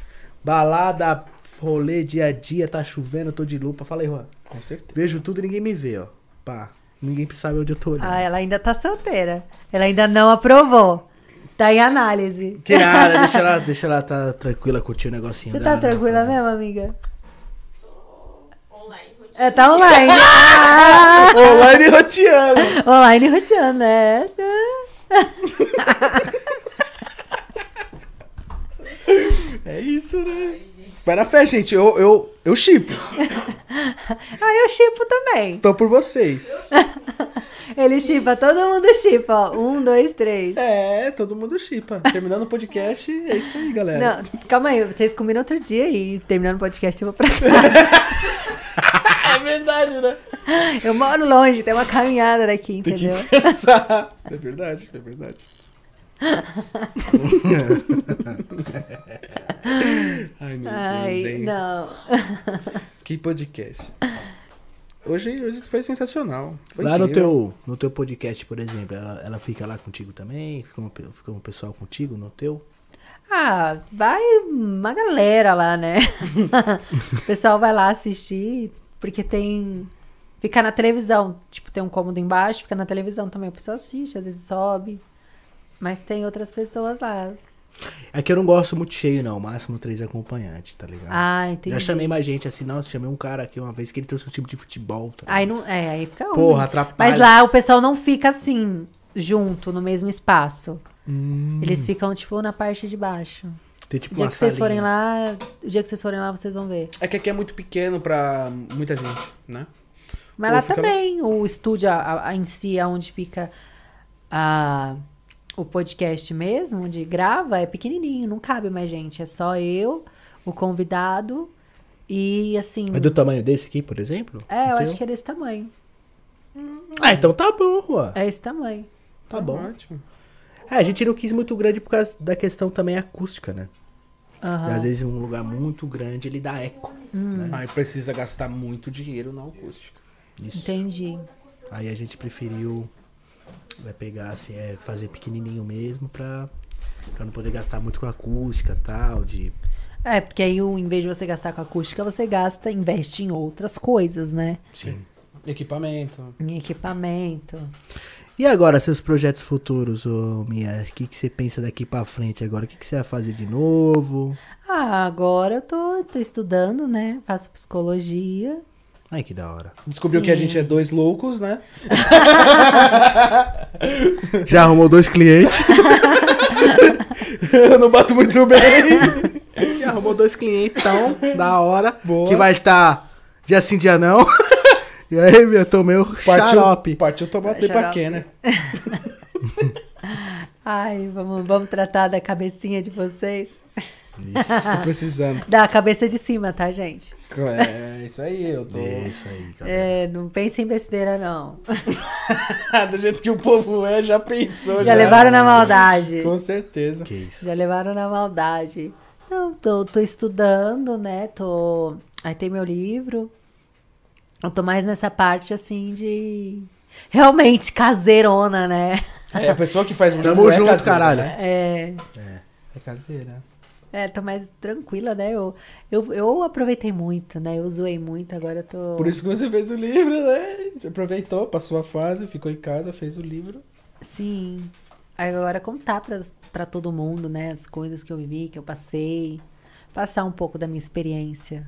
balada, rolê, dia a dia, tá chovendo, eu tô de lupa. Fala aí, Juan. Com certeza. Vejo tudo e ninguém me vê, ó. Pá, ninguém sabe onde eu tô né? olhando. Ah, ela ainda tá solteira. Ela ainda não aprovou. Tá em análise. Que nada, deixa ela, deixa ela tá tranquila, curtir o negocinho Você tá dela, né? tranquila mesmo, amiga? Tô online, rotina. É, tá online. Ah! Online roteando. online roteando, né? É isso, né? Vai na fé, gente. Eu, eu, eu chipo. Ah, eu chipo também. Tô por vocês. Ele chipa, todo mundo chipa, ó. Um, dois, três. É, todo mundo chipa. Terminando o podcast, é isso aí, galera. Não, calma aí, vocês combinam outro dia e terminando o podcast eu vou pra cá. É verdade, né? Eu moro longe, tem uma caminhada daqui, Tem que entendeu? descansar. É verdade, é verdade. Ai, meu Deus, Ai, hein? não. Que podcast. Hoje, hoje foi sensacional. Foi Lá no incrível. teu, no teu podcast, por exemplo, ela, ela fica lá contigo também? Fica um, pe- fica um pessoal contigo no teu? Ah, vai uma galera lá, né? o pessoal vai lá assistir, porque tem. Fica na televisão. Tipo, tem um cômodo embaixo, fica na televisão também. O pessoal assiste, às vezes sobe. Mas tem outras pessoas lá. É que eu não gosto muito cheio, não. Máximo três acompanhantes, tá ligado? Ah, entendi. Já chamei mais gente assim, nossa, chamei um cara aqui uma vez que ele trouxe um time de futebol. Tá Aí ligado? não. É, aí fica ruim. Porra, tá atrapalha. Mas lá o pessoal não fica assim, junto, no mesmo espaço. Eles ficam, tipo, na parte de baixo. Hum, Tem tipo O dia uma que vocês salinha. forem lá, o dia que vocês forem lá, vocês vão ver. É que aqui é muito pequeno pra muita gente, né? Mas Pô, lá fica- também, o estúdio a- a- em si, aonde fica a- o podcast mesmo, onde grava, é pequenininho, não cabe mais gente. É só eu, o convidado e assim. É do tamanho desse aqui, por exemplo? É, eu acho que é desse tamanho. Ah, então tá bom, rua. É uhum. esse tamanho. Tá bom. Ótimo. É, a gente não quis muito grande por causa da questão também acústica, né? Aham. Às vezes um lugar muito grande ele dá eco. Hum, Né? Aí precisa gastar muito dinheiro na acústica. Isso. Entendi. Aí a gente preferiu é, pegar, assim, é, fazer pequenininho mesmo pra, pra não poder gastar muito com acústica e tal, de É, porque aí o- em vez de você gastar com acústica, você gasta, investe em outras coisas, né? Sim. Equipamento. Em equipamento. E agora, seus projetos futuros, ô Mia? O que, que você pensa daqui pra frente agora? O que, que você vai fazer de novo? Ah, agora eu tô, tô estudando, né? Faço psicologia. Ai, que da hora. Descobriu Sim. que a gente é dois loucos, né? Já arrumou dois clientes? Eu não bato muito bem. Já arrumou dois clientes, então, da hora. Boa. Que vai estar dia sim, dia não. E aí, Mia, tomei o xarope. Partiu tomar tempo Xarope. aqui, né? Ai, vamos, vamos tratar da cabecinha de vocês. Tô precisando. Da cabeça de cima, tá, gente? É isso aí, eu tô. Isso aí, cara. É, não pensem em besteira, não. Ah, Do jeito que o povo é, já pensou. Já levaram na maldade. Com certeza. Que isso. Já levaram na maldade. Não, tô, tô estudando, né? Tô. Aí tem meu livro. Eu tô mais nessa parte assim de. Realmente caseirona, né? É, a pessoa que faz Tamo livro é junto, caseira, caralho. né? É. É caseira. É, tô mais tranquila, né? Eu, eu, eu aproveitei muito, né? Eu zoei muito, agora eu tô. Por isso que você fez o livro, né? Aproveitou, passou a fase, ficou em casa, fez o livro. Sim. Aí Agora contar pras- pra todo mundo, né? As coisas que eu vivi, que eu passei. Passar um pouco da minha experiência.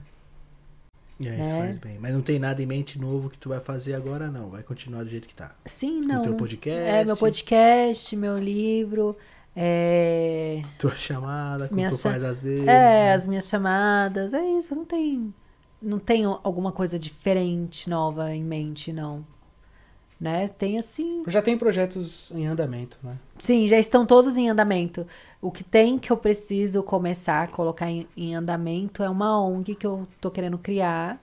E aí, isso É. faz bem. Mas não tem nada em mente novo que tu vai fazer agora, não. Vai continuar do jeito que tá. Sim, No não. teu podcast. É, meu podcast, meu livro. É, Tua chamada, como Minha tu cha- faz às vezes. é, as minhas chamadas. É isso, não tem. Não tem alguma coisa diferente, nova em mente, não. Né? Tem assim. Já tem projetos em andamento, né? Sim, já estão todos em andamento. O que tem que eu preciso começar a colocar em, em andamento é uma ONG que eu tô querendo criar,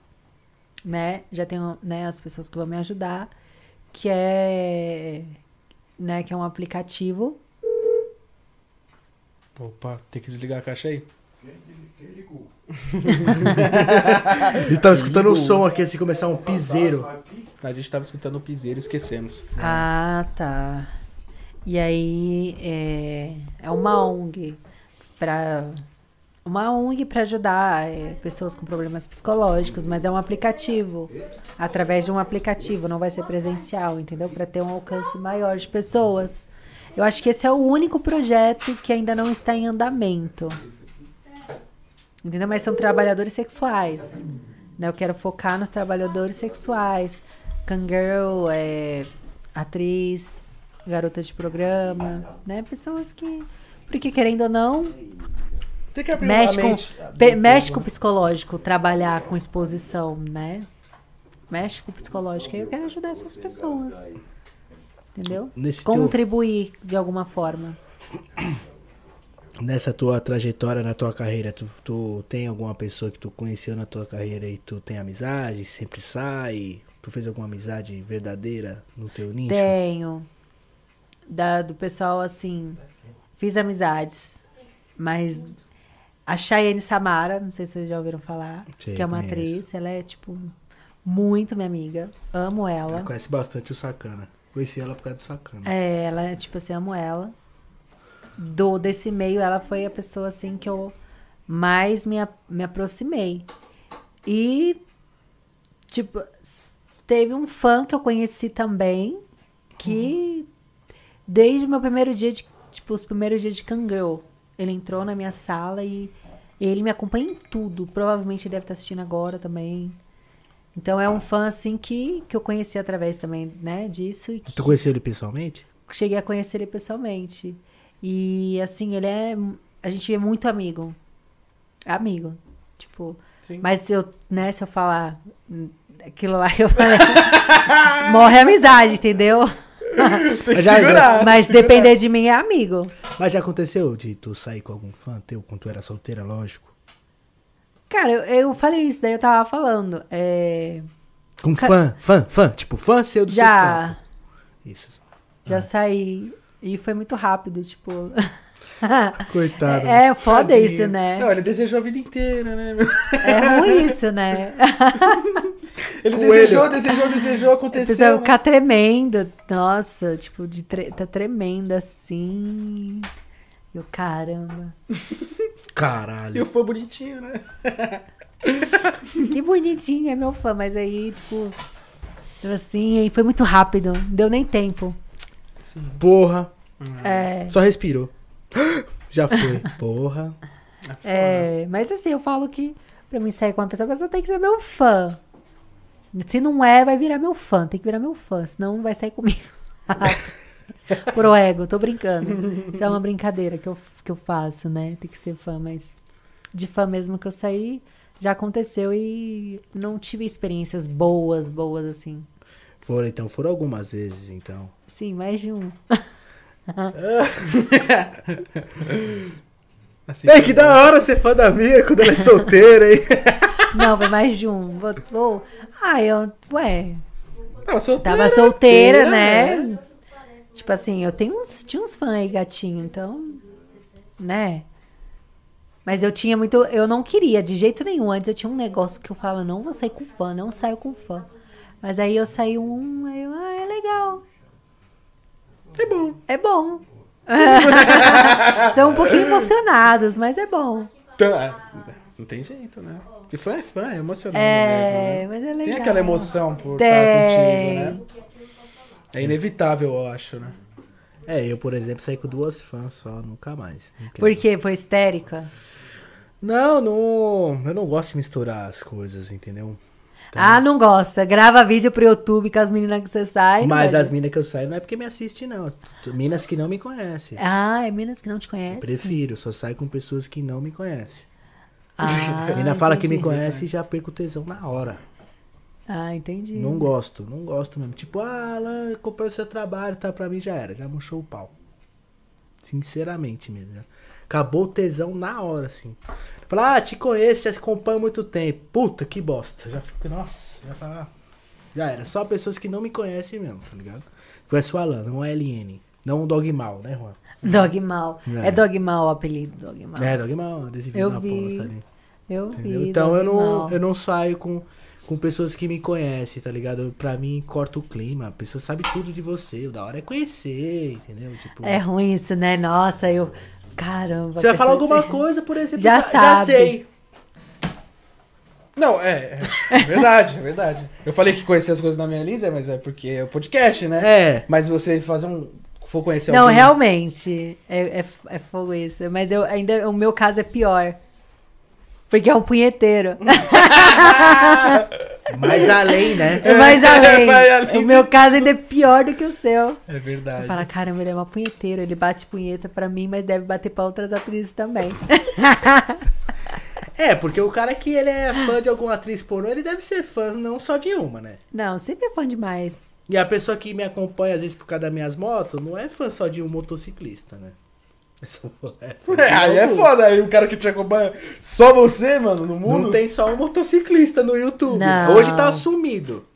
né? Já tenho, né, as pessoas que vão me ajudar, que é, né, que é um aplicativo Opa, tem que desligar a caixa aí. E tava escutando o som aqui antes de começar um piseiro. A gente tava escutando o piseiro, esquecemos. Ah, tá. E aí é, é uma ONG para uma ONG para ajudar é, pessoas com problemas psicológicos, mas é um aplicativo, através de um aplicativo, não vai ser presencial, entendeu? Para ter um alcance maior de pessoas. Eu acho que esse é o único projeto que ainda não está em andamento. Entendeu? Mas são trabalhadores sexuais. Né? Eu quero focar nos trabalhadores sexuais. Kangaroo, é, atriz, garota de programa, né? Pessoas que. Porque querendo ou não, Tem que abrir mexe a com, mente. pe- mexe com o psicológico, trabalhar com exposição, né? Mexe com o psicológico. Aí eu quero ajudar essas pessoas. Entendeu? Nesse teu- Contribuir de alguma forma. Nessa tua trajetória, na tua carreira, tu, tu tem alguma pessoa que tu conheceu na tua carreira e tu tem amizade, sempre sai? Tu fez alguma amizade verdadeira no teu nicho? Tenho. Da, do pessoal, assim. Fiz amizades. Mas a Chayane Samara, não sei se vocês já ouviram falar, Sei, que é uma conheço. atriz, ela é, tipo, muito minha amiga. Amo ela. Conhece bastante o Sacana. Conheci ela por causa do Sacana. É, ela é, tipo assim, amo ela. Do, desse meio, ela foi a pessoa, assim, que eu mais me, a- me aproximei. E, tipo, s- teve um fã que eu conheci também, que desde o meu primeiro dia de, tipo, os primeiros dias de Kangirl, Ele entrou na minha sala e ele me acompanha em tudo. Provavelmente ele deve estar assistindo agora também. Então é um fã, assim, que, que eu conheci através também, né, disso. E que Tu conheceu ele pessoalmente? cheguei a conhecer ele pessoalmente. E assim, ele é. A gente é muito amigo. É Amigo. Tipo. Sim. Mas se eu, né, se eu falar hum, aquilo lá que eu falei, morre a amizade, entendeu? Mas já, Mas depender de mim é amigo. mas já aconteceu de tu sair com algum fã teu quando tu era solteira, lógico? Cara, eu, eu falei isso, daí eu tava falando. É, Com Ca- fã, fã, fã, tipo fã seu do seu já, canto. Isso. É. já saí. E foi muito rápido, tipo. Coitado. é, é foda Tadinho. isso, né? Não, ele desejou a vida inteira, né? meu? É ruim isso, né? Ele Coelho. desejou, desejou, desejou, A pessoa aconteceu. né? ficar tremendo. Nossa, tipo, de tre- tá tremenda assim. Eu, caramba. E Caralho. o fã bonitinho, né? Que bonitinho, é meu fã. Mas aí, tipo, assim, aí foi muito rápido. não Deu nem tempo. Porra. É, Só respirou. Já foi. Porra. é, mas assim, eu falo que pra mim sair com uma pessoa, a pessoa tem que ser meu fã. Se não é, vai virar meu fã. Tem que virar meu fã, senão não vai sair comigo. Pro ego, tô brincando. Isso é uma brincadeira que eu, que eu faço, né? Tem que ser fã, mas de fã mesmo que eu saí, já aconteceu e não tive experiências boas, boas assim. Foram então, foram algumas vezes então. Sim, mais de um. Assim, É que da hora ser fã da minha quando ela é solteira, hein? Não, foi mais de um. Vou, vou... Ah, eu. Ué, Não, solteira, Tava solteira, solteira, né? Tipo assim, eu tenho uns, tinha uns fãs aí gatinho, então, né? Mas eu tinha muito, eu não queria de jeito nenhum. Antes eu tinha um negócio que eu falava, não vou sair com fã, não saio com fã. Mas aí eu saí um, aí eu, ah, é legal. É bom. É bom. São um pouquinho emocionados, mas é bom. Tá. Não tem jeito, né? Porque fã é fã, é emocionante É, mesmo, né? mas é legal. Tem aquela emoção por estar Tem. contigo, né? É inevitável, eu acho, né? É, eu, por exemplo, saí com duas fãs só, nunca mais. Não quero. Por quê? Foi histérica? Não, não. Eu não gosto de misturar as coisas, entendeu? Ah, não gosta. Grava vídeo pro YouTube com as meninas que você sai. não Mas vai- as minas que eu saio não é porque me assiste, não. Tu- tu- Minas que não me conhecem. Ah, é meninas que não te conhecem. Prefiro, só saio com pessoas que não me conhecem. Ah, Mina fala que me entendi. conhece e já perco o tesão na hora. Ah, entendi. Não gosto, não gosto mesmo. Tipo, ah, Alan, acompanha o seu trabalho, tá? Pra mim já era, já murchou o pau. Sinceramente mesmo. né? Acabou o tesão na hora, assim. Fala, ah, te conheço, já te acompanho há muito tempo. Puta, que bosta. Já fico, nossa, já fala. ah, Já era, só pessoas que não me conhecem mesmo, tá ligado? Conhece o Alan, não é LN. Não um dogmal, né, Juan? Dogmal. É. É, dogmal o apelido, dogmal. É, dogmal, adesivinho Ah. Eu na vi. ponta ali. Eu Entendeu? vi. Então eu não, dogmal. eu não saio com, com pessoas que me conhecem, tá ligado? Eu, Pra mim, corta o clima. A pessoa sabe tudo de você. O da hora é conhecer, entendeu? Tipo, É ruim isso, né? Nossa, eu. Caramba. você vai falar pessoa- alguma coisa, por exemplo, Já sa- já sabe. sei. Não, é, é verdade, é verdade. Eu falei que conhecia as coisas da minha Lindsay, mas é porque é o podcast, né? É. Mas você fazer um. For conhecer Não, alguém- realmente. É, é, é fogo isso. Mas eu ainda. O meu caso é pior. Porque é um punheteiro. É. Mais além, né? É mais além. vai além O meu caso ainda é pior do que o seu. É verdade. Fala, caramba, ele é uma punheteira. Ele bate punheta pra mim, mas deve bater pra outras atrizes também. É, porque o cara que ele é fã de alguma atriz pornô, ele deve ser fã não só de uma, né? Não, sempre é fã demais. E a pessoa que me acompanha, às vezes, por causa das minhas motos, não é fã só de um motociclista, né? Essa é fã de É, aí é alguns. foda, aí o cara que te acompanha. Só você, mano, no mundo. Não tem só um motociclista no YouTube. Não. Hoje tá sumido.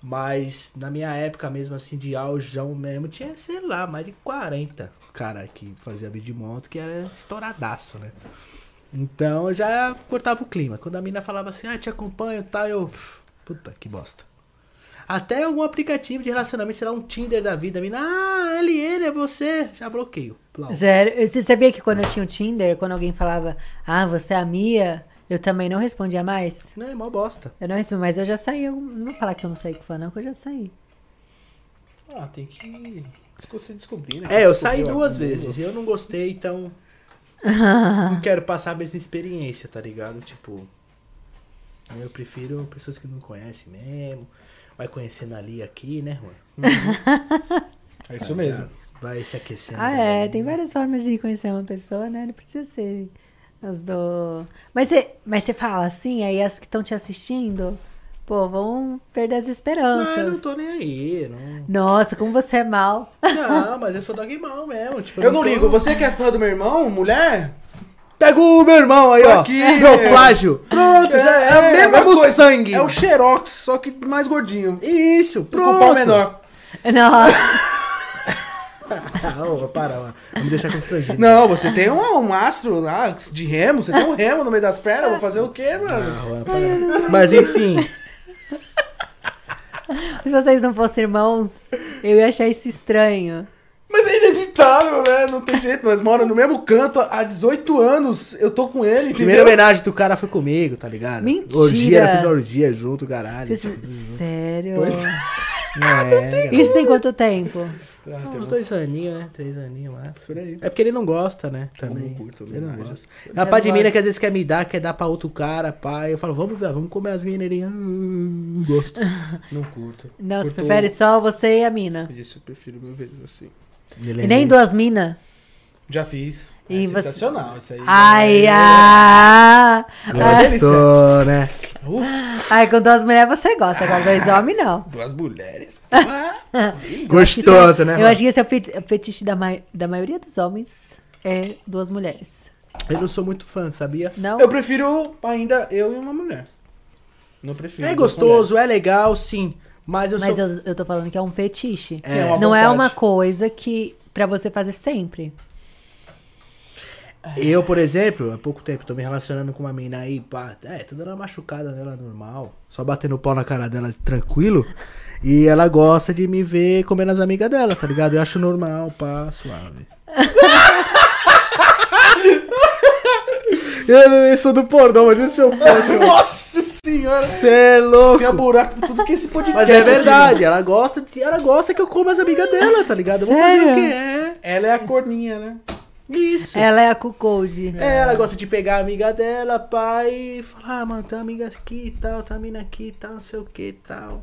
Mas na minha época mesmo, assim, de aujão mesmo, tinha, sei lá, mais de 40 cara que fazia vídeo de moto, que era estouradaço, né? Então eu já cortava o clima. Quando a mina falava assim, ah, te acompanho e tal, eu. Puta que bosta. Até algum aplicativo de relacionamento, sei lá, um Tinder da vida, a mina, ah, LN é você, já bloqueio. Plau. Zero. Você sabia que quando eu tinha o Tinder, quando alguém falava, ah, você é a Mia, eu também não respondia mais? Não, é mó bosta. Eu não respondi, mas eu já saí. Eu não vou falar que eu não saí com fã, não, que eu já saí. Ah, tem que se descobrir, né? É, eu saí Descobrir, ó, É, duas no Google. vezes. Eu não gostei, então não quero passar a mesma experiência, tá ligado? Tipo, eu prefiro pessoas que não conhecem mesmo. Vai conhecendo ali, aqui, né, mano? É isso mesmo. Vai se aquecendo. Ah, é. ali, Tem né? várias formas de conhecer uma pessoa, né? Não precisa ser as do. Mas você, mas você fala assim, aí as que estão te assistindo, pô, vão perder as Mas eu esperanças. não tô nem aí. Não, Nossa, como você é mal. não mas eu sou dog mal mesmo. Tipo, Eu não tô- ligo, você que é fã do meu irmão, mulher? Pega o meu irmão aí, Tô ó. aqui, meu meu. plágio. Pronto, já é, o mesmo mesma coisa. sangue. É o Xerox, só que mais gordinho. Isso, Pronto. pronto. Com o pau menor. Nossa. Ah, ô, para, mano. Não me deixar constrangido. Não, você tem um, um astro lá de remo, você tem um remo no meio das pernas, vou fazer o quê, mano? Ah, mano, para. Mas enfim, Se vocês não fossem irmãos, eu ia achar isso estranho. Mas é inevitável, né? Não tem jeito, nós moramos no mesmo canto há 18 anos, eu tô com ele, primeira entendeu? homenagem do cara foi comigo, tá ligado? Mentira. Orgia, fez orgia junto, caralho. Vocês- Sério? Pois- É, Isso tem quanto tempo? Ah, tem uns uns- dois aninhos, né? Três aninhos lá. Por aí. É porque ele não gosta, né? Também. não curto ele não homenagem, gosta. essas É uma pá de Eu mina gosto. que às vezes quer me dar, quer dar pra outro cara, pai. Eu falo, vamos, velho, vamos comer as minas. Ele, ah, não gosto. Não curto. Não, você Curto- prefere só você e a mina. Isso, eu prefiro mil vezes assim. Ele E nem duas minas. Já fiz. E é você- sensacional isso aí. É. Ai, ai. Ai, Gostou, né? ai, com duas mulheres você gosta, agora dois homens não. Uh, Duas mulheres. Ah, Gostoso, né? Eu mano? acho que esse é o fe- fetiche da, mai- da maioria dos homens, é duas mulheres. Eu não sou muito fã, sabia? Não? Eu prefiro ainda eu e uma mulher. Não prefiro. É duas gostoso, mulheres. é legal, sim. Mas eu Mas sou. eu, eu tô falando que é um Sim, fetiche. é uma Não é vontade. uma coisa que pra você fazer sempre. Eu, por exemplo, há pouco tempo tô me relacionando com uma mina aí, pá. É, tô dando uma machucada nela normal. Só batendo o pau na cara dela tranquilo. E ela gosta de me ver comendo as amigas dela, tá ligado? Eu acho normal, pá, suave. eu, eu sou do pornô, mas se eu fosse. Nossa senhora! Você é louco. Tinha buraco por tudo que esse podcast. Mas é aqui, verdade, ela gosta, de- ela gosta que eu como as amigas dela, tá ligado? Eu vou fazer o Sério? que é. mano. Ela é a corninha, né? Isso. Ela é a cuckold. É, ela gosta de pegar a amiga dela, pai, e falar, ah, mano, tem uma amiga aqui e tal, tem uma mina aqui e tal, não sei o que e tal.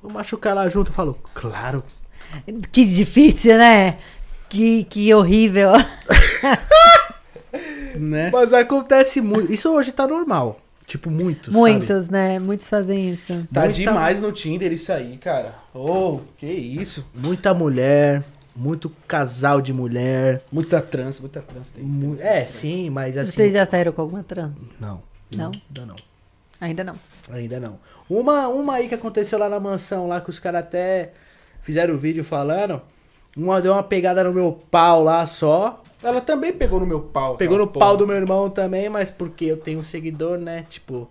Vou machucar lá junto, eu falo, claro. Que difícil, né? Que, que horrível. Né? Mas acontece muito. Isso hoje tá normal. Tipo, muito. Sabe? Muitos, né? Muitos fazem isso. Tá Muita- demais no Tinder isso aí, cara. Oh, que isso. Muita mulher, muito casal de mulher. Muita trans, muita trans tem. mu- É, sim, mas assim. Vocês já saíram com alguma trans? Não. Não? Ainda não. Ainda não. Ainda não. Uma, uma aí que aconteceu lá na mansão, lá que os caras até fizeram o vídeo falando. Uma deu uma pegada no meu pau lá só. Ela também pegou no meu pau. Pegou no aquela pau porra. do meu irmão também, mas porque eu tenho um seguidor, né? Tipo,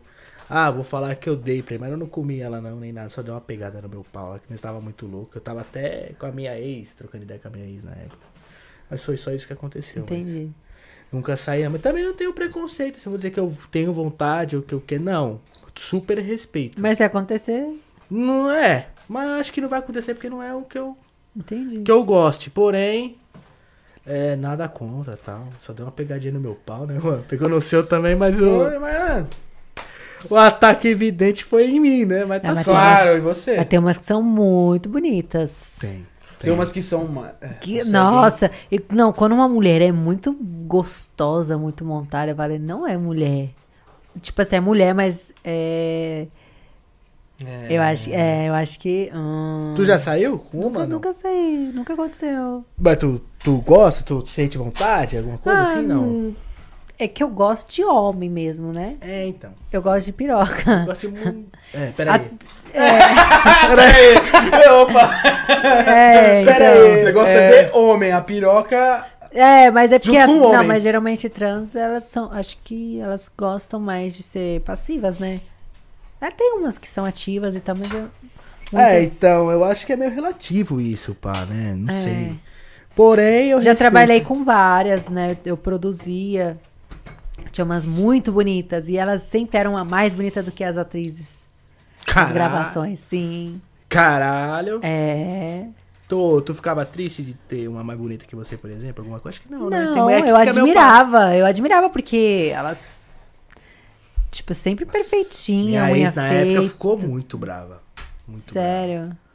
ah, vou falar que eu dei pra ele, mas eu não comi ela não, nem nada, só deu uma pegada no meu pau lá, que nós tava muito louco. Eu tava até com a minha ex, trocando ideia com a minha ex na época. Mas foi só isso que aconteceu. né? Entendi. Nunca saía, mas também não tenho preconceito. Se eu vou dizer que eu tenho vontade ou que eu quero, não. Super respeito. Mas se acontecer, Não é, mas acho que não vai acontecer porque não é o que eu, entendi. que eu goste. Porém, é nada contra tal. Só deu uma pegadinha no meu pau, né, mano? Pegou no seu também, mas o, Foi, mas, ah, o ataque evidente foi em mim, né? Mas tá Ah, mas suave. Claro, e você? Mas Ah, tem umas que são muito bonitas. Tem. Tem umas que são. uma- é, Que- você é nossa, e- não, quando uma mulher é muito gostosa, muito montada, eu falei, não é mulher. Tipo assim, é mulher, mas é, bem- É. eu, acho, é, eu acho que. hum, Tu já saiu com nunca, uma? não? nunca sei, nunca aconteceu. Mas tu, tu gosta? Tu sente vontade? Alguma coisa Ah, assim? Não. hum, É que eu gosto de homem mesmo, né? É, então. Eu gosto de piroca. Gosto de muito. É, peraí. Ah, tá. Peraí! Opa! É, então. Peraí! Você gosta É. de homem, a piroca É, mas é porque. Junto com o não, homem. mas geralmente trans, elas são. Acho que elas gostam mais de ser passivas, né? Ah, tem umas que são ativas e tal, mas. Eu, É, muitas- então, eu acho que é meio relativo isso, pá, né? Não É. sei. Porém, eu Já respeito. trabalhei com várias, né? Eu produzia. Tinha umas muito bonitas. E elas sempre eram a mais bonita do que as atrizes. As Caralho. gravações, sim. Caralho. É. tu, tu ficava triste de ter uma mais bonita que você, por exemplo? Alguma coisa? Acho que não, né? Tem Não, mulher que eu fica meio admirava, eu admirava, porque elas. Tipo, sempre Minha perfeitinha, unha ex, na época, feita. ficou muito brava. Muito Sério. Brava.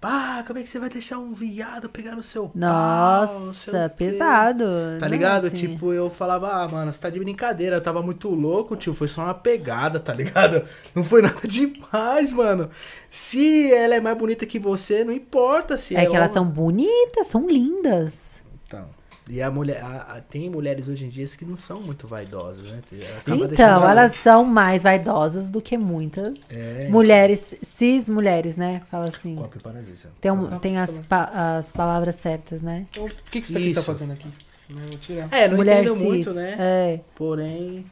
Pá, como é que você vai deixar um viado pegar no seu pau? não sei o Nossa, quê?" pesado. Tá Não, ligado? assim, Tipo, eu falava, ah, mano, você tá de brincadeira, eu tava muito louco, tio, foi só uma pegada, tá ligado? Não foi nada demais, mano. Se ela é mais bonita que você, não importa se É que elas homem- são bonitas, são lindas. Então, e a mulher, a- a- tem mulheres hoje em dia que não são muito vaidosas, né? Acaba deixando Então, elas são mais vaidosas do que muitas É, mulheres, cis mulheres, né? Fala assim. com a pipa na disso. Tem, um- tem as, pa- as palavras certas, né? Então, O que, que isso aqui tá Isso. fazendo aqui? Não, eu vou tirar. É, não Mulher entendo cis. muito, né? É. Porém,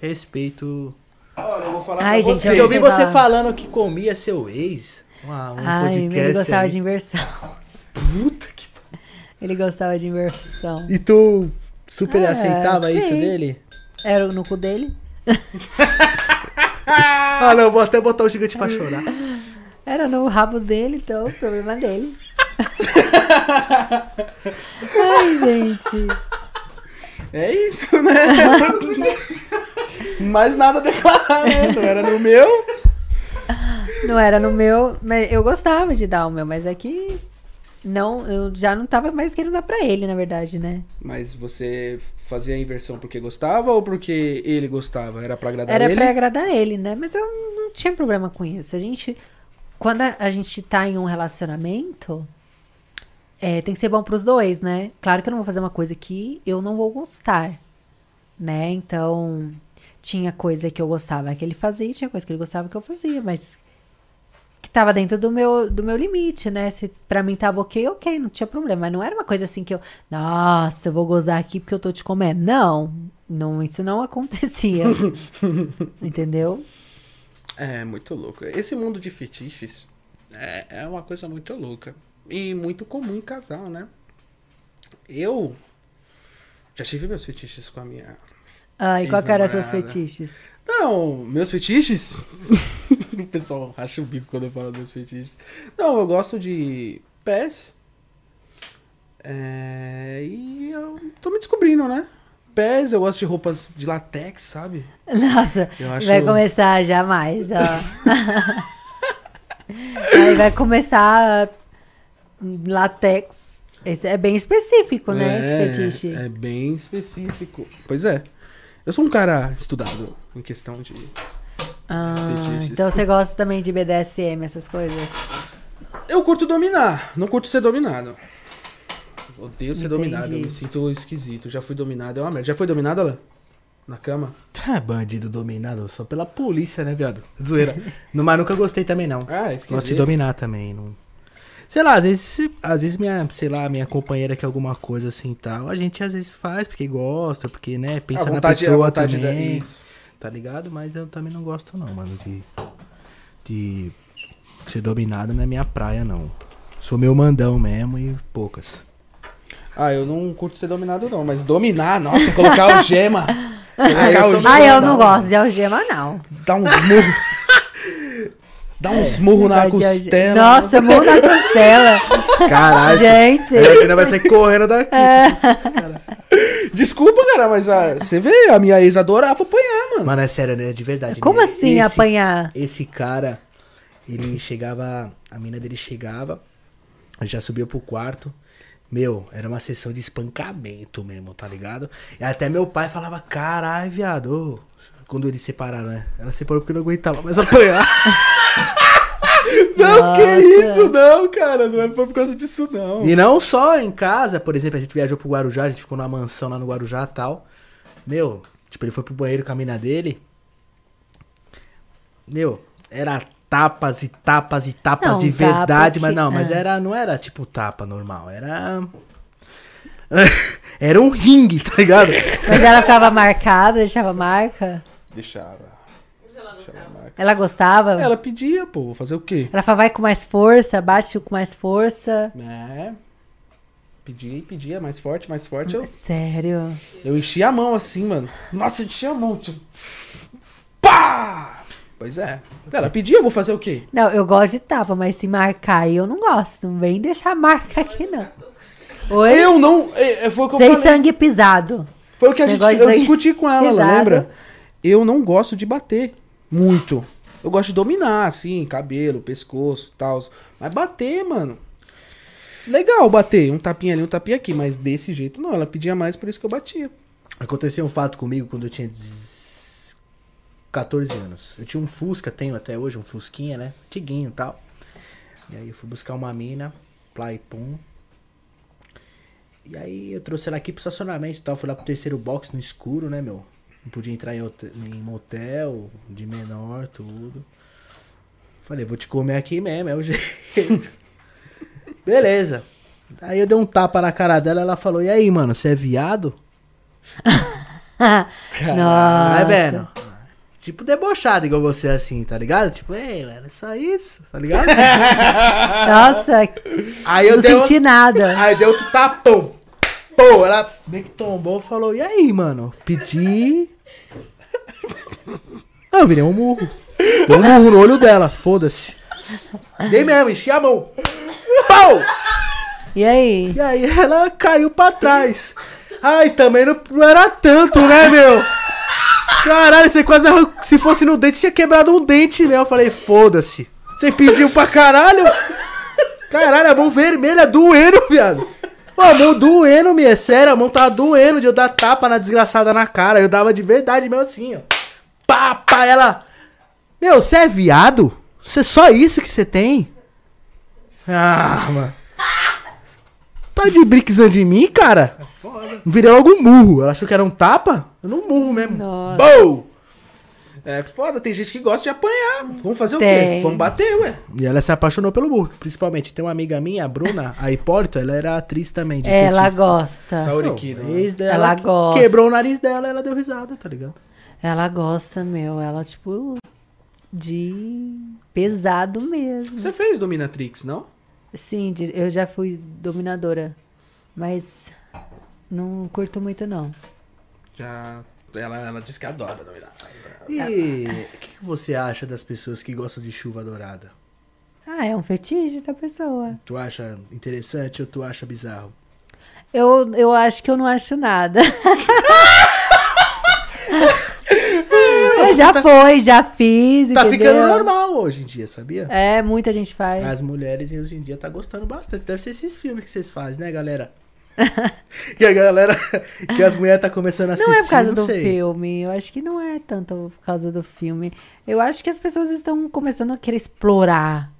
respeito. Olha, eu vou falar Ai, pra gente, você. eu ouvi sei lá. você falando que comia seu ex. Uma, um Ai, ele podcast. gostava aí. de inversão. Puta que Ele gostava de inversão. E tu super Ah, aceitava sim. isso dele? Era no cu dele? Ah, não, vou até botar o gigante pra chorar. Era no rabo dele, então, problema dele. Ai, gente. É isso, né? Mais nada a declarar, né? Não era no meu. Não era no meu, mas eu gostava de dar o meu, mas é que não, eu já não tava mais querendo dar pra ele, na verdade, né? Mas você fazia a inversão porque gostava ou porque ele gostava? Era pra agradar Era ele? pra agradar ele, né? Mas eu não tinha problema com isso. A gente, quando a, a gente tá em um relacionamento, é, tem que ser bom pros dois, né? Claro que eu não vou fazer uma coisa que eu não vou gostar, né? Então, tinha coisa que eu gostava que ele fazia, e tinha coisa que ele gostava que eu fazia, mas que tava dentro do meu, do meu limite, né? Se pra mim tava ok, ok, não tinha problema. Mas não era uma coisa assim que eu, nossa, eu vou gozar aqui porque eu tô te comendo. Não, não isso não acontecia. Entendeu? É, muito louco. Esse mundo de fetiches é, é uma coisa muito louca. E muito comum em casal, né? Eu já tive meus fetiches com a minha. Ah, e qual que eram seus Ex-namorada. fetiches? Não, meus fetiches? o pessoal racha o bico quando eu falo meus fetiches. Não, eu gosto de pés. É, e eu tô me descobrindo, né? Pés, eu gosto de roupas de latex, sabe? Nossa, Eu acho- vai começar jamais, ó. Aí vai começar ah, latex. Esse é bem específico, né? É, Esse fetiche. É bem específico. Pois é. Eu sou um cara estudado em questão de. Ah, fetiches. então você gosta também de BDSM, essas coisas? Eu curto dominar, não curto ser dominado. Odeio ser Entendi. dominado, eu me sinto esquisito. Já fui dominado, é uma merda. Já foi dominado, Alan? Na cama? Tá, bandido dominado só pela polícia, né, viado? Zoeira. No, mas nunca gostei também, não. Ah, Gosto de dominar também, não. Sei lá, às vezes, às vezes minha, sei lá, minha companheira quer alguma coisa assim e tal, a gente às vezes faz porque gosta, porque, né, pensa A na vontade- a pessoa vontade da- também. isso. Tá ligado? Mas eu também não gosto não, mano, de de ser dominado não é minha praia não. Sou meu mandão mesmo e poucas. Ah, eu não curto ser dominado, não, mas dominar, nossa, colocar algema. colocar sou- algema. um- Ah, eu não não. gosto de algema, não. Dá uns murros. Dá uns murros na Gosto É, de alge- costela. Nossa, murro na costela. Caralho. Gente. Ela ainda vai sair correndo daqui. É. Desculpa, cara, mas a- você vê, a minha ex adorava apanhar, mano. Mano, é sério, né? De verdade. Como mesmo. assim Esse- apanhar? Esse cara, ele chegava, a mina dele chegava, já subiu pro quarto. Meu, era uma sessão de espancamento mesmo, tá ligado? E até meu pai falava, caralho, viado. ô." Quando eles separaram, né? Ela separou porque não aguentava mais apanhar. Não, Nossa. que isso, não, cara. Não é por causa disso, não. E não só em casa, por exemplo, a gente viajou pro Guarujá, a gente ficou numa mansão lá no Guarujá e tal. Meu, tipo, ele foi pro banheiro com a mina dele. Meu, era tapas e tapas e tapas Não, de tapa verdade, mas que- não, mas ah. era, não era tipo tapa normal, era. era um ringue, tá ligado? Mas ela ficava marcada, deixava marca. Deixava. deixava marca. Ela gostava. Ela, Ela pedia, pô, vou fazer o quê? falava, vai com mais força, bate com mais força. É. Pedia e pedia, mais forte, mais forte. Eu, Sério. eu enchi a mão assim, mano. Nossa, eu enchi a mão, tipo. Pá! Pois é. Ela pediu, eu vou fazer o quê? Não, eu gosto de tapa, mas se marcar aí eu não gosto. Não vem deixar marca aqui, não. Oi? Eu não. é- é, Foi o que eu Sem falei. sangue pisado. Foi o que a gente. Negócio Eu aí. discuti com ela, Pesado. lembra? Eu não gosto de bater muito. Eu gosto de dominar, assim, cabelo, pescoço tal. Mas bater, mano. Legal bater. Um tapinha ali, um tapinha aqui. Mas desse jeito não. Ela pedia mais, por isso que eu batia. Aconteceu um fato comigo quando eu tinha dez- 14 anos. Eu tinha um Fusca, tenho até hoje, um Fusquinha, né? Tiguinho e tal. E aí eu fui buscar uma mina, plá e pum. E aí eu trouxe ela aqui pro estacionamento e tal. Fui lá pro terceiro box no escuro, né, meu? Não podia entrar em, hotel, em motel, de menor, tudo. Falei, vou te comer aqui mesmo, é o jeito. Beleza. Aí eu dei um tapa na cara dela, ela falou, e aí, mano, você é viado? Não é, Nossa. velho? Tipo, debochado igual você, assim, tá ligado? Tipo, ei, velho, é só isso, tá ligado? Nossa, Aí eu não dei outro- senti nada. Aí deu outro tapão. Pô, ela meio que tombou e falou, e aí, mano? Pedi. Não, eu virei um murro. Deu um murro no olho dela, foda-se. Dei mesmo, enchi a mão. Pau! E aí? E aí ela caiu pra trás. Ai, também não, não era tanto, né, meu? Caralho, você quase arrancou. Se fosse no dente, tinha quebrado um dente, né? Eu falei, foda-se. Você pediu pra caralho? Caralho, a mão vermelha doendo, viado. Pô, a mão doendo, minha. É sério, a mão tava doendo de eu dar tapa na desgraçada na cara. Eu dava de verdade mesmo assim, ó. Pá, pá, ela. Meu, você é viado? Você só isso que você tem? Ah, mano. Tá de briquezando de mim, cara? Virei logo um murro. Ela achou que era um tapa? Eu não murro mesmo. Nossa. Bou! É foda, tem gente que gosta de apanhar. Vamos fazer o quê? Tem. Vamos bater, ué. E ela se apaixonou pelo murro, principalmente. Tem uma amiga minha, a Bruna, a Hipólito, ela era atriz também. De Ela feitiço. gosta. Não, Sauriki, o ex dela Ela que- gosta. Quebrou o nariz dela, ela deu risada, tá ligado? Ela gosta, meu. Ela, tipo, de pesado mesmo. Você fez Dominatrix, não? Sim, de- eu já fui dominadora. Mas não curto muito, não. Já. Ela, ela disse que adora Dominatrix. E Ah, o que, que você acha das pessoas que gostam de chuva dourada? Ah, é um fetiche da pessoa. Tu acha interessante ou tu acha bizarro? Eu, eu acho que eu não acho nada. Eu É, já foi, já fiz. Tá ficando entendeu? normal hoje em dia, sabia? É, muita gente faz. As mulheres hoje em dia tá gostando bastante. Deve ser esses filmes que vocês fazem, né, galera? que a galera. Que as mulheres tá começando a assistir. Não é por causa do sei. filme. Eu acho que não é tanto por causa do filme. Eu acho que as pessoas estão começando a querer explorar,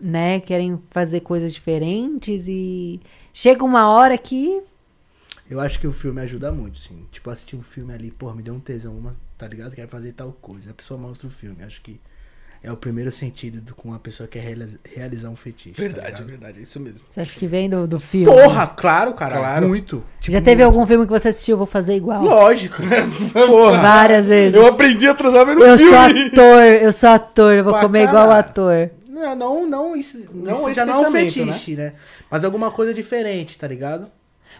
né? Querem fazer coisas diferentes e chega uma hora que Eu acho que o filme ajuda muito, sim. Tipo, assistir um filme ali, pô, me deu um tesão, uma, tá ligado? Quero fazer tal coisa. A pessoa mostra o filme. Acho que é o primeiro sentido do, com a pessoa que quer reali- realizar um fetiche. tá Verdade, é ligado? verdade, é isso mesmo. você acha que vem do, do filme? Porra, Tipo, claro, cara. Claro. Muito. Tipo, Já teve algum filme que você assistiu? Vou fazer igual. Lógico, né? Porra. Várias vezes. Eu aprendi a transar vendo Eu sou filme. ator, eu sou ator, eu vou É Pra comer igual o caralho. ator. Não, não, não, isso, não, Isso isso já já é não é um pensamento, fetiche, né? Mas alguma coisa diferente, tá ligado?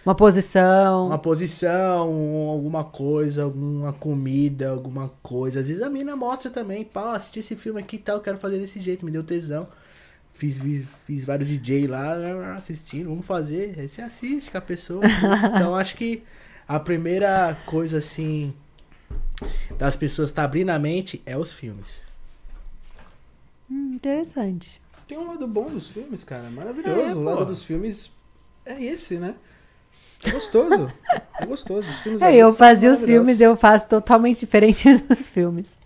Uma posição. uma posição, um- alguma coisa, alguma comida, alguma coisa. Às vezes a mina mostra também, pau, assisti esse filme aqui e tal, quero fazer desse jeito, me deu tesão. Fiz, fiz, fiz vários DJ lá ah, assistindo, vamos fazer. Aí você assiste com a pessoa. então acho que a primeira coisa assim das pessoas tá abrindo a mente é os filmes. Hum, interessante. Tem um lado bom dos filmes, cara. Maravilhoso. É, o pô. lado dos filmes é esse, né? É gostoso. é gostoso. Os filmes É, eu adultos são fazia os maravilhosos. filmes, eu faço totalmente diferente dos filmes.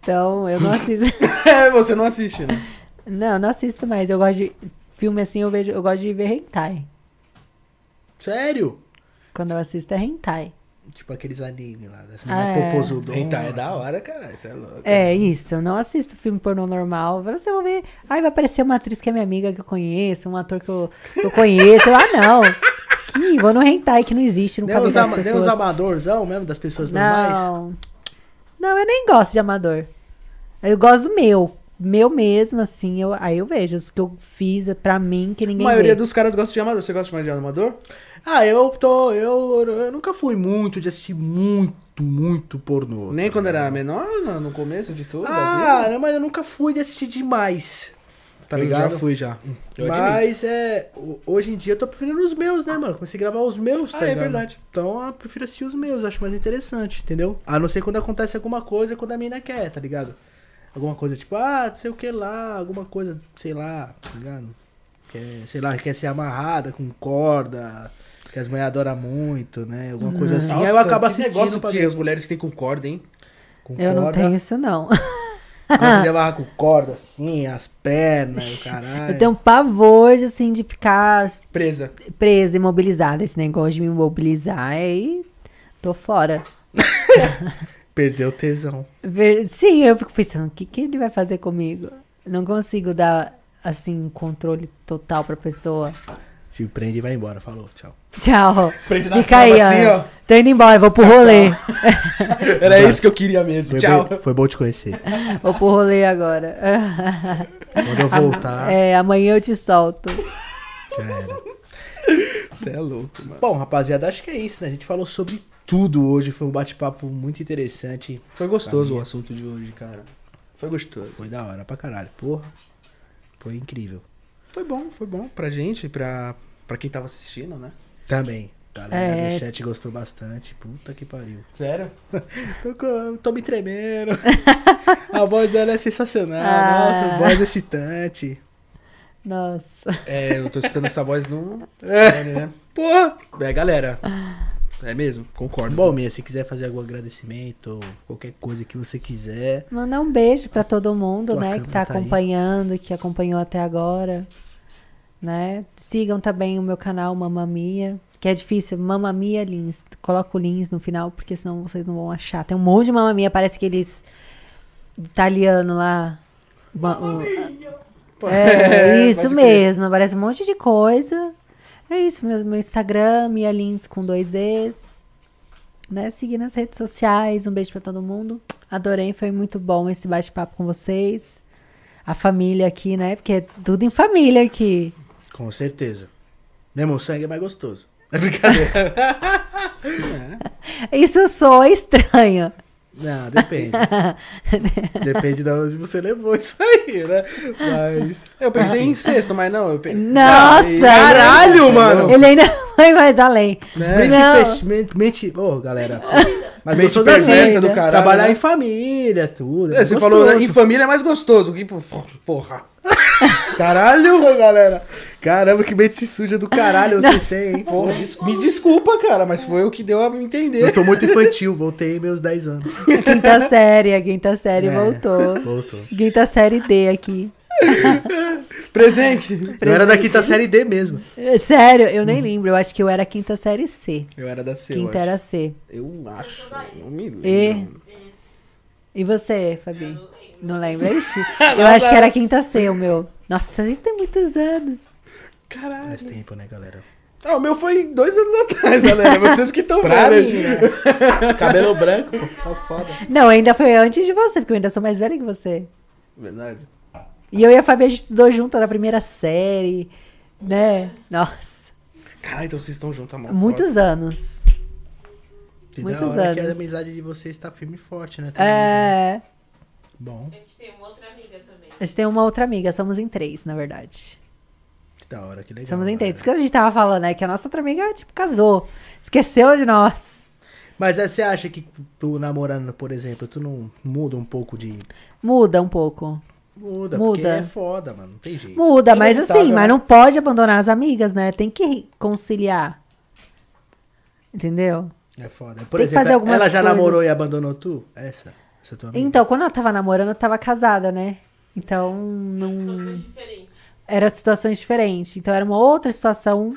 Então, eu não assisto. É, você não assiste, né? não, eu não assisto mais. Eu gosto de filme assim, eu vejo, eu gosto de ver hentai. Sério? Quando eu assisto é hentai. Tipo aqueles anime lá, das Ah, meninas é. popozudon. Eita, é né? da hora, cara. Isso é louco. É isso, eu não assisto filme pornô normal. Você vai ver, ai vai aparecer uma atriz que é minha amiga que eu conheço, um ator que eu, que eu conheço. Eu, ah, não. Que, vou no hentai que não existe, nunca Nem vi os, das ama- nem pessoas. os amadorzão mesmo, das pessoas normais. Não. Não, eu nem gosto de amador. Eu gosto do meu. Meu mesmo, assim, eu, aí eu vejo os que eu fiz pra mim, que A ninguém maioria vê. dos caras gosta de amador. Você gosta mais de amador? Ah, eu tô. Eu, eu nunca fui muito de assistir muito muito, muito pornô. Nem tá quando ligado? era menor, no no começo de tudo. Ah, ali, não, mas eu nunca fui de assistir demais. Tá eu ligado? já fui já. Eu admito. Mas é. ho- Hoje em dia eu tô preferindo os meus, né, mano? Comecei a gravar os meus, tá Ah, é ligado? verdade. Então eu prefiro assistir os meus, acho mais interessante, entendeu? A não ser quando acontece alguma coisa quando a mina quer, tá ligado? Alguma coisa tipo, ah, não sei o que lá, alguma coisa, sei lá, tá ligado? Quer, sei lá, quer ser amarrada com corda, que as mulheres adoram muito, né? Alguma coisa assim. Aí eu Nossa, acabo que assistindo negócio pra que ver. as mulheres têm com corda, hein? Com Eu não corda. tenho isso, não. Ela se amarra com corda, assim, as pernas, o caralho. Eu tenho um pavor, de, assim, de ficar Presa. presa, imobilizada. Esse negócio de me imobilizar, aí tô fora. Perdeu o tesão. Ver- Sim, eu fico pensando, o que, que ele vai fazer comigo? Não consigo dar, assim, controle total pra pessoa. Se Tipo, prende e vai embora. Falou, tchau. Tchau. Prende na Fica cama aí, assim, ó. Tô indo embora, vou pro rolê. Era isso que eu queria mesmo. Foi, Tchau. Bom, foi bom te conhecer. Vou pro rolê agora. Quando eu voltar, É, amanhã eu te solto. já era. Você é louco, mano. Bom, rapaziada, acho que é isso, né? A gente falou sobre tudo hoje. Foi um bate-papo muito interessante. Foi gostoso o assunto de hoje, cara. Foi gostoso. Foi da hora pra caralho. Porra. Foi incrível. Foi bom, foi bom pra gente, pra, pra quem tava assistindo, né? Também. Galera É, do esse- chat gostou bastante. Puta que pariu. Sério? Tô, com- tô me tremendo. A voz dela é sensacional. Ah. Nossa, voz excitante. Nossa. É, eu tô escutando essa voz no. É, né? Porra! É, galera. É mesmo, concordo. Bom, Mia, se quiser fazer algum agradecimento ou qualquer coisa que você quiser, Mandar um beijo pra todo mundo, Tua né, que câmera tá tá aí. acompanhando, que acompanhou até agora, né? Sigam também o meu canal Mamma Mia, que é difícil, Mamma Mia Lins. Coloca o Lins no final, porque senão vocês não vão achar. Tem um monte de Mamma Mia, parece aqueles italiano lá. Ma- o- É, isso pode crer. mesmo, aparece um monte de coisa. É isso, meu, meu Instagram, Mia Lins com dois E's. Né? Seguir nas redes sociais. Um beijo pra todo mundo. Adorei, foi muito bom esse bate-papo com vocês. A família aqui, né? Porque é tudo em família aqui. com certeza. Mesmo o sangue é mais gostoso. É brincadeira. Isso soa estranho. Não, depende. depende de onde você levou isso aí, né? Mas. Eu pensei em sexto, mas não. Eu pe... Nossa! Ah, e- Ah. Caralho, mano! Ele ainda vai mais além. Né? Mente Não. fech- mente, mente. Ô, galera. Mas Mente gostoso assim, perversa do né? caralho, Trabalhar né? em família, tudo. É, você gostoso. falou, né, em família é mais gostoso. Que, po- po- porra. Caralho, galera. Caramba, que mente suja do caralho vocês têm, hein? Porra, des- me desculpa, cara, mas foi o que deu a me Eu entender. tô muito infantil, voltei meus 10 anos. A quinta série, a quinta série É. voltou. Voltou. Quinta série D aqui. Presente. Eu era da quinta série D mesmo. É, Sério, eu nem lembro. Eu acho que eu era quinta série C. Eu era da C, eu Quinta era C. acho. Eu acho. Não me lembro. E? É. E você, Fabi? Eu não lembro. Não lembra? Ixi, eu acho que era quinta C o meu. Nossa, isso tem muitos anos. Caralho. Faz tempo, né, galera? Ah, o meu foi dois anos atrás, galera. Vocês que estão Pra vendo. mim, né? Cabelo branco, tá foda. Não, ainda foi antes de você, porque eu ainda sou mais velha que você. Verdade. E eu e a Fabi, a gente estudou junto na primeira série, né? Nossa, Caralho, então vocês estão juntos, É amor. muitos anos. Que Muitos da hora que a anos. amizade de vocês tá firme e forte, né? também, né? É, Bom, A gente tem uma outra amiga também. a gente tem uma outra amiga, somos em três, na verdade. que da hora, que legal. Somos em galera. três. Isso que a gente tava falando, né? Que a nossa outra amiga, tipo, casou. Esqueceu de nós. Mas aí você acha que tu namorando, por exemplo, tu não muda um pouco de. Muda um pouco. Muda, porque Muda. é foda, mano. Não tem jeito. Muda, mas assim, Inevitável, né? mas não pode abandonar as amigas, né? Tem que conciliar. Entendeu? É foda. Por Tem que exemplo, fazer algumas ela já coisas. namorou e abandonou tu? Essa? Essa tua amiga? Então, quando ela tava namorando, eu tava casada, né? Então, não. Situações diferentes. Era situações diferentes. Então, era uma outra situação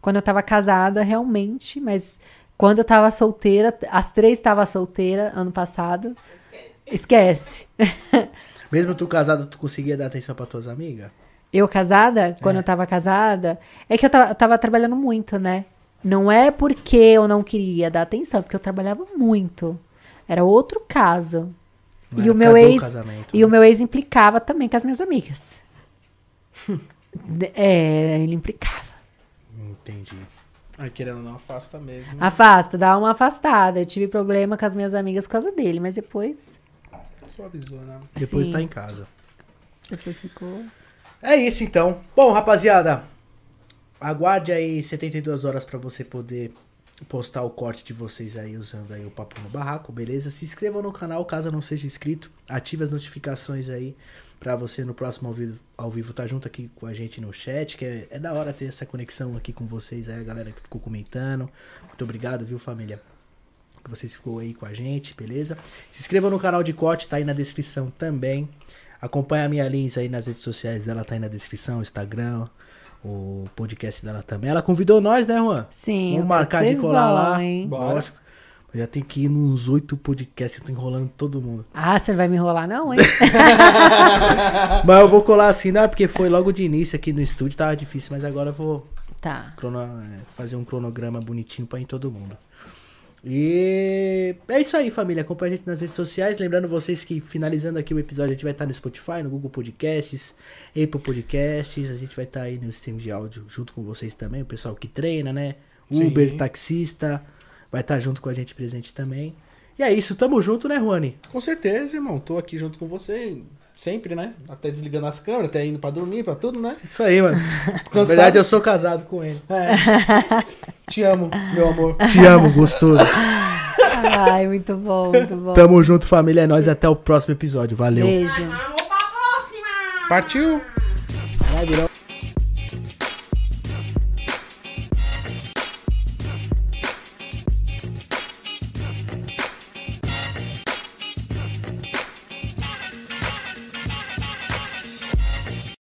quando eu tava casada, realmente. Mas quando eu tava solteira, as três estavam solteiras ano passado. Esquece. Esquece. Então. Mesmo tu casada, tu conseguia dar atenção pra tuas amigas? Eu casada, É. quando eu tava casada, é que eu tava, eu tava trabalhando muito, né? Não é porque eu não queria dar atenção, é porque eu trabalhava muito. Era outro caso. Não e era o meu Cadu ex casamento, e né? o meu ex implicava também com as minhas amigas. De- é, ele implicava. Entendi. Ai, querendo ou não, afasta mesmo. Afasta, dá uma afastada. Eu tive problema com as minhas amigas por causa dele, mas depois. Suavizou, né? Depois Sim. tá em casa. Depois ficou. É isso então. Bom, rapaziada, aguarde aí 72 horas pra você poder postar o corte de vocês aí usando aí o papo no barraco, beleza? Se inscreva no canal caso não seja inscrito, ative as notificações aí pra você no próximo ao vivo, ao vivo tá junto aqui com a gente no chat, que é, é da hora ter essa conexão aqui com vocês aí, a galera que ficou comentando. Muito obrigado, viu, família? Que vocês ficou aí com a gente, beleza? Se inscreva no canal de corte, tá aí na descrição também. Acompanha a minha Lins aí nas redes sociais dela, tá aí na descrição, Instagram, o podcast dela também. Ela convidou nós, né, Juan? Sim. eu Vamos quero marcar que de vocês colar vão, lá. hein? Bora. Lógico. Eu já tem que ir nos oito podcasts, eu tô enrolando todo mundo. Ah, você não vai me enrolar, não, hein? Mas eu vou colar assim, né? Porque foi logo de início aqui no estúdio, tava difícil, mas agora eu vou tá. crono- é, fazer um cronograma bonitinho pra ir em todo mundo. E é isso aí, família. Acompanha a gente nas redes sociais. Lembrando vocês que finalizando aqui o episódio, a gente vai estar no Spotify, no Google Podcasts, Apple Podcasts. A gente vai estar aí no stream de áudio junto com vocês também. O pessoal que treina, né? Sim. Uber, taxista, vai estar junto com a gente presente também. E é isso, tamo junto, né, Juani? Com certeza, irmão. Tô aqui junto com você sempre, né? Até desligando as câmeras, até indo pra dormir, pra tudo, né? Isso aí, mano. Na Cansado. verdade, eu sou casado com ele. É. Te amo, meu amor. Te amo, gostoso. Ai, muito bom, muito bom. Tamo junto, família. É nóis. Até o próximo episódio. Valeu. Beijo. Vamos pra próxima! Partiu! Caralho, virou-